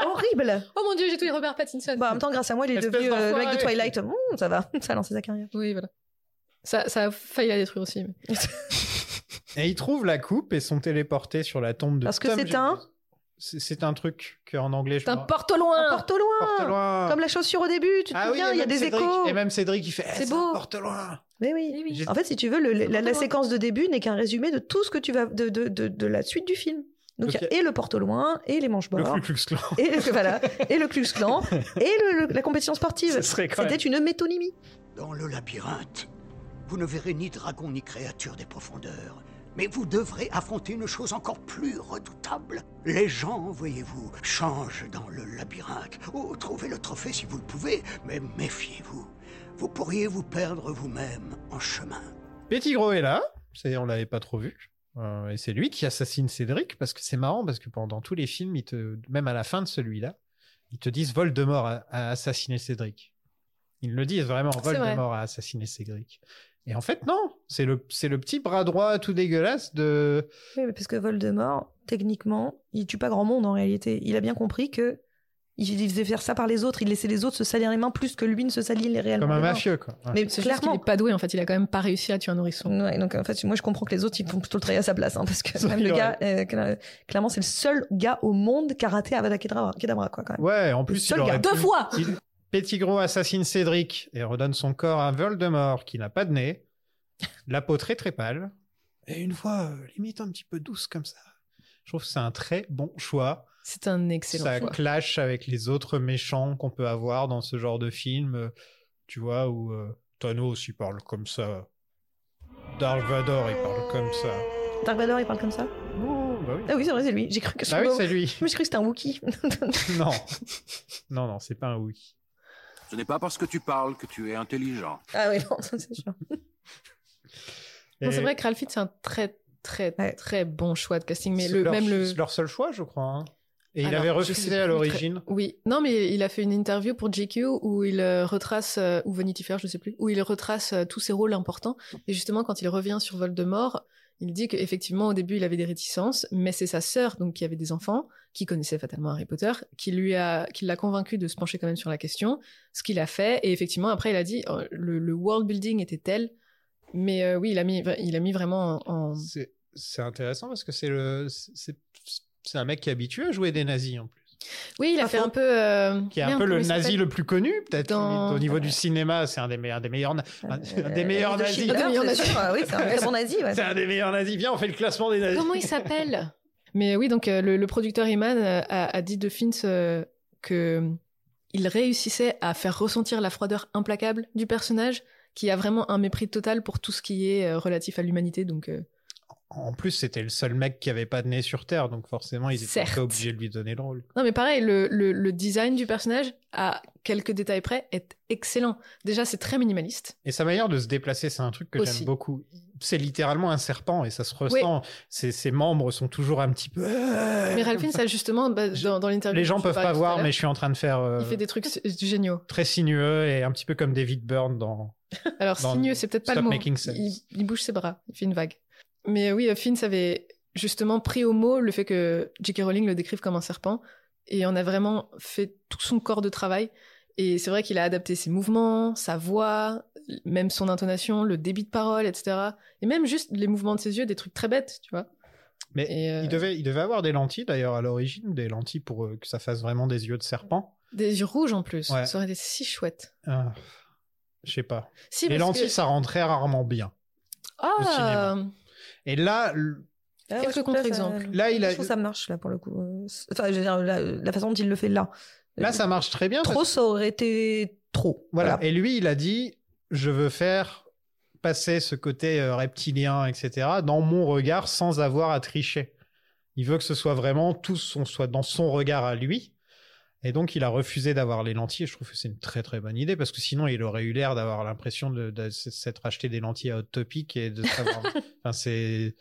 Speaker 9: Horrible.
Speaker 10: Oh mon dieu, j'ai tué Robert Pattinson.
Speaker 9: Bah, en même temps, grâce à moi, il est
Speaker 8: Espèce
Speaker 9: devenu euh, le mec de
Speaker 8: d'enfoiré.
Speaker 9: Twilight. Mmh, ça va, ça a lancé sa carrière.
Speaker 10: Oui, voilà. Ça, ça a failli la détruire aussi. mais-
Speaker 8: et ils trouvent la coupe et sont téléportés sur la tombe de
Speaker 9: Parce que
Speaker 8: Tom
Speaker 9: c'est
Speaker 8: Jones.
Speaker 9: un-
Speaker 8: C'est c'est un truc qu'en anglais je
Speaker 10: C'est un
Speaker 8: me-
Speaker 10: porte au loin.
Speaker 9: Porte au loin.
Speaker 8: porte loin.
Speaker 9: Comme la chaussure au début, tu te
Speaker 8: Ah oui,
Speaker 9: souviens,
Speaker 8: et
Speaker 9: il y a
Speaker 8: même
Speaker 9: des
Speaker 8: Cédric-
Speaker 9: échos.
Speaker 8: Et même Cédric, il fait eh,
Speaker 10: C'est
Speaker 8: ça
Speaker 10: beau.
Speaker 8: porte loin.
Speaker 9: Mais oui.
Speaker 10: Eh oui.
Speaker 8: J'ai-
Speaker 9: En fait, si tu veux, le- le- la,
Speaker 10: Porte
Speaker 9: la
Speaker 10: au loin.
Speaker 9: séquence de début n'est qu'un résumé de tout ce que tu vas de, de, de, de la suite du film. Donc il y a
Speaker 8: Ok.
Speaker 9: et le porte au loin, et les manches
Speaker 8: Le
Speaker 9: bords,
Speaker 8: Ku Klux Klan.
Speaker 9: et le voilà, et le Klux Klan, et le- le- la compétition sportive.
Speaker 8: Ce serait quand
Speaker 9: C'était
Speaker 8: même-
Speaker 9: une métonymie.
Speaker 1: Dans le labyrinthe, vous ne verrez ni dragon ni créature des profondeurs. Mais vous devrez affronter une chose encore plus redoutable. Les gens, voyez-vous, changent dans le labyrinthe. Oh, trouvez le trophée si vous le pouvez, mais méfiez-vous. Vous pourriez vous perdre vous-même en chemin.
Speaker 8: Petit Gros est là, c'est, on l'avait pas trop vu. Euh, et c'est lui qui assassine Cédric, parce que c'est marrant, parce que pendant tous les films, ils te, même à la fin de celui-là, ils te disent Voldemort a, a assassiné Cédric. Ils le disent vraiment,
Speaker 10: C'est vrai.
Speaker 8: Voldemort a assassiné Cédric. Et en fait, non, c'est le, c'est le petit bras droit tout dégueulasse de...
Speaker 9: Oui, mais parce que Voldemort, techniquement, il tue pas grand monde en réalité. Il a bien compris que il il faisait faire ça par les autres, il laissait les autres se salir les mains plus que lui ne se salit les réellement.
Speaker 8: Comme un
Speaker 9: les mains.
Speaker 8: mafieux, quoi. Ouais.
Speaker 9: Mais
Speaker 10: C'est juste qu'il
Speaker 9: clairement.
Speaker 10: est pas doué en fait, il a quand même pas réussi à tuer un nourrisson.
Speaker 9: Ouais, donc en fait, moi je comprends que les autres ils font plutôt le travail à sa place, hein, parce que
Speaker 8: Ça,
Speaker 9: même
Speaker 8: il
Speaker 9: le
Speaker 8: aurait-
Speaker 9: gars, euh, cla- clairement, c'est le seul gars au monde qui a raté Avada Kedavra, Kedavra, quoi, quand même.
Speaker 8: Ouais, en
Speaker 9: Le
Speaker 8: plus, il
Speaker 9: seul gars.
Speaker 8: aurait pu-
Speaker 10: Deux fois
Speaker 8: Il- Petit Gros assassine Cédric et redonne son corps à Voldemort qui n'a pas de nez, la peau très très pâle, et une voix euh, limite un petit peu douce comme ça. Je trouve que c'est un très bon choix.
Speaker 10: C'est un excellent
Speaker 8: ça
Speaker 10: choix.
Speaker 8: clash avec les autres méchants qu'on peut avoir dans ce genre de film, euh, tu vois, où euh, Thanos il parle comme ça, Dark Vador il parle comme ça.
Speaker 9: Dark Vador, il parle comme ça
Speaker 8: bah oui.
Speaker 10: Euh,
Speaker 9: Ah oui, c'est vrai, c'est lui. J'ai cru que
Speaker 8: Ah oui, c'est lui.
Speaker 9: Moi, j'ai cru que c'était un Wookie.
Speaker 8: Non, non, non, c'est pas un oui.
Speaker 13: Ce n'est pas parce que tu parles que tu es intelligent.
Speaker 9: ah oui, non, ça, c'est sûr.
Speaker 10: Non,
Speaker 8: Et
Speaker 10: C'est vrai que Ralph Fiennes, c'est un très, très, très bon choix de casting. Mais
Speaker 8: c'est
Speaker 10: le,
Speaker 8: leur,
Speaker 10: même le.
Speaker 8: c'est leur seul choix, je crois. hein. Et il
Speaker 10: Alors,
Speaker 8: avait
Speaker 10: je
Speaker 8: refusé
Speaker 10: sais
Speaker 8: à
Speaker 10: plus
Speaker 8: l'origine.
Speaker 10: très- Oui, non, mais il a fait une interview pour GQ où il euh, retrace, euh, ou Vanity Fair, je sais plus, où il retrace euh, tous ses rôles importants. Et justement, quand il revient sur Voldemort, il dit qu'effectivement, au début, il avait des réticences, mais c'est sa sœur, donc qui avait des enfants, qui connaissait fatalement Harry Potter, qui lui a, qui l'a convaincu de se pencher quand même sur la question, ce qu'il a fait. Et effectivement, après, il a dit, euh, le, le world building était tel. Mais euh, oui, il a mis, il a mis vraiment en.
Speaker 8: C'est- C'est intéressant parce que c'est le, c'est, c'est un mec qui est habitué à jouer des nazis en plus.
Speaker 10: Oui, il a fait un peu. euh,
Speaker 8: Qui est un
Speaker 10: merde,
Speaker 8: peu
Speaker 10: comment
Speaker 8: le
Speaker 10: il s'appelle
Speaker 8: nazi le plus connu, peut-être
Speaker 10: Dans-
Speaker 8: au niveau du cinéma. C'est un des meilleurs, des meilleurs, na- Ah, un des meilleurs
Speaker 9: de
Speaker 8: nazis.
Speaker 9: Schindler, Ah, des meilleurs c'est nazis. sûr, ah oui, c'est un très bon nazi, ouais.
Speaker 8: C'est un des meilleurs nazis. Viens, on fait le classement des nazis.
Speaker 10: Comment il s'appelle Mais oui, donc euh, le, le producteur Iman euh, a, a dit de Fins euh, que il réussissait à faire ressentir la froideur implacable du personnage, qui a vraiment un mépris total pour tout ce qui est euh, relatif à l'humanité. Donc euh,
Speaker 8: En plus, c'était le seul mec qui avait pas de nez sur Terre, donc forcément, ils étaient
Speaker 10: Certes.
Speaker 8: pas obligés de lui donner le rôle.
Speaker 10: non, mais pareil, le, le- le design du personnage, à quelques détails près, est excellent. Déjà, c'est très minimaliste.
Speaker 8: Et sa manière de se déplacer, c'est un truc que
Speaker 10: Aussi.
Speaker 8: j'aime beaucoup. C'est littéralement un serpent et ça se ressent. Ses, ses membres sont toujours un petit peu.
Speaker 10: Mais Ralphine, ça justement, bah, dans, dans l'interview.
Speaker 8: Les gens
Speaker 10: dont tu
Speaker 8: peuvent
Speaker 10: parlais
Speaker 8: pas
Speaker 10: tout à
Speaker 8: voir,
Speaker 10: l'heure,
Speaker 8: mais je suis en train de faire euh,
Speaker 10: Il fait des trucs s- géniaux.
Speaker 8: très sinueux et un petit peu comme David Byrne dans.
Speaker 10: Alors,
Speaker 8: dans
Speaker 10: sinueux, c'est peut-être pas le
Speaker 8: Stop
Speaker 10: mot.
Speaker 8: Making Sense.
Speaker 10: Il, il bouge ses bras, il fait une vague. Mais euh, oui, euh, Finn avait justement pris au mot le fait que J.K. Rowling le décrive comme un serpent et on a vraiment fait tout son corps de travail. Et c'est vrai qu'il a adapté ses mouvements, sa voix, même son intonation, le débit de parole, etc. Et même juste les mouvements de ses yeux, des trucs très bêtes, tu vois. euh,
Speaker 8: Mais il, devait, il devait avoir des lentilles d'ailleurs à l'origine, des lentilles pour euh, que ça fasse vraiment des yeux de serpent.
Speaker 10: Des yeux rouges en plus,
Speaker 8: Ouais.
Speaker 10: ça aurait été si chouette.
Speaker 8: Ah, je sais pas.
Speaker 10: Si,
Speaker 8: les
Speaker 10: parce
Speaker 8: lentilles,
Speaker 10: que-
Speaker 8: ça rend très rarement bien.
Speaker 10: Ah
Speaker 8: Et là, l-
Speaker 9: Ah,
Speaker 10: Quelques contre-exemples.
Speaker 8: Là, il a-
Speaker 9: euh, Je trouve que ça marche, là, pour le coup. Euh, c'est- Enfin, je veux dire, la, la façon dont il le fait là. Euh,
Speaker 8: là, ça marche très bien.
Speaker 9: Trop,
Speaker 8: parce-
Speaker 9: ça aurait été trop.
Speaker 8: Voilà. Et lui, il a dit je veux faire passer ce côté euh, reptilien, etc., dans mon regard sans avoir à tricher. Il veut que ce soit vraiment tout son, soit dans son regard à lui. Et donc, il a refusé d'avoir les lentilles. Je trouve que c'est une très très bonne idée parce que sinon, il aurait eu l'air d'avoir l'impression de, de s'être acheté des lentilles à haute topic et de savoir. enfin, c'est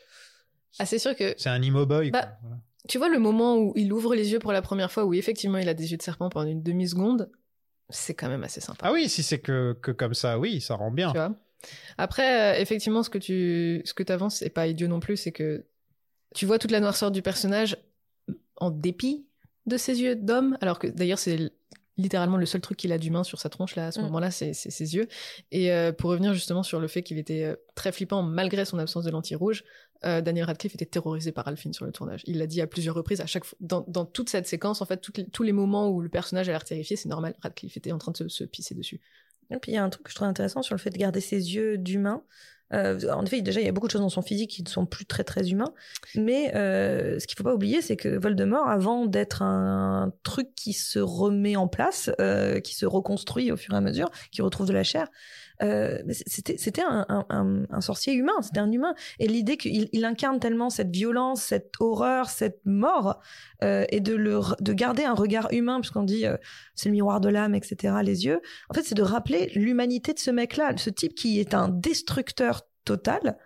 Speaker 10: Ah, c'est sûr que.
Speaker 8: c'est un imo boy. quoi.
Speaker 10: Bah, Tu vois le moment où il ouvre les yeux pour la première fois, où effectivement il a des yeux de serpent pendant une demi-seconde, c'est quand même assez sympa.
Speaker 8: Ah oui, si c'est que, que comme ça, oui, ça rend bien.
Speaker 10: Tu vois Après, euh, effectivement, ce que tu ce que avances, et pas idiot non plus, c'est que tu vois toute la noirceur du personnage en dépit de ses yeux d'homme, alors que d'ailleurs c'est l- littéralement le seul truc qu'il a d'humain sur sa tronche là à ce
Speaker 9: Mm.
Speaker 10: moment-là, c'est c'est ses yeux. Et euh, pour revenir justement sur le fait qu'il était euh, très flippant malgré son absence de lentilles rouges, euh, Daniel Radcliffe était terrorisé par Alphine sur le tournage. Il l'a dit à plusieurs reprises, à chaque fois, dans, dans toute cette séquence, en fait, toutes les- tous les moments où le personnage a l'air terrifié, c'est normal, Radcliffe était en train de se, se pisser dessus.
Speaker 9: Et puis il y a un truc que je trouve intéressant sur le fait de garder ses yeux d'humain. Euh, en effet, déjà, il y a beaucoup de choses dans son physique qui ne sont plus très très humains. Mais euh, ce qu'il faut pas oublier, c'est que Voldemort, avant d'être un truc qui se remet en place, euh, qui se reconstruit au fur et à mesure, qui retrouve de la chair, euh, mais c- c'était c'était un, un- un- un sorcier humain, c'était un humain. Et l'idée qu'il il incarne tellement cette violence, cette horreur, cette mort, euh, et de, le, re- de garder un regard humain, puisqu'on dit euh, c'est le miroir de l'âme, etc., les yeux, en fait, c'est de rappeler l'humanité de ce mec-là, ce type qui est un destructeur total,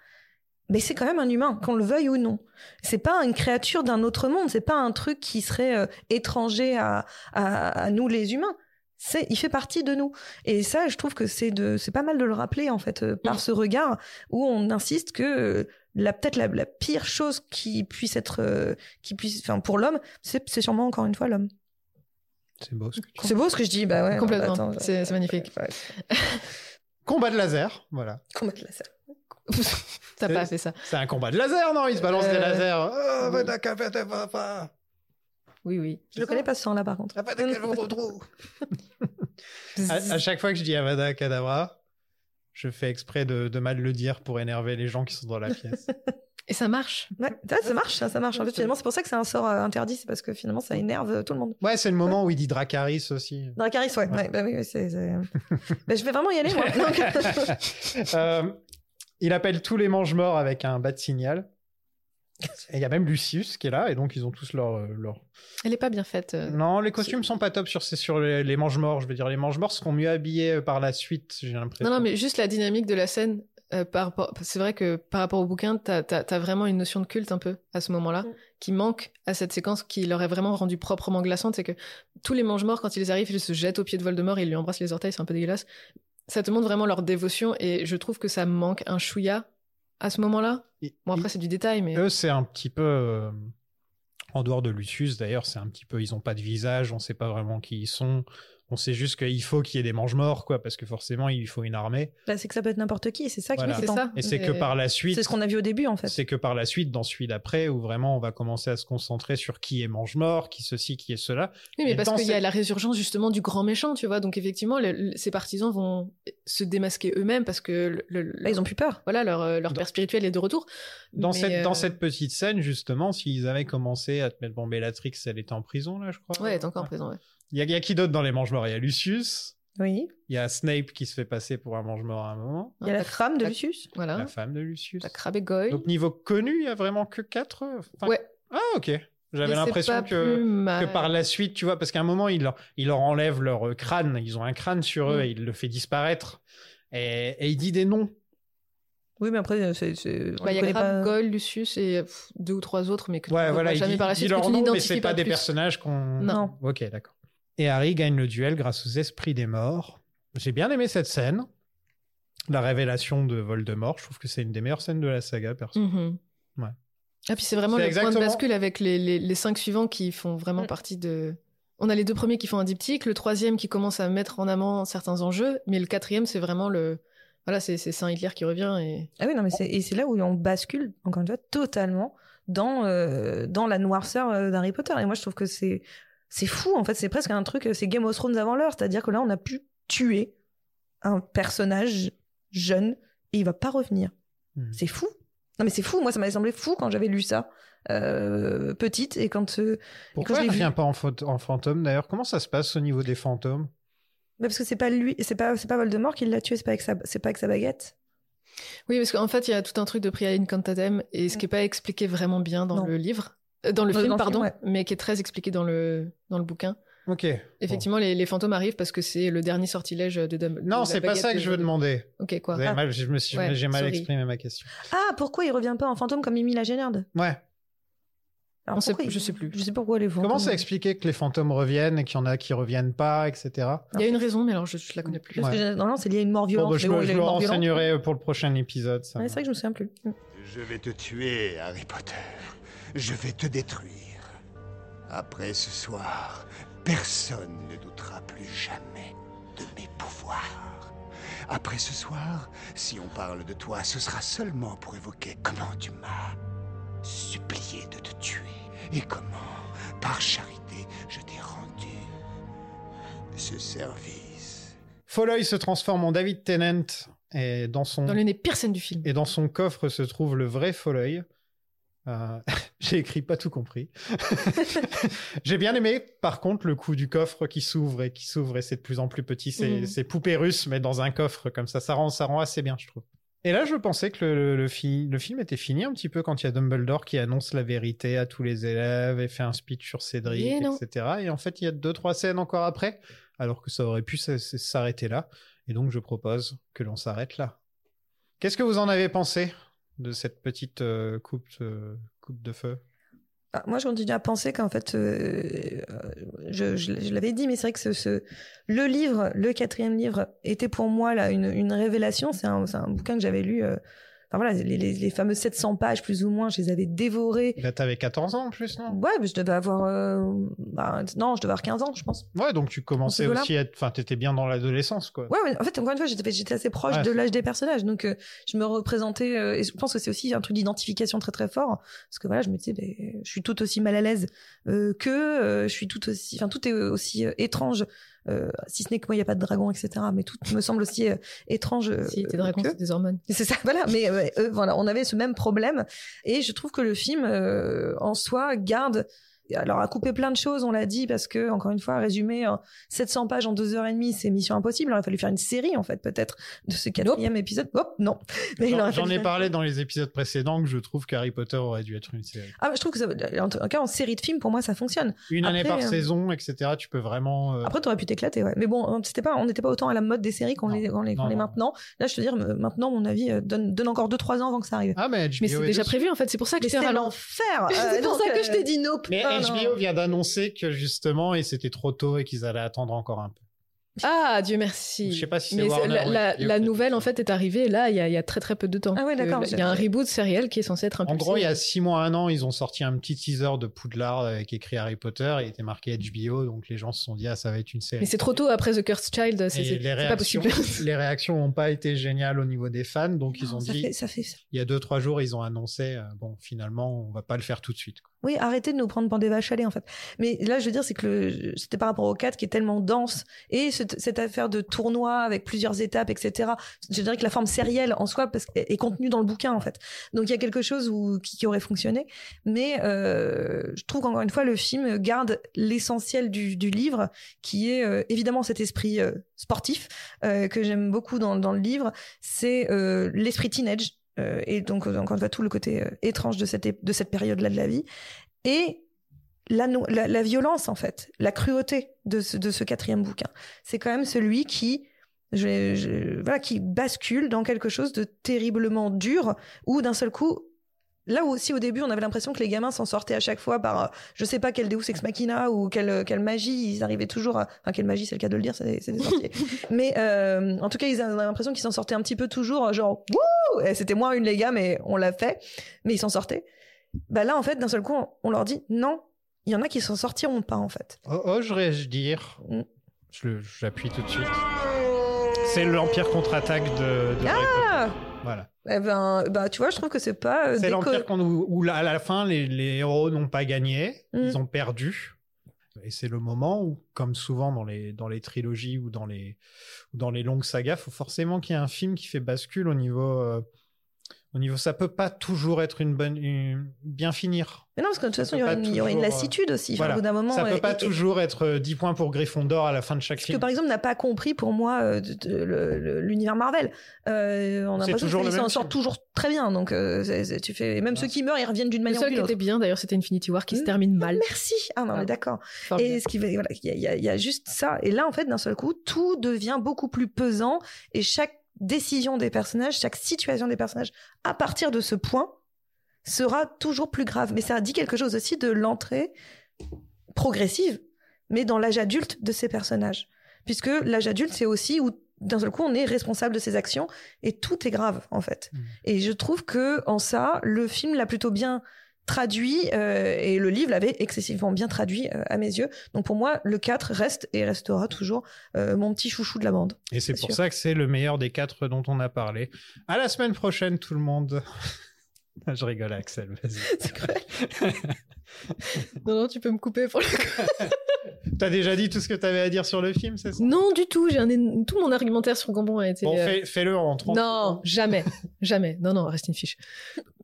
Speaker 9: mais c'est quand même un humain, qu'on le veuille ou non. C'est pas une créature d'un autre monde, c'est pas un truc qui serait euh, étranger à, à- à nous les humains. C'est, il fait partie de nous. Et ça, je trouve que c'est de, c'est pas mal de le rappeler en fait euh, par ce regard où on insiste que euh, la peut-être la, la pire chose qui puisse être, euh, qui puisse, enfin pour l'homme, c'est, c'est sûrement encore une fois l'homme.
Speaker 8: C'est beau ce que tu
Speaker 9: C'est beau ce que je dis, bah ouais.
Speaker 10: Complètement.
Speaker 9: attends,
Speaker 10: C'est- c'est magnifique.
Speaker 8: Combat de laser, voilà.
Speaker 9: Combat de laser.
Speaker 10: T'as pas fait ça.
Speaker 8: C'est un combat de laser, non Il se balance des
Speaker 10: Euh,
Speaker 8: lasers. Ah,
Speaker 10: oui.
Speaker 8: bah, t'as qu'à faire tes papas.
Speaker 10: Oui, oui.
Speaker 9: Je le connais pas ce sang là par contre.
Speaker 8: Ah, bah,
Speaker 10: Euh.
Speaker 8: t'as qu'à le retrouver. à, à chaque fois que je dis Avada Kedavra, je fais exprès de, de mal le dire pour énerver les gens qui sont dans la pièce.
Speaker 10: Et ça marche.
Speaker 9: Ouais, ça, ça marche, ça, ça marche. En fait, finalement, c'est pour ça que c'est un sort euh, interdit, c'est parce que finalement, ça énerve euh, tout le monde.
Speaker 8: Ouais, c'est le moment où il dit Dracaris aussi.
Speaker 9: Dracaris, ouais. ouais, bah oui, oui, c'est- c'est- Bah, je vais vraiment y aller, moi. Donc,
Speaker 8: Euh, il appelle tous les mange morts avec un bas de signal. Et il y a même Lucius qui est là, et donc ils ont tous leur. euh, leur...
Speaker 10: Elle est pas bien faite. euh,
Speaker 8: Non, les costumes sont pas top sur, ces- sur les, les mange morts. Je veux dire, les mange morts seront mieux habillés euh, par la suite, j'ai l'impression.
Speaker 10: Non, non, mais juste la dynamique de la scène. euh, par rapport... C'est vrai que par rapport au bouquin, t'as as, vraiment une notion de culte un peu à ce moment-là, qui manque à cette séquence, qui l'aurait vraiment rendue proprement glaçante. C'est que tous les mange-morts, quand ils arrivent, ils se jettent aux pieds de Voldemort, ils lui embrassent les orteils, c'est un peu dégueulasse. Ça te montre vraiment leur dévotion et je trouve que ça manque un chouïa à ce moment-là. Bon, après, c'est du détail, mais.
Speaker 8: Eux, c'est un petit peu. euh, en dehors de Lucius, d'ailleurs, c'est un petit peu. Ils n'ont pas de visage, on sait pas vraiment qui ils sont. On sait juste qu'il faut qu'il y ait des mange morts, quoi, parce que forcément, il faut une armée.
Speaker 9: bah, c'est que ça peut être n'importe qui, c'est ça qui
Speaker 8: Voilà.
Speaker 9: est tentant.
Speaker 8: Et c'est que par la suite.
Speaker 9: C'est ce qu'on a vu au début, en fait.
Speaker 8: C'est que par la suite, dans celui d'après, où vraiment on va commencer à se concentrer sur qui est mange-mort, qui ceci, qui est cela.
Speaker 10: Oui, mais
Speaker 8: Et
Speaker 10: parce
Speaker 8: dans
Speaker 10: qu'il y a
Speaker 8: cette-
Speaker 10: la résurgence justement du grand méchant, tu vois. Donc effectivement, le- le- ces partisans vont se démasquer eux-mêmes parce que le- le-
Speaker 9: ils ont plus peur.
Speaker 10: Voilà, leur, euh, leur père spirituel est de retour.
Speaker 8: Dans,
Speaker 10: Mais,
Speaker 8: cette,
Speaker 10: euh,
Speaker 8: dans cette petite scène, justement, s'ils avaient commencé à te mettre. Bon, Bellatrix, elle était en prison, là, je crois.
Speaker 10: Ouais, elle est encore en prison. Ouais.
Speaker 8: Il y a, il y a qui d'autre dans les mange-morts Il y a Lucius.
Speaker 9: Oui.
Speaker 8: Il y a Snape qui se fait passer pour un mange-mort à un moment.
Speaker 9: Il y a la femme de Lucius.
Speaker 10: Voilà.
Speaker 8: La femme de Lucius.
Speaker 10: La crabe et Goyle.
Speaker 8: Donc, niveau connu, il y a vraiment que 4.
Speaker 10: Ouais.
Speaker 8: Ah, ok. J'avais
Speaker 10: Mais c'est pas
Speaker 8: l'impression que,
Speaker 10: plus mal.
Speaker 8: que par la suite, tu vois, parce qu'à un moment, il leur, il leur enlève leur euh, crâne. Ils ont un crâne sur eux
Speaker 9: Mm.
Speaker 8: et il le fait disparaître. Et, et il dit des noms.
Speaker 9: Oui, mais après, euh, c'est. c'est- on
Speaker 10: Bah,
Speaker 9: les
Speaker 10: il y a
Speaker 9: connaît
Speaker 10: Crabbe,
Speaker 9: pas.
Speaker 10: Goyle, Lucius et pff, deux ou trois autres, mais que tu
Speaker 8: Ouais,
Speaker 10: ne
Speaker 8: voilà.
Speaker 10: vois
Speaker 8: Il
Speaker 10: jamais
Speaker 8: dit,
Speaker 10: par la
Speaker 8: il
Speaker 10: suite,
Speaker 8: dit
Speaker 10: que
Speaker 8: leur
Speaker 10: tu
Speaker 8: nom, mais
Speaker 10: n'identifies
Speaker 8: c'est pas, des
Speaker 10: plus.
Speaker 8: personnages qu'on.
Speaker 10: Non.
Speaker 8: Ok, d'accord. Et Harry gagne le duel grâce aux esprits des morts. J'ai bien aimé cette scène. La révélation de Voldemort. Je trouve que c'est une des meilleures scènes de la saga, perso.
Speaker 10: Mhm.
Speaker 8: Ouais.
Speaker 10: Ah, puis c'est vraiment le
Speaker 8: C'est
Speaker 10: point de
Speaker 8: exactement-
Speaker 10: bascule avec les, les, les cinq suivants qui font vraiment partie de. On a les deux premiers qui font un diptyque, le troisième qui commence à mettre en amont certains enjeux, mais le quatrième, c'est vraiment le. Voilà, c'est c'est Saint Hitler qui revient et.
Speaker 9: Ah oui, non, mais c'est, et c'est là où on bascule, encore une fois, totalement dans, euh, dans la noirceur euh, d'Harry Potter. Et moi, je trouve que c'est, c'est fou, en fait. C'est presque un truc, euh, c'est Game of Thrones avant l'heure. C'est-à-dire que là, on a pu tuer un personnage jeune et il va pas revenir.
Speaker 10: Mm.
Speaker 8: Hmm.
Speaker 9: C'est fou. Non, mais c'est fou. Moi, ça m'avait semblé fou quand j'avais lu ça, euh, petite, et quand, euh, et
Speaker 8: Pourquoi
Speaker 9: quand
Speaker 8: il
Speaker 9: je l'ai
Speaker 8: ne
Speaker 9: vu.
Speaker 8: revient pas en, faute- en fantôme d'ailleurs Comment ça se passe au niveau des fantômes
Speaker 9: Mais parce que c'est pas lui, c'est pas, c'est pas Voldemort qui l'a tué, c'est pas avec sa, c'est pas avec sa baguette.
Speaker 10: Oui, parce qu'en fait, il y a tout un truc de Priya Incantatem, et ce qui n'est pas expliqué vraiment bien dans
Speaker 9: Non.
Speaker 10: le livre, Mm. euh, dans le
Speaker 9: Dans-
Speaker 10: film,
Speaker 9: dans le film,
Speaker 10: pardon,
Speaker 9: ouais.
Speaker 10: mais qui est très expliqué dans le, dans le bouquin.
Speaker 8: Ok.
Speaker 10: Effectivement, les, les fantômes arrivent parce que c'est le dernier sortilège de Dum- de
Speaker 8: Non,
Speaker 10: la
Speaker 8: c'est pas
Speaker 10: baguette
Speaker 8: ça que
Speaker 10: de
Speaker 8: je veux
Speaker 10: Voldemort.
Speaker 8: demander.
Speaker 10: Ok, quoi.
Speaker 8: Vous avez
Speaker 10: Ah.
Speaker 8: mal- je me suis-
Speaker 10: Ouais,
Speaker 8: J'ai mal
Speaker 10: sorry.
Speaker 8: exprimé ma question.
Speaker 9: Ah, pourquoi il revient pas en fantôme comme Mimi la Génarde
Speaker 8: Ouais.
Speaker 9: Alors, pourquoi il-
Speaker 10: je sais plus.
Speaker 9: Je sais pas pourquoi les fantômes.
Speaker 8: Comment c'est expliqué que les fantômes reviennent et qu'il y en a qui reviennent pas, etc.
Speaker 10: Il y a une raison, mais alors je, je la connais plus.
Speaker 8: Parce que Ouais. j'ai-
Speaker 9: normalement, c'est lié à une mort
Speaker 8: Bon, bah, je
Speaker 9: mais
Speaker 8: me,
Speaker 9: bon, il
Speaker 8: je
Speaker 9: a eu
Speaker 8: me euh.
Speaker 9: une mort violente.
Speaker 8: renseignerai pour le prochain épisode. ça.
Speaker 9: Ouais, c'est vrai que je me souviens plus.
Speaker 1: Je vais te tuer, Harry Potter. Je vais te détruire. Après ce soir, personne ne doutera plus jamais de mes pouvoirs. Après ce soir, si on parle de toi, ce sera seulement pour évoquer comment tu m'as supplié de te tuer et comment, par charité, je t'ai rendu ce service.
Speaker 8: Folloy se transforme en David Tennant et dans son
Speaker 10: Dans l'une des pires scènes du film.
Speaker 8: et dans son coffre se trouve le vrai Folloy. Euh, J'ai écrit pas tout compris. J'ai bien aimé, par contre, le coup du coffre qui s'ouvre et qui s'ouvre et c'est de plus en plus petit. C'est
Speaker 14: Mhm.
Speaker 8: c'est poupée russe, mais dans un coffre comme ça, ça rend, ça rend assez bien, je trouve. Et là, je pensais que le, le- le fi- le film était fini un petit peu quand il y a Dumbledore qui annonce la vérité à tous les élèves et fait un speech sur Cédric,
Speaker 10: Et non.
Speaker 8: etc. Et en fait, il y a deux, trois scènes encore après, alors que ça aurait pu s- s- s'arrêter là. Et donc, je propose que l'on s'arrête là. Qu'est-ce que vous en avez pensé de cette petite euh, coupe, euh, coupe de feu
Speaker 9: Ah, Moi, je continue à penser qu'en fait, euh, euh, je, je- je l'avais dit, mais c'est vrai que ce, ce- le livre, le quatrième livre, était pour moi là une, une révélation. C'est un, c'est un bouquin que j'avais lu. euh, enfin voilà, les, les, les fameuses 700 pages plus ou moins, je les avais dévorées.
Speaker 8: Là, t'avais 14 ans en plus, non
Speaker 9: Ouais, mais je devais avoir, euh, bah, non, je devais avoir 15 ans, je pense.
Speaker 8: Ouais, donc tu commençais
Speaker 9: Dans ce
Speaker 8: aussi à être. Enfin, t'étais bien dans l'adolescence, quoi.
Speaker 9: Ouais, mais en fait, encore une fois, j'étais j'étais assez proche
Speaker 8: Ouais.
Speaker 9: de l'âge des personnages, donc euh, je me représentais, euh, et je pense que c'est aussi un truc d'identification très très fort, parce que voilà, je me disais, ben, je suis tout aussi mal à l'aise euh, que, je suis tout aussi, enfin tout est aussi euh, étrange euh, si ce n'est que moi, il n'y a pas de dragon, etc. Mais tout me semble aussi euh, étrange. euh,
Speaker 10: Si tes dragons,
Speaker 9: que-
Speaker 10: c'est des hormones.
Speaker 9: c'est ça, voilà. Mais euh, eux, voilà, on avait ce même problème. Et je trouve que le film, euh, en soi, garde. Alors, à couper plein de choses, on l'a dit, parce que, encore une fois, résumer hein, 700 pages en deux heures et demie, c'est mission impossible. Il aurait fallu faire une série, en fait, peut-être, de ce quatrième épisode. Hop, non. Mais il
Speaker 8: J'en
Speaker 9: aurait
Speaker 8: j'en
Speaker 9: fallu
Speaker 8: ai
Speaker 9: faire-
Speaker 8: parlé dans les épisodes précédents que je trouve qu'Harry Potter aurait dû être une série.
Speaker 9: Ah, je trouve que ça, en tout cas, en série de films, pour moi, ça fonctionne.
Speaker 8: Une année
Speaker 9: Après,
Speaker 8: par
Speaker 10: hein.
Speaker 9: euh,
Speaker 8: saison, etc. Tu peux vraiment. euh,
Speaker 9: Après, t'aurais pu t'éclater, ouais. Mais bon, c'était pas, on n'était pas autant à la mode des séries qu'on les, qu'on les, qu'on
Speaker 8: non,
Speaker 9: les
Speaker 8: non.
Speaker 9: maintenant. Là, je te dis, maintenant, mon avis, euh, donne, donne encore 2-3 ans avant que ça arrive.
Speaker 8: Ah, mais
Speaker 10: Mais c'est déjà prévu en fait, c'est pour ça que
Speaker 9: Mais
Speaker 10: je t'ai
Speaker 9: c'est Ah,
Speaker 10: ralenti.
Speaker 9: l'enfer Euh,
Speaker 10: C'est pour ça que je t'ai dit
Speaker 9: nope
Speaker 8: Mais
Speaker 10: Ah,
Speaker 8: HBO vient d'annoncer que justement, et c'était trop tôt et qu'ils allaient attendre encore un peu.
Speaker 10: Ah, Dieu merci.
Speaker 8: Je sais pas si
Speaker 10: Mais
Speaker 8: c'est
Speaker 10: c'est-
Speaker 8: Warner
Speaker 10: la, la-
Speaker 8: ou HBO,
Speaker 10: la
Speaker 8: peut-être.
Speaker 10: nouvelle en fait est arrivée là il y a, il y a très très peu de temps.
Speaker 9: Ah ouais, d'accord,
Speaker 10: Euh, Il y a un
Speaker 9: j'ai-
Speaker 10: reboot sériel qui est censé être un
Speaker 8: En gros, il y a six mois, un an, ils ont sorti un petit teaser de Poudlard euh, avec écrit Harry Potter et il était marqué HBO, donc les gens se sont dit ah ça va être une série.
Speaker 10: Mais c'est trop tôt après The Cursed Child, c'est
Speaker 8: Et
Speaker 10: c'est-
Speaker 8: les
Speaker 10: c'est pas
Speaker 8: réactions-
Speaker 10: possible.
Speaker 8: les réactions n'ont pas été géniales au niveau des fans, donc ils ont
Speaker 9: ça
Speaker 8: dit
Speaker 9: fait- ça fait ça.
Speaker 8: il y a deux trois jours ils ont annoncé euh, bon finalement on va pas le faire tout de suite. quoi.
Speaker 9: Oui, arrêtez de nous prendre pour des vaches à lait, en fait. Mais là, je veux dire, c'est que le- c'était par rapport au 4 qui est tellement dense et cette, cette affaire de tournoi avec plusieurs étapes, etc. Je dirais que la forme sérielle en soi parce, est, est contenue dans le bouquin, en fait. Donc, il y a quelque chose où- qui, qui aurait fonctionné. Mais euh, je trouve qu'encore une fois, le film garde l'essentiel du, du livre qui est euh, évidemment cet esprit euh, sportif euh, que j'aime beaucoup dans, dans le livre. C'est euh, l'esprit teenage. euh, et donc, euh, encore une fois, tout le côté euh, étrange de cette, ép- de cette période-là de la vie et la, no- la- la violence, en fait, la cruauté de ce, de ce quatrième bouquin. C'est quand même celui qui, je- je- voilà, qui bascule dans quelque chose de terriblement dur, où d'un seul coup, là aussi au début, on avait l'impression que les gamins s'en sortaient à chaque fois par, euh, je sais pas, quel Deus Ex Machina ou euh, quelle, quelle magie, ils arrivaient toujours à... Enfin, quelle magie, c'est le cas de le dire, c'est des- c'est des sorciers. mais euh, en tout cas, ils avaient l'impression qu'ils s'en sortaient un petit peu toujours, genre, wouh Eh, C'était moins une, les gars, mais on l'a fait. Mais ils s'en sortaient bah là en fait d'un seul coup on, on leur dit non il y en a qui s'en sortiront pas en fait
Speaker 8: Oh, oh, j'aurais-je dire
Speaker 10: Mm.
Speaker 8: Je le- J'appuie tout de suite. C'est l'Empire contre-attaque de, de Harry Potter.
Speaker 9: ah
Speaker 8: Voilà.
Speaker 9: Eh ben bah tu vois je trouve que c'est pas euh,
Speaker 8: C'est
Speaker 9: déco-
Speaker 8: l'Empire qu'on- où, où, à la fin, les, les héros n'ont pas gagné,
Speaker 9: Mm.
Speaker 8: ils ont perdu. Et c'est le moment où, comme souvent dans les, dans les trilogies ou dans les, ou dans les longues sagas, faut forcément qu'il y ait un film qui fait bascule au niveau. euh, au niveau, ça peut pas toujours être une bonne, une- bien finir.
Speaker 9: mais non parce que de toute
Speaker 8: Ça
Speaker 9: façon
Speaker 8: peut
Speaker 9: il y aura
Speaker 8: pas
Speaker 9: une, il y aura une
Speaker 8: toujours, euh,
Speaker 9: lassitude aussi Enfin,
Speaker 8: voilà.
Speaker 9: au bout d'un moment
Speaker 8: ça
Speaker 9: euh,
Speaker 8: peut pas
Speaker 9: et- et-
Speaker 8: toujours être euh, 10 points pour Gryffondor à la fin de chaque
Speaker 9: ce que
Speaker 8: film.
Speaker 9: par exemple n'a pas compris pour moi euh, de- de- le- le- l'univers Marvel euh, on a
Speaker 8: C'est
Speaker 9: l'impression
Speaker 8: toujours
Speaker 9: qu'ils
Speaker 8: le
Speaker 9: s'en
Speaker 8: même
Speaker 9: sortent toujours très bien donc euh, c'est- c'est- tu fais et même ceux qui meurent ils reviennent d'une
Speaker 10: Le
Speaker 9: manière ou
Speaker 10: seul
Speaker 9: d'une
Speaker 10: qui
Speaker 9: autre
Speaker 10: était bien d'ailleurs, c'était Infinity War
Speaker 9: Mmh.
Speaker 10: qui se termine mal.
Speaker 9: Merci. Ah non, mais d'accord. Et ce qui va- voilà, il y, a- il y a- il y a juste ça. Et là, en fait, d'un seul coup, tout devient beaucoup plus pesant et chaque décision des personnages, chaque situation des personnages, à partir de ce point, sera toujours plus grave. Mais ça dit quelque chose aussi de l'entrée progressive, mais dans l'âge adulte de ces personnages. Puisque l'âge adulte, c'est aussi où d'un seul coup, on est responsable de ses actions et tout est grave, en fait. Et je trouve que, en ça, le film l'a plutôt bien traduit euh, et le livre l'avait excessivement bien traduit euh, à mes yeux. Donc pour moi, le 4 reste et restera toujours euh, mon petit chouchou de la bande.
Speaker 8: Et c'est
Speaker 9: C'est
Speaker 8: pour
Speaker 9: sûr.
Speaker 8: ça que c'est le meilleur des quatre dont on a parlé. À la semaine prochaine, tout le monde. Je rigole, Axel, vas-y.
Speaker 10: Non, non, tu peux me couper pour le
Speaker 8: T'as déjà dit tout ce que t'avais à dire sur le film, c'est ça
Speaker 10: Non, du tout. J'ai un éno- tout mon argumentaire sur Gambon a été.
Speaker 8: Bon,
Speaker 10: euh,
Speaker 8: fais- fais-le en 30
Speaker 10: Non, jamais, jamais. Non, non, reste une fiche.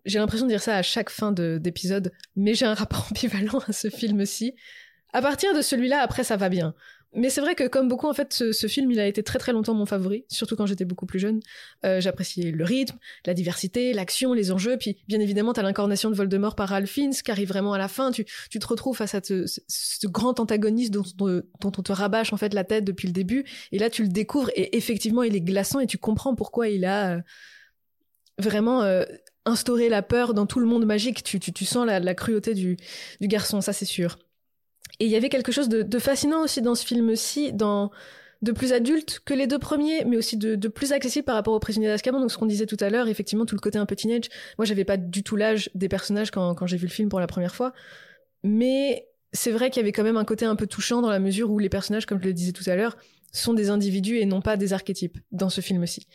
Speaker 10: J'ai l'impression de dire ça à chaque fin de- d'épisode, mais j'ai un rapport ambivalent à ce film-ci. À partir de celui-là, après, ça va bien. Mais c'est vrai que comme beaucoup, en fait, ce, ce film, il a été très très longtemps mon favori, surtout quand j'étais beaucoup plus jeune. Euh, J'appréciais le rythme, la diversité, l'action, les enjeux, puis bien évidemment, t'as l'incarnation de Voldemort par Ralph Fiennes qui arrive vraiment à la fin. Tu, tu te retrouves face à ce, ce- ce grand antagoniste dont, dont- dont on te rabâche en fait la tête depuis le début, et là tu le découvres et effectivement, il est glaçant et tu comprends pourquoi il a euh, vraiment euh, instauré la peur dans tout le monde magique. Tu, tu, tu sens la, la cruauté du, du garçon, ça c'est sûr. Et il y avait quelque chose de, de fascinant aussi dans ce film-ci, dans de plus adulte que les deux premiers, mais aussi de, de plus accessible par rapport aux prisonniers d'Azkaban. Donc ce qu'on disait tout à l'heure, effectivement, tout le côté un peu teenage. Moi, j'avais pas du tout l'âge des personnages quand, quand j'ai vu le film pour la première fois, mais c'est vrai qu'il y avait quand même un côté un peu touchant dans la mesure où les personnages, comme je le disais tout à l'heure, sont des individus et non pas des archétypes dans ce film-ci.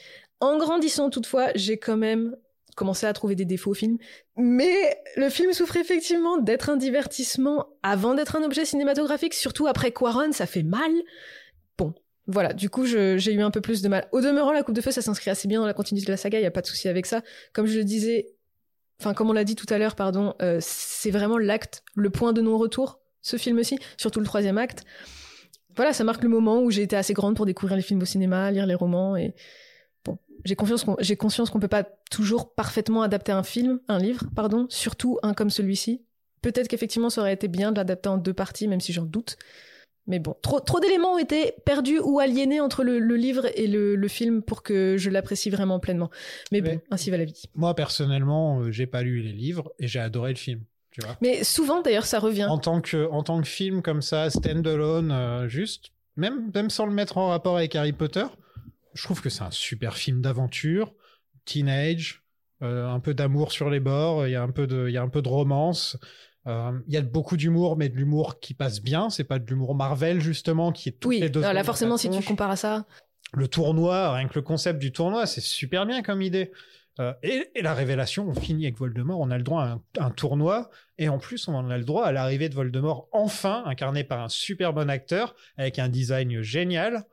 Speaker 10: En grandissant toutefois, j'ai quand même commencé à trouver des défauts au film. Mais le film souffre effectivement d'être un divertissement avant d'être un objet cinématographique, surtout après Quaron, ça fait mal. Bon, Voilà, du coup, je- j'ai eu un peu plus de mal. Au demeurant, la Coupe de Feu, ça s'inscrit assez bien dans la continuité de la saga, il n'y a pas de souci avec ça. Comme je le disais, enfin, comme on l'a dit tout à l'heure, pardon, euh, c'est vraiment l'acte, le point de non-retour, ce film-ci, surtout le troisième acte. Voilà, ça marque le moment où j'ai été assez grande pour découvrir les films au cinéma, lire les romans et. Bon, j'ai confiance qu'on- j'ai conscience qu'on peut pas toujours parfaitement adapter un film, un livre, pardon, surtout un comme celui-ci. Peut-être qu'effectivement, ça aurait été bien de l'adapter en deux parties, même si j'en doute. Mais bon, trop, trop d'éléments ont été perdus ou aliénés entre le, le livre et le, le film pour que je l'apprécie vraiment pleinement. Mais bon, ainsi va la vie.
Speaker 8: Moi, personnellement, euh, j'ai pas lu les livres et j'ai adoré le film. Tu vois.
Speaker 10: Mais souvent, d'ailleurs, ça revient.
Speaker 8: En tant que, en tant que film comme ça, stand-alone, euh, juste, même, même sans le mettre en rapport avec Harry Potter, je trouve que c'est un super film d'aventure, teenage, euh, un peu d'amour sur les bords, il y a un peu de, il y a un peu de romance. euh, Il y a beaucoup d'humour, mais de l'humour qui passe bien. C'est pas de l'humour Marvel justement qui est toutes
Speaker 10: Oui,
Speaker 8: les deux.
Speaker 10: alors là,
Speaker 8: secondes
Speaker 10: forcément,
Speaker 8: la
Speaker 10: si tu
Speaker 8: tronche.
Speaker 10: compares à ça,
Speaker 8: le tournoi, rien que le concept du tournoi, c'est super bien comme idée. Euh, et, et la révélation, on finit avec Voldemort, on a le droit à un, un tournoi, et en plus, on en a le droit à l'arrivée de Voldemort enfin, incarné par un super bon acteur, avec un design génial.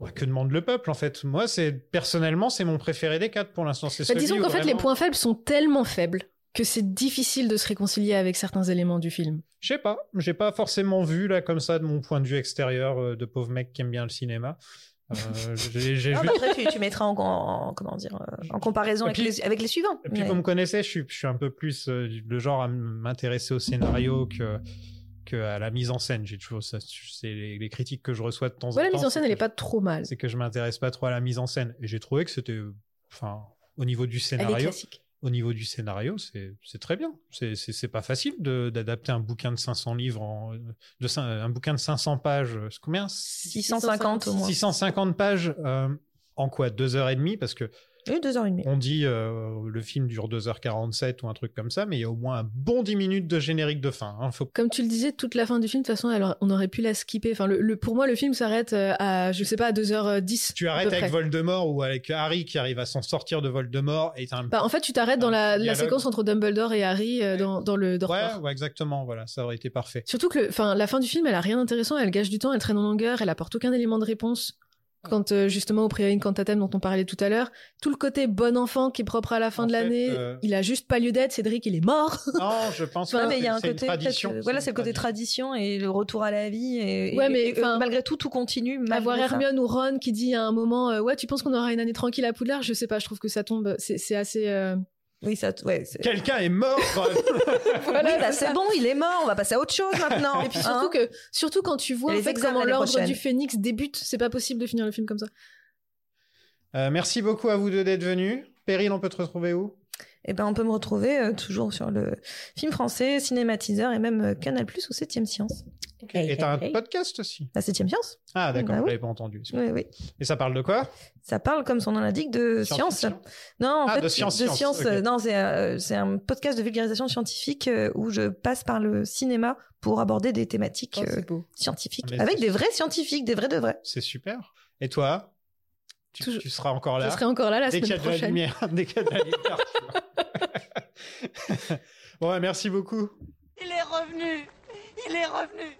Speaker 8: Ouais, que demande le peuple en fait Moi, c'est personnellement, c'est mon préféré des quatre pour l'instant. C'est
Speaker 10: Bah,
Speaker 8: celui
Speaker 10: disons
Speaker 8: où
Speaker 10: qu'en fait, les
Speaker 8: vraiment-
Speaker 10: points faibles sont tellement faibles que c'est difficile de se réconcilier avec certains éléments du film.
Speaker 8: Je sais pas, j'ai pas forcément vu là comme ça de mon point de vue extérieur euh, de pauvre mec qui aime bien le cinéma. Euh, j'ai j'ai
Speaker 9: Non,
Speaker 8: vu-
Speaker 9: mais après, Ah, bah, tu, tu mettras en, en- comment dire, euh, en comparaison
Speaker 8: Et
Speaker 9: avec,
Speaker 8: puis-
Speaker 9: les, avec les suivants.
Speaker 8: Et puis,
Speaker 9: Mais-
Speaker 8: comme vous me connaissez, je suis, je suis un peu plus euh, le genre à m- m'intéresser au scénario que, que à la mise en scène. J'ai toujours ça, c'est les, les critiques que je reçois de temps
Speaker 10: Voilà,
Speaker 8: en
Speaker 10: la
Speaker 8: temps.
Speaker 10: mise en scène,
Speaker 8: c'est
Speaker 10: elle est
Speaker 8: que
Speaker 10: pas trop mal.
Speaker 8: je- C'est que je m'intéresse pas trop à la mise en scène. Et j'ai trouvé que c'était, enfin, au niveau du scénario.
Speaker 10: classique.
Speaker 8: Au niveau du scénario, c'est c'est très bien. C'est- C'est c'est pas facile de- d'adapter un bouquin de 500 livres, en, de, cin- un bouquin de 500 pages. euh, c'est Combien
Speaker 9: 650 au moins.
Speaker 8: 650 pages euh, en quoi Deux heures et demie Parce que
Speaker 9: Oui, deux heures et demie.
Speaker 8: on dit euh, le film dure 2h47 ou un truc comme ça, mais il y a au moins un bon 10 minutes de générique de fin. hein. Faut-
Speaker 10: Comme tu le disais, toute la fin du film, de toute façon, alors, on aurait pu la skipper. Enfin, le, le- pour moi, le film s'arrête euh, à, je sais pas, à 2h10.
Speaker 8: Tu arrêtes avec Voldemort ou avec Harry qui arrive à s'en sortir de Voldemort et t'as un...
Speaker 10: Bah, en fait, tu t'arrêtes dans la, la
Speaker 8: dialogue.
Speaker 10: séquence entre Dumbledore et Harry euh, dans, dans le dortoir.
Speaker 8: ouais, ouais, exactement, voilà, ça aurait été parfait.
Speaker 10: Surtout que le- enfin, la fin du film, elle a rien d'intéressant, elle gâche du temps, elle traîne en longueur, elle apporte aucun élément de réponse. Quand euh, justement au priori cantatem dont on parlait tout à l'heure, tout le côté bon enfant qui est propre à la fin
Speaker 8: En
Speaker 10: de
Speaker 8: fait,
Speaker 10: l'année,
Speaker 8: euh,
Speaker 10: il a juste pas lieu d'être, Cédric il est mort.
Speaker 8: Non, je pense
Speaker 9: Enfin,
Speaker 8: que
Speaker 9: mais il y a un
Speaker 8: c'est une
Speaker 9: côté,
Speaker 8: tradition.
Speaker 9: peut-être, euh, voilà, c'est le côté tradition et le retour à la vie. Et,
Speaker 10: Ouais,
Speaker 9: et-
Speaker 10: mais,
Speaker 9: et, euh,
Speaker 10: enfin,
Speaker 9: malgré tout, tout continue.
Speaker 10: Avoir
Speaker 9: malgré ça.
Speaker 10: Hermione ou Ron qui dit à un moment euh, ouais tu penses qu'on aura une année tranquille à Poudlard, je sais pas, je trouve que ça tombe, c'est c'est assez. euh,
Speaker 9: Oui, ça, ouais.
Speaker 8: Quelqu'un est mort
Speaker 10: Voilà,
Speaker 9: Oui, bah,
Speaker 10: c'est
Speaker 9: c'est
Speaker 10: ça.
Speaker 9: bon, il est mort, on va passer à autre chose maintenant.
Speaker 10: Et puis surtout
Speaker 9: hein.
Speaker 10: que surtout quand tu vois
Speaker 9: Et
Speaker 10: en
Speaker 9: les
Speaker 10: fait,
Speaker 9: examens
Speaker 10: comment
Speaker 9: l'année
Speaker 10: l'ordre
Speaker 9: prochaine.
Speaker 10: du Phénix débute, c'est pas possible de finir le film comme ça.
Speaker 8: Euh, merci beaucoup à vous deux d'être venus. Perrine, on peut te retrouver où
Speaker 9: Eh ben, on peut me retrouver euh, toujours sur le film français, cinématiseur et même euh, Canal Plus ou 7 Science.
Speaker 8: Et t'as un podcast aussi
Speaker 9: La 7 Science
Speaker 8: Ah, d'accord,
Speaker 9: Bah
Speaker 8: je
Speaker 9: oui.
Speaker 8: l'avais pas entendu.
Speaker 9: Oui, oui.
Speaker 8: Et ça parle de quoi
Speaker 9: Ça parle, comme son nom l'indique, de Euh, science.
Speaker 8: Science-fiction.
Speaker 9: Non, en
Speaker 8: Ah,
Speaker 9: fait,
Speaker 8: de science, science, ok.
Speaker 9: euh, Non, c'est euh, c'est un podcast de vulgarisation scientifique euh, où je passe par le cinéma pour aborder des thématiques euh, scientifiques
Speaker 8: Ah, mais
Speaker 9: avec
Speaker 8: c'est-
Speaker 9: des vrais scientifiques, des vrais de vrais.
Speaker 8: C'est super. Et toi tu, tu seras encore là.
Speaker 10: Je serai encore là la
Speaker 8: Dès qu'il y a
Speaker 10: semaine
Speaker 8: de la
Speaker 10: prochaine.
Speaker 8: lumière, dès qu'il y a de la lumière. bon, ouais, merci beaucoup.
Speaker 5: Il est revenu Il est revenu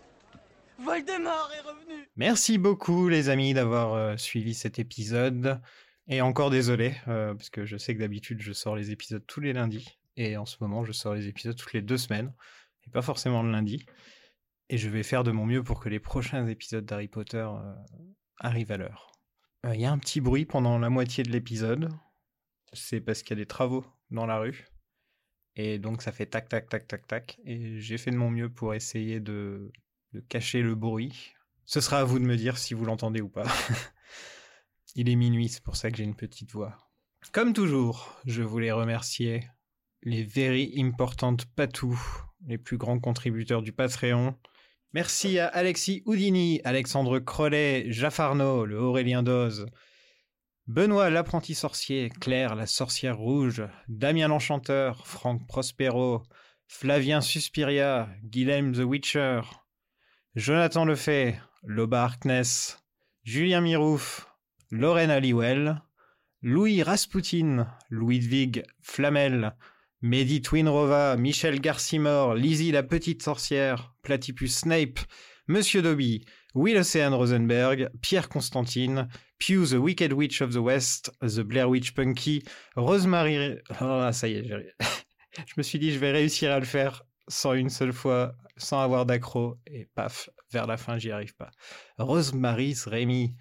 Speaker 5: Voldemort est revenu
Speaker 15: Merci beaucoup les amis d'avoir euh, suivi cet épisode. Et encore désolé, euh, parce que je sais que d'habitude je sors les épisodes tous les lundis. Et en ce moment je sors les épisodes toutes les deux semaines. Et pas forcément le lundi. Et je vais faire de mon mieux pour que les prochains épisodes d'Harry Potter euh, arrivent à l'heure. Euh, Il y a un petit bruit pendant la moitié de l'épisode. C'est parce qu'il y a des travaux dans la rue. Et donc ça fait tac tac tac tac tac. Et j'ai fait de mon mieux pour essayer de, de cacher le bruit. Ce sera à vous de me dire si vous l'entendez ou pas. Il est minuit, c'est pour ça que j'ai une petite voix. Comme toujours, je voulais remercier les Very Important Patou, les plus grands contributeurs du Patreon. Merci à Alexis Houdini, Alexandre Crollet, Jaffarno, le Aurélien Doze, Benoît l'apprenti sorcier, Claire la sorcière rouge, Damien l'enchanteur, Franck Prospero, Flavien Suspiria, Guillaume the Witcher, Jonathan Lefay, Loba Harkness, Julien Mirouf, Lorraine Halliwell, Louis Raspoutine, Ludwig Flamel, Mehdi Twinrova, Michel Garcimore, Lizzie la petite sorcière, Platypus Snape,
Speaker 8: Monsieur Dobby, Will Ocean Rosenberg, Pierre Constantine, Pew the Wicked Witch of the West, The Blair Witch Punky, Rosemary... Ah, ça y est, j'ai- je me suis dit, je vais réussir à le faire sans une seule fois, sans avoir d'accro, et paf, vers la fin, j'y arrive pas. Rosemary's Rémy,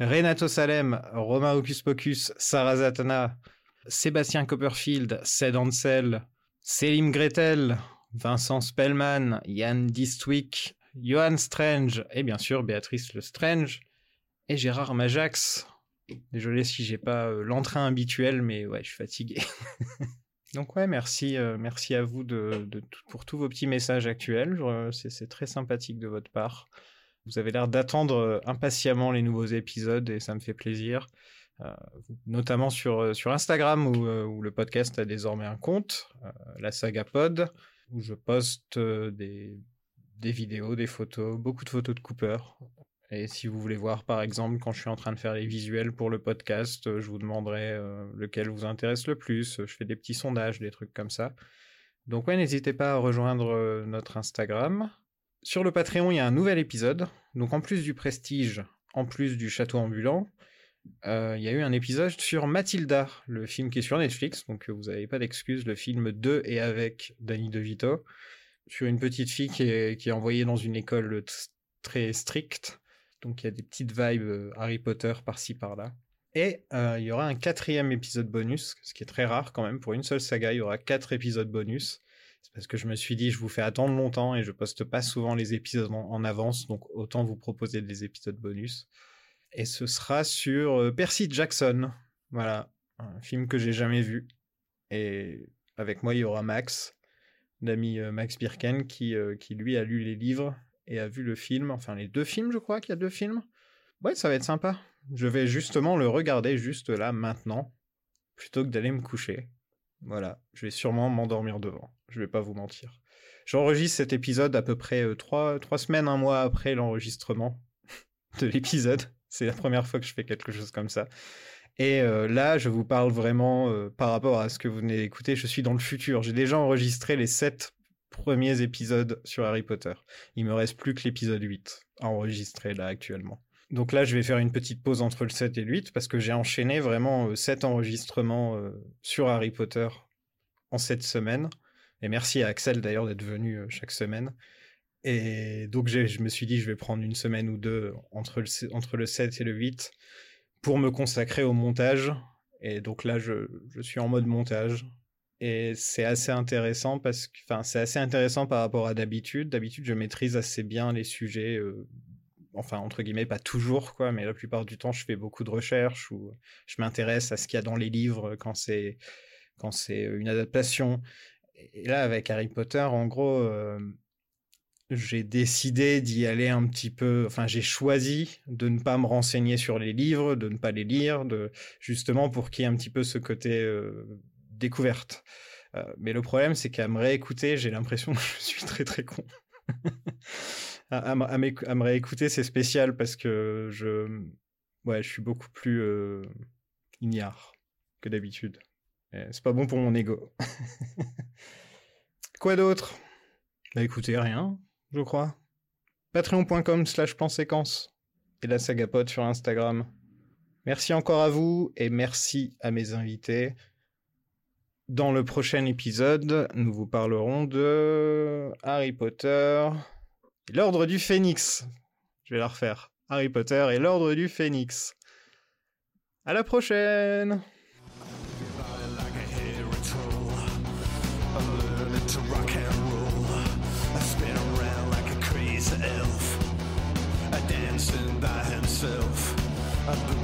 Speaker 8: Renato Salem, Romain Hocus Pocus, Sarah Zatanna, Sébastien Copperfield, Sed Ansel, Selim Gretel, Vincent Spellman, Yann Distwick, Johan Strange, et bien sûr Béatrice Le Strange, et Gérard Majax. Désolé si j'ai pas euh, l'entrain habituel, mais ouais, je suis fatigué. Donc ouais, merci, euh, merci à vous de, de- pour tous vos petits messages actuels. Je- C'est c'est très sympathique de votre part. Vous avez l'air d'attendre euh, impatiemment les nouveaux épisodes et ça me fait plaisir. Euh, notamment sur, euh, sur Instagram où, euh, où le podcast a désormais un compte, euh, la saga pod, où je poste euh, des, des vidéos, des photos, beaucoup de photos de Cooper. Et si vous voulez voir, par exemple, quand je suis en train de faire les visuels pour le podcast, euh, je vous demanderai euh, lequel vous intéresse le plus. Je fais des petits sondages, des trucs comme ça. Donc ouais, n'hésitez pas à rejoindre euh, notre Instagram. Sur le Patreon, il y a un nouvel épisode. Donc en plus du prestige, en plus du château ambulant, euh, il y a eu un épisode sur Mathilda, le film qui est sur Netflix. Donc euh, vous n'avez pas d'excuse, le film de et avec Danny DeVito, sur une petite fille qui est, qui est envoyée dans une école t- très stricte. Donc il y a des petites vibes euh, Harry Potter par-ci par-là. Et euh, il y aura un quatrième épisode bonus, ce qui est très rare quand même. Pour une seule saga, il y aura quatre épisodes bonus. C'est parce que je me suis dit, je vous fais attendre longtemps et je poste pas souvent les épisodes en, en avance, donc autant vous proposer des épisodes bonus. Et ce sera sur euh, Percy Jackson. Voilà, un film que j'ai jamais vu. Et avec moi, il y aura Max, l'ami euh, Max Birken, qui, euh, qui lui a lu les livres et a vu le film, enfin les deux films, je crois qu'il y a deux films. Ouais, ça va être sympa. Je vais justement le regarder juste là, maintenant, plutôt que d'aller me coucher. Voilà, je vais sûrement m'endormir devant, je vais pas vous mentir. J'enregistre cet épisode à peu près euh, trois, trois semaines, un mois après l'enregistrement de l'épisode. C'est la première fois que je fais quelque chose comme ça. Et euh, là, je vous parle vraiment euh, par rapport à ce que vous venez d'écouter. Je suis dans le futur. J'ai déjà enregistré les sept premiers épisodes sur Harry Potter. Il me reste plus que l'épisode 8 à enregistrer là actuellement. Donc là, je vais faire une petite pause entre le 7 et le 8 parce que j'ai enchaîné vraiment 7 enregistrements euh, sur Harry Potter en cette semaine. Et merci à Axel d'ailleurs d'être venu euh, chaque semaine. Et donc j'ai- je me suis dit, je vais prendre une semaine ou deux entre le, se- entre le 7 et le 8 pour me consacrer au montage. Et donc là, je, je suis en mode montage. Et c'est assez intéressant parce que, enfin, c'est assez intéressant par rapport à d'habitude. D'habitude, je maîtrise assez bien les sujets, euh, enfin, entre guillemets, pas toujours, quoi, mais la plupart du temps, je fais beaucoup de recherches ou euh, je m'intéresse à ce qu'il y a dans les livres quand c'est, quand c'est euh, une adaptation. Et là, avec Harry Potter, en gros, euh, j'ai décidé d'y aller un petit peu, enfin j'ai choisi de ne pas me renseigner sur les livres, de ne pas les lire, de, justement pour qu'il y ait un petit peu ce côté euh, découverte. Euh, mais le problème c'est qu'à me réécouter, j'ai l'impression que je suis très très con. à, à me- à m'éc- à me réécouter c'est spécial parce que je, ouais, je suis beaucoup plus euh, ignare que d'habitude. Et C'est pas bon pour mon ego. Quoi d'autre Bah écoutez, rien je crois. Patreon.com slash plan séquence et la saga pod sur Instagram. Merci encore à vous et merci à mes invités. Dans le prochain épisode, nous vous parlerons de Harry Potter et l'Ordre du Phénix. Je vais la refaire. Harry Potter et l'Ordre du Phénix. À la prochaine!
Speaker 1: like a hero tool. I learned to rock and roll. I spin around like a crazy elf. I dance in by himself. I do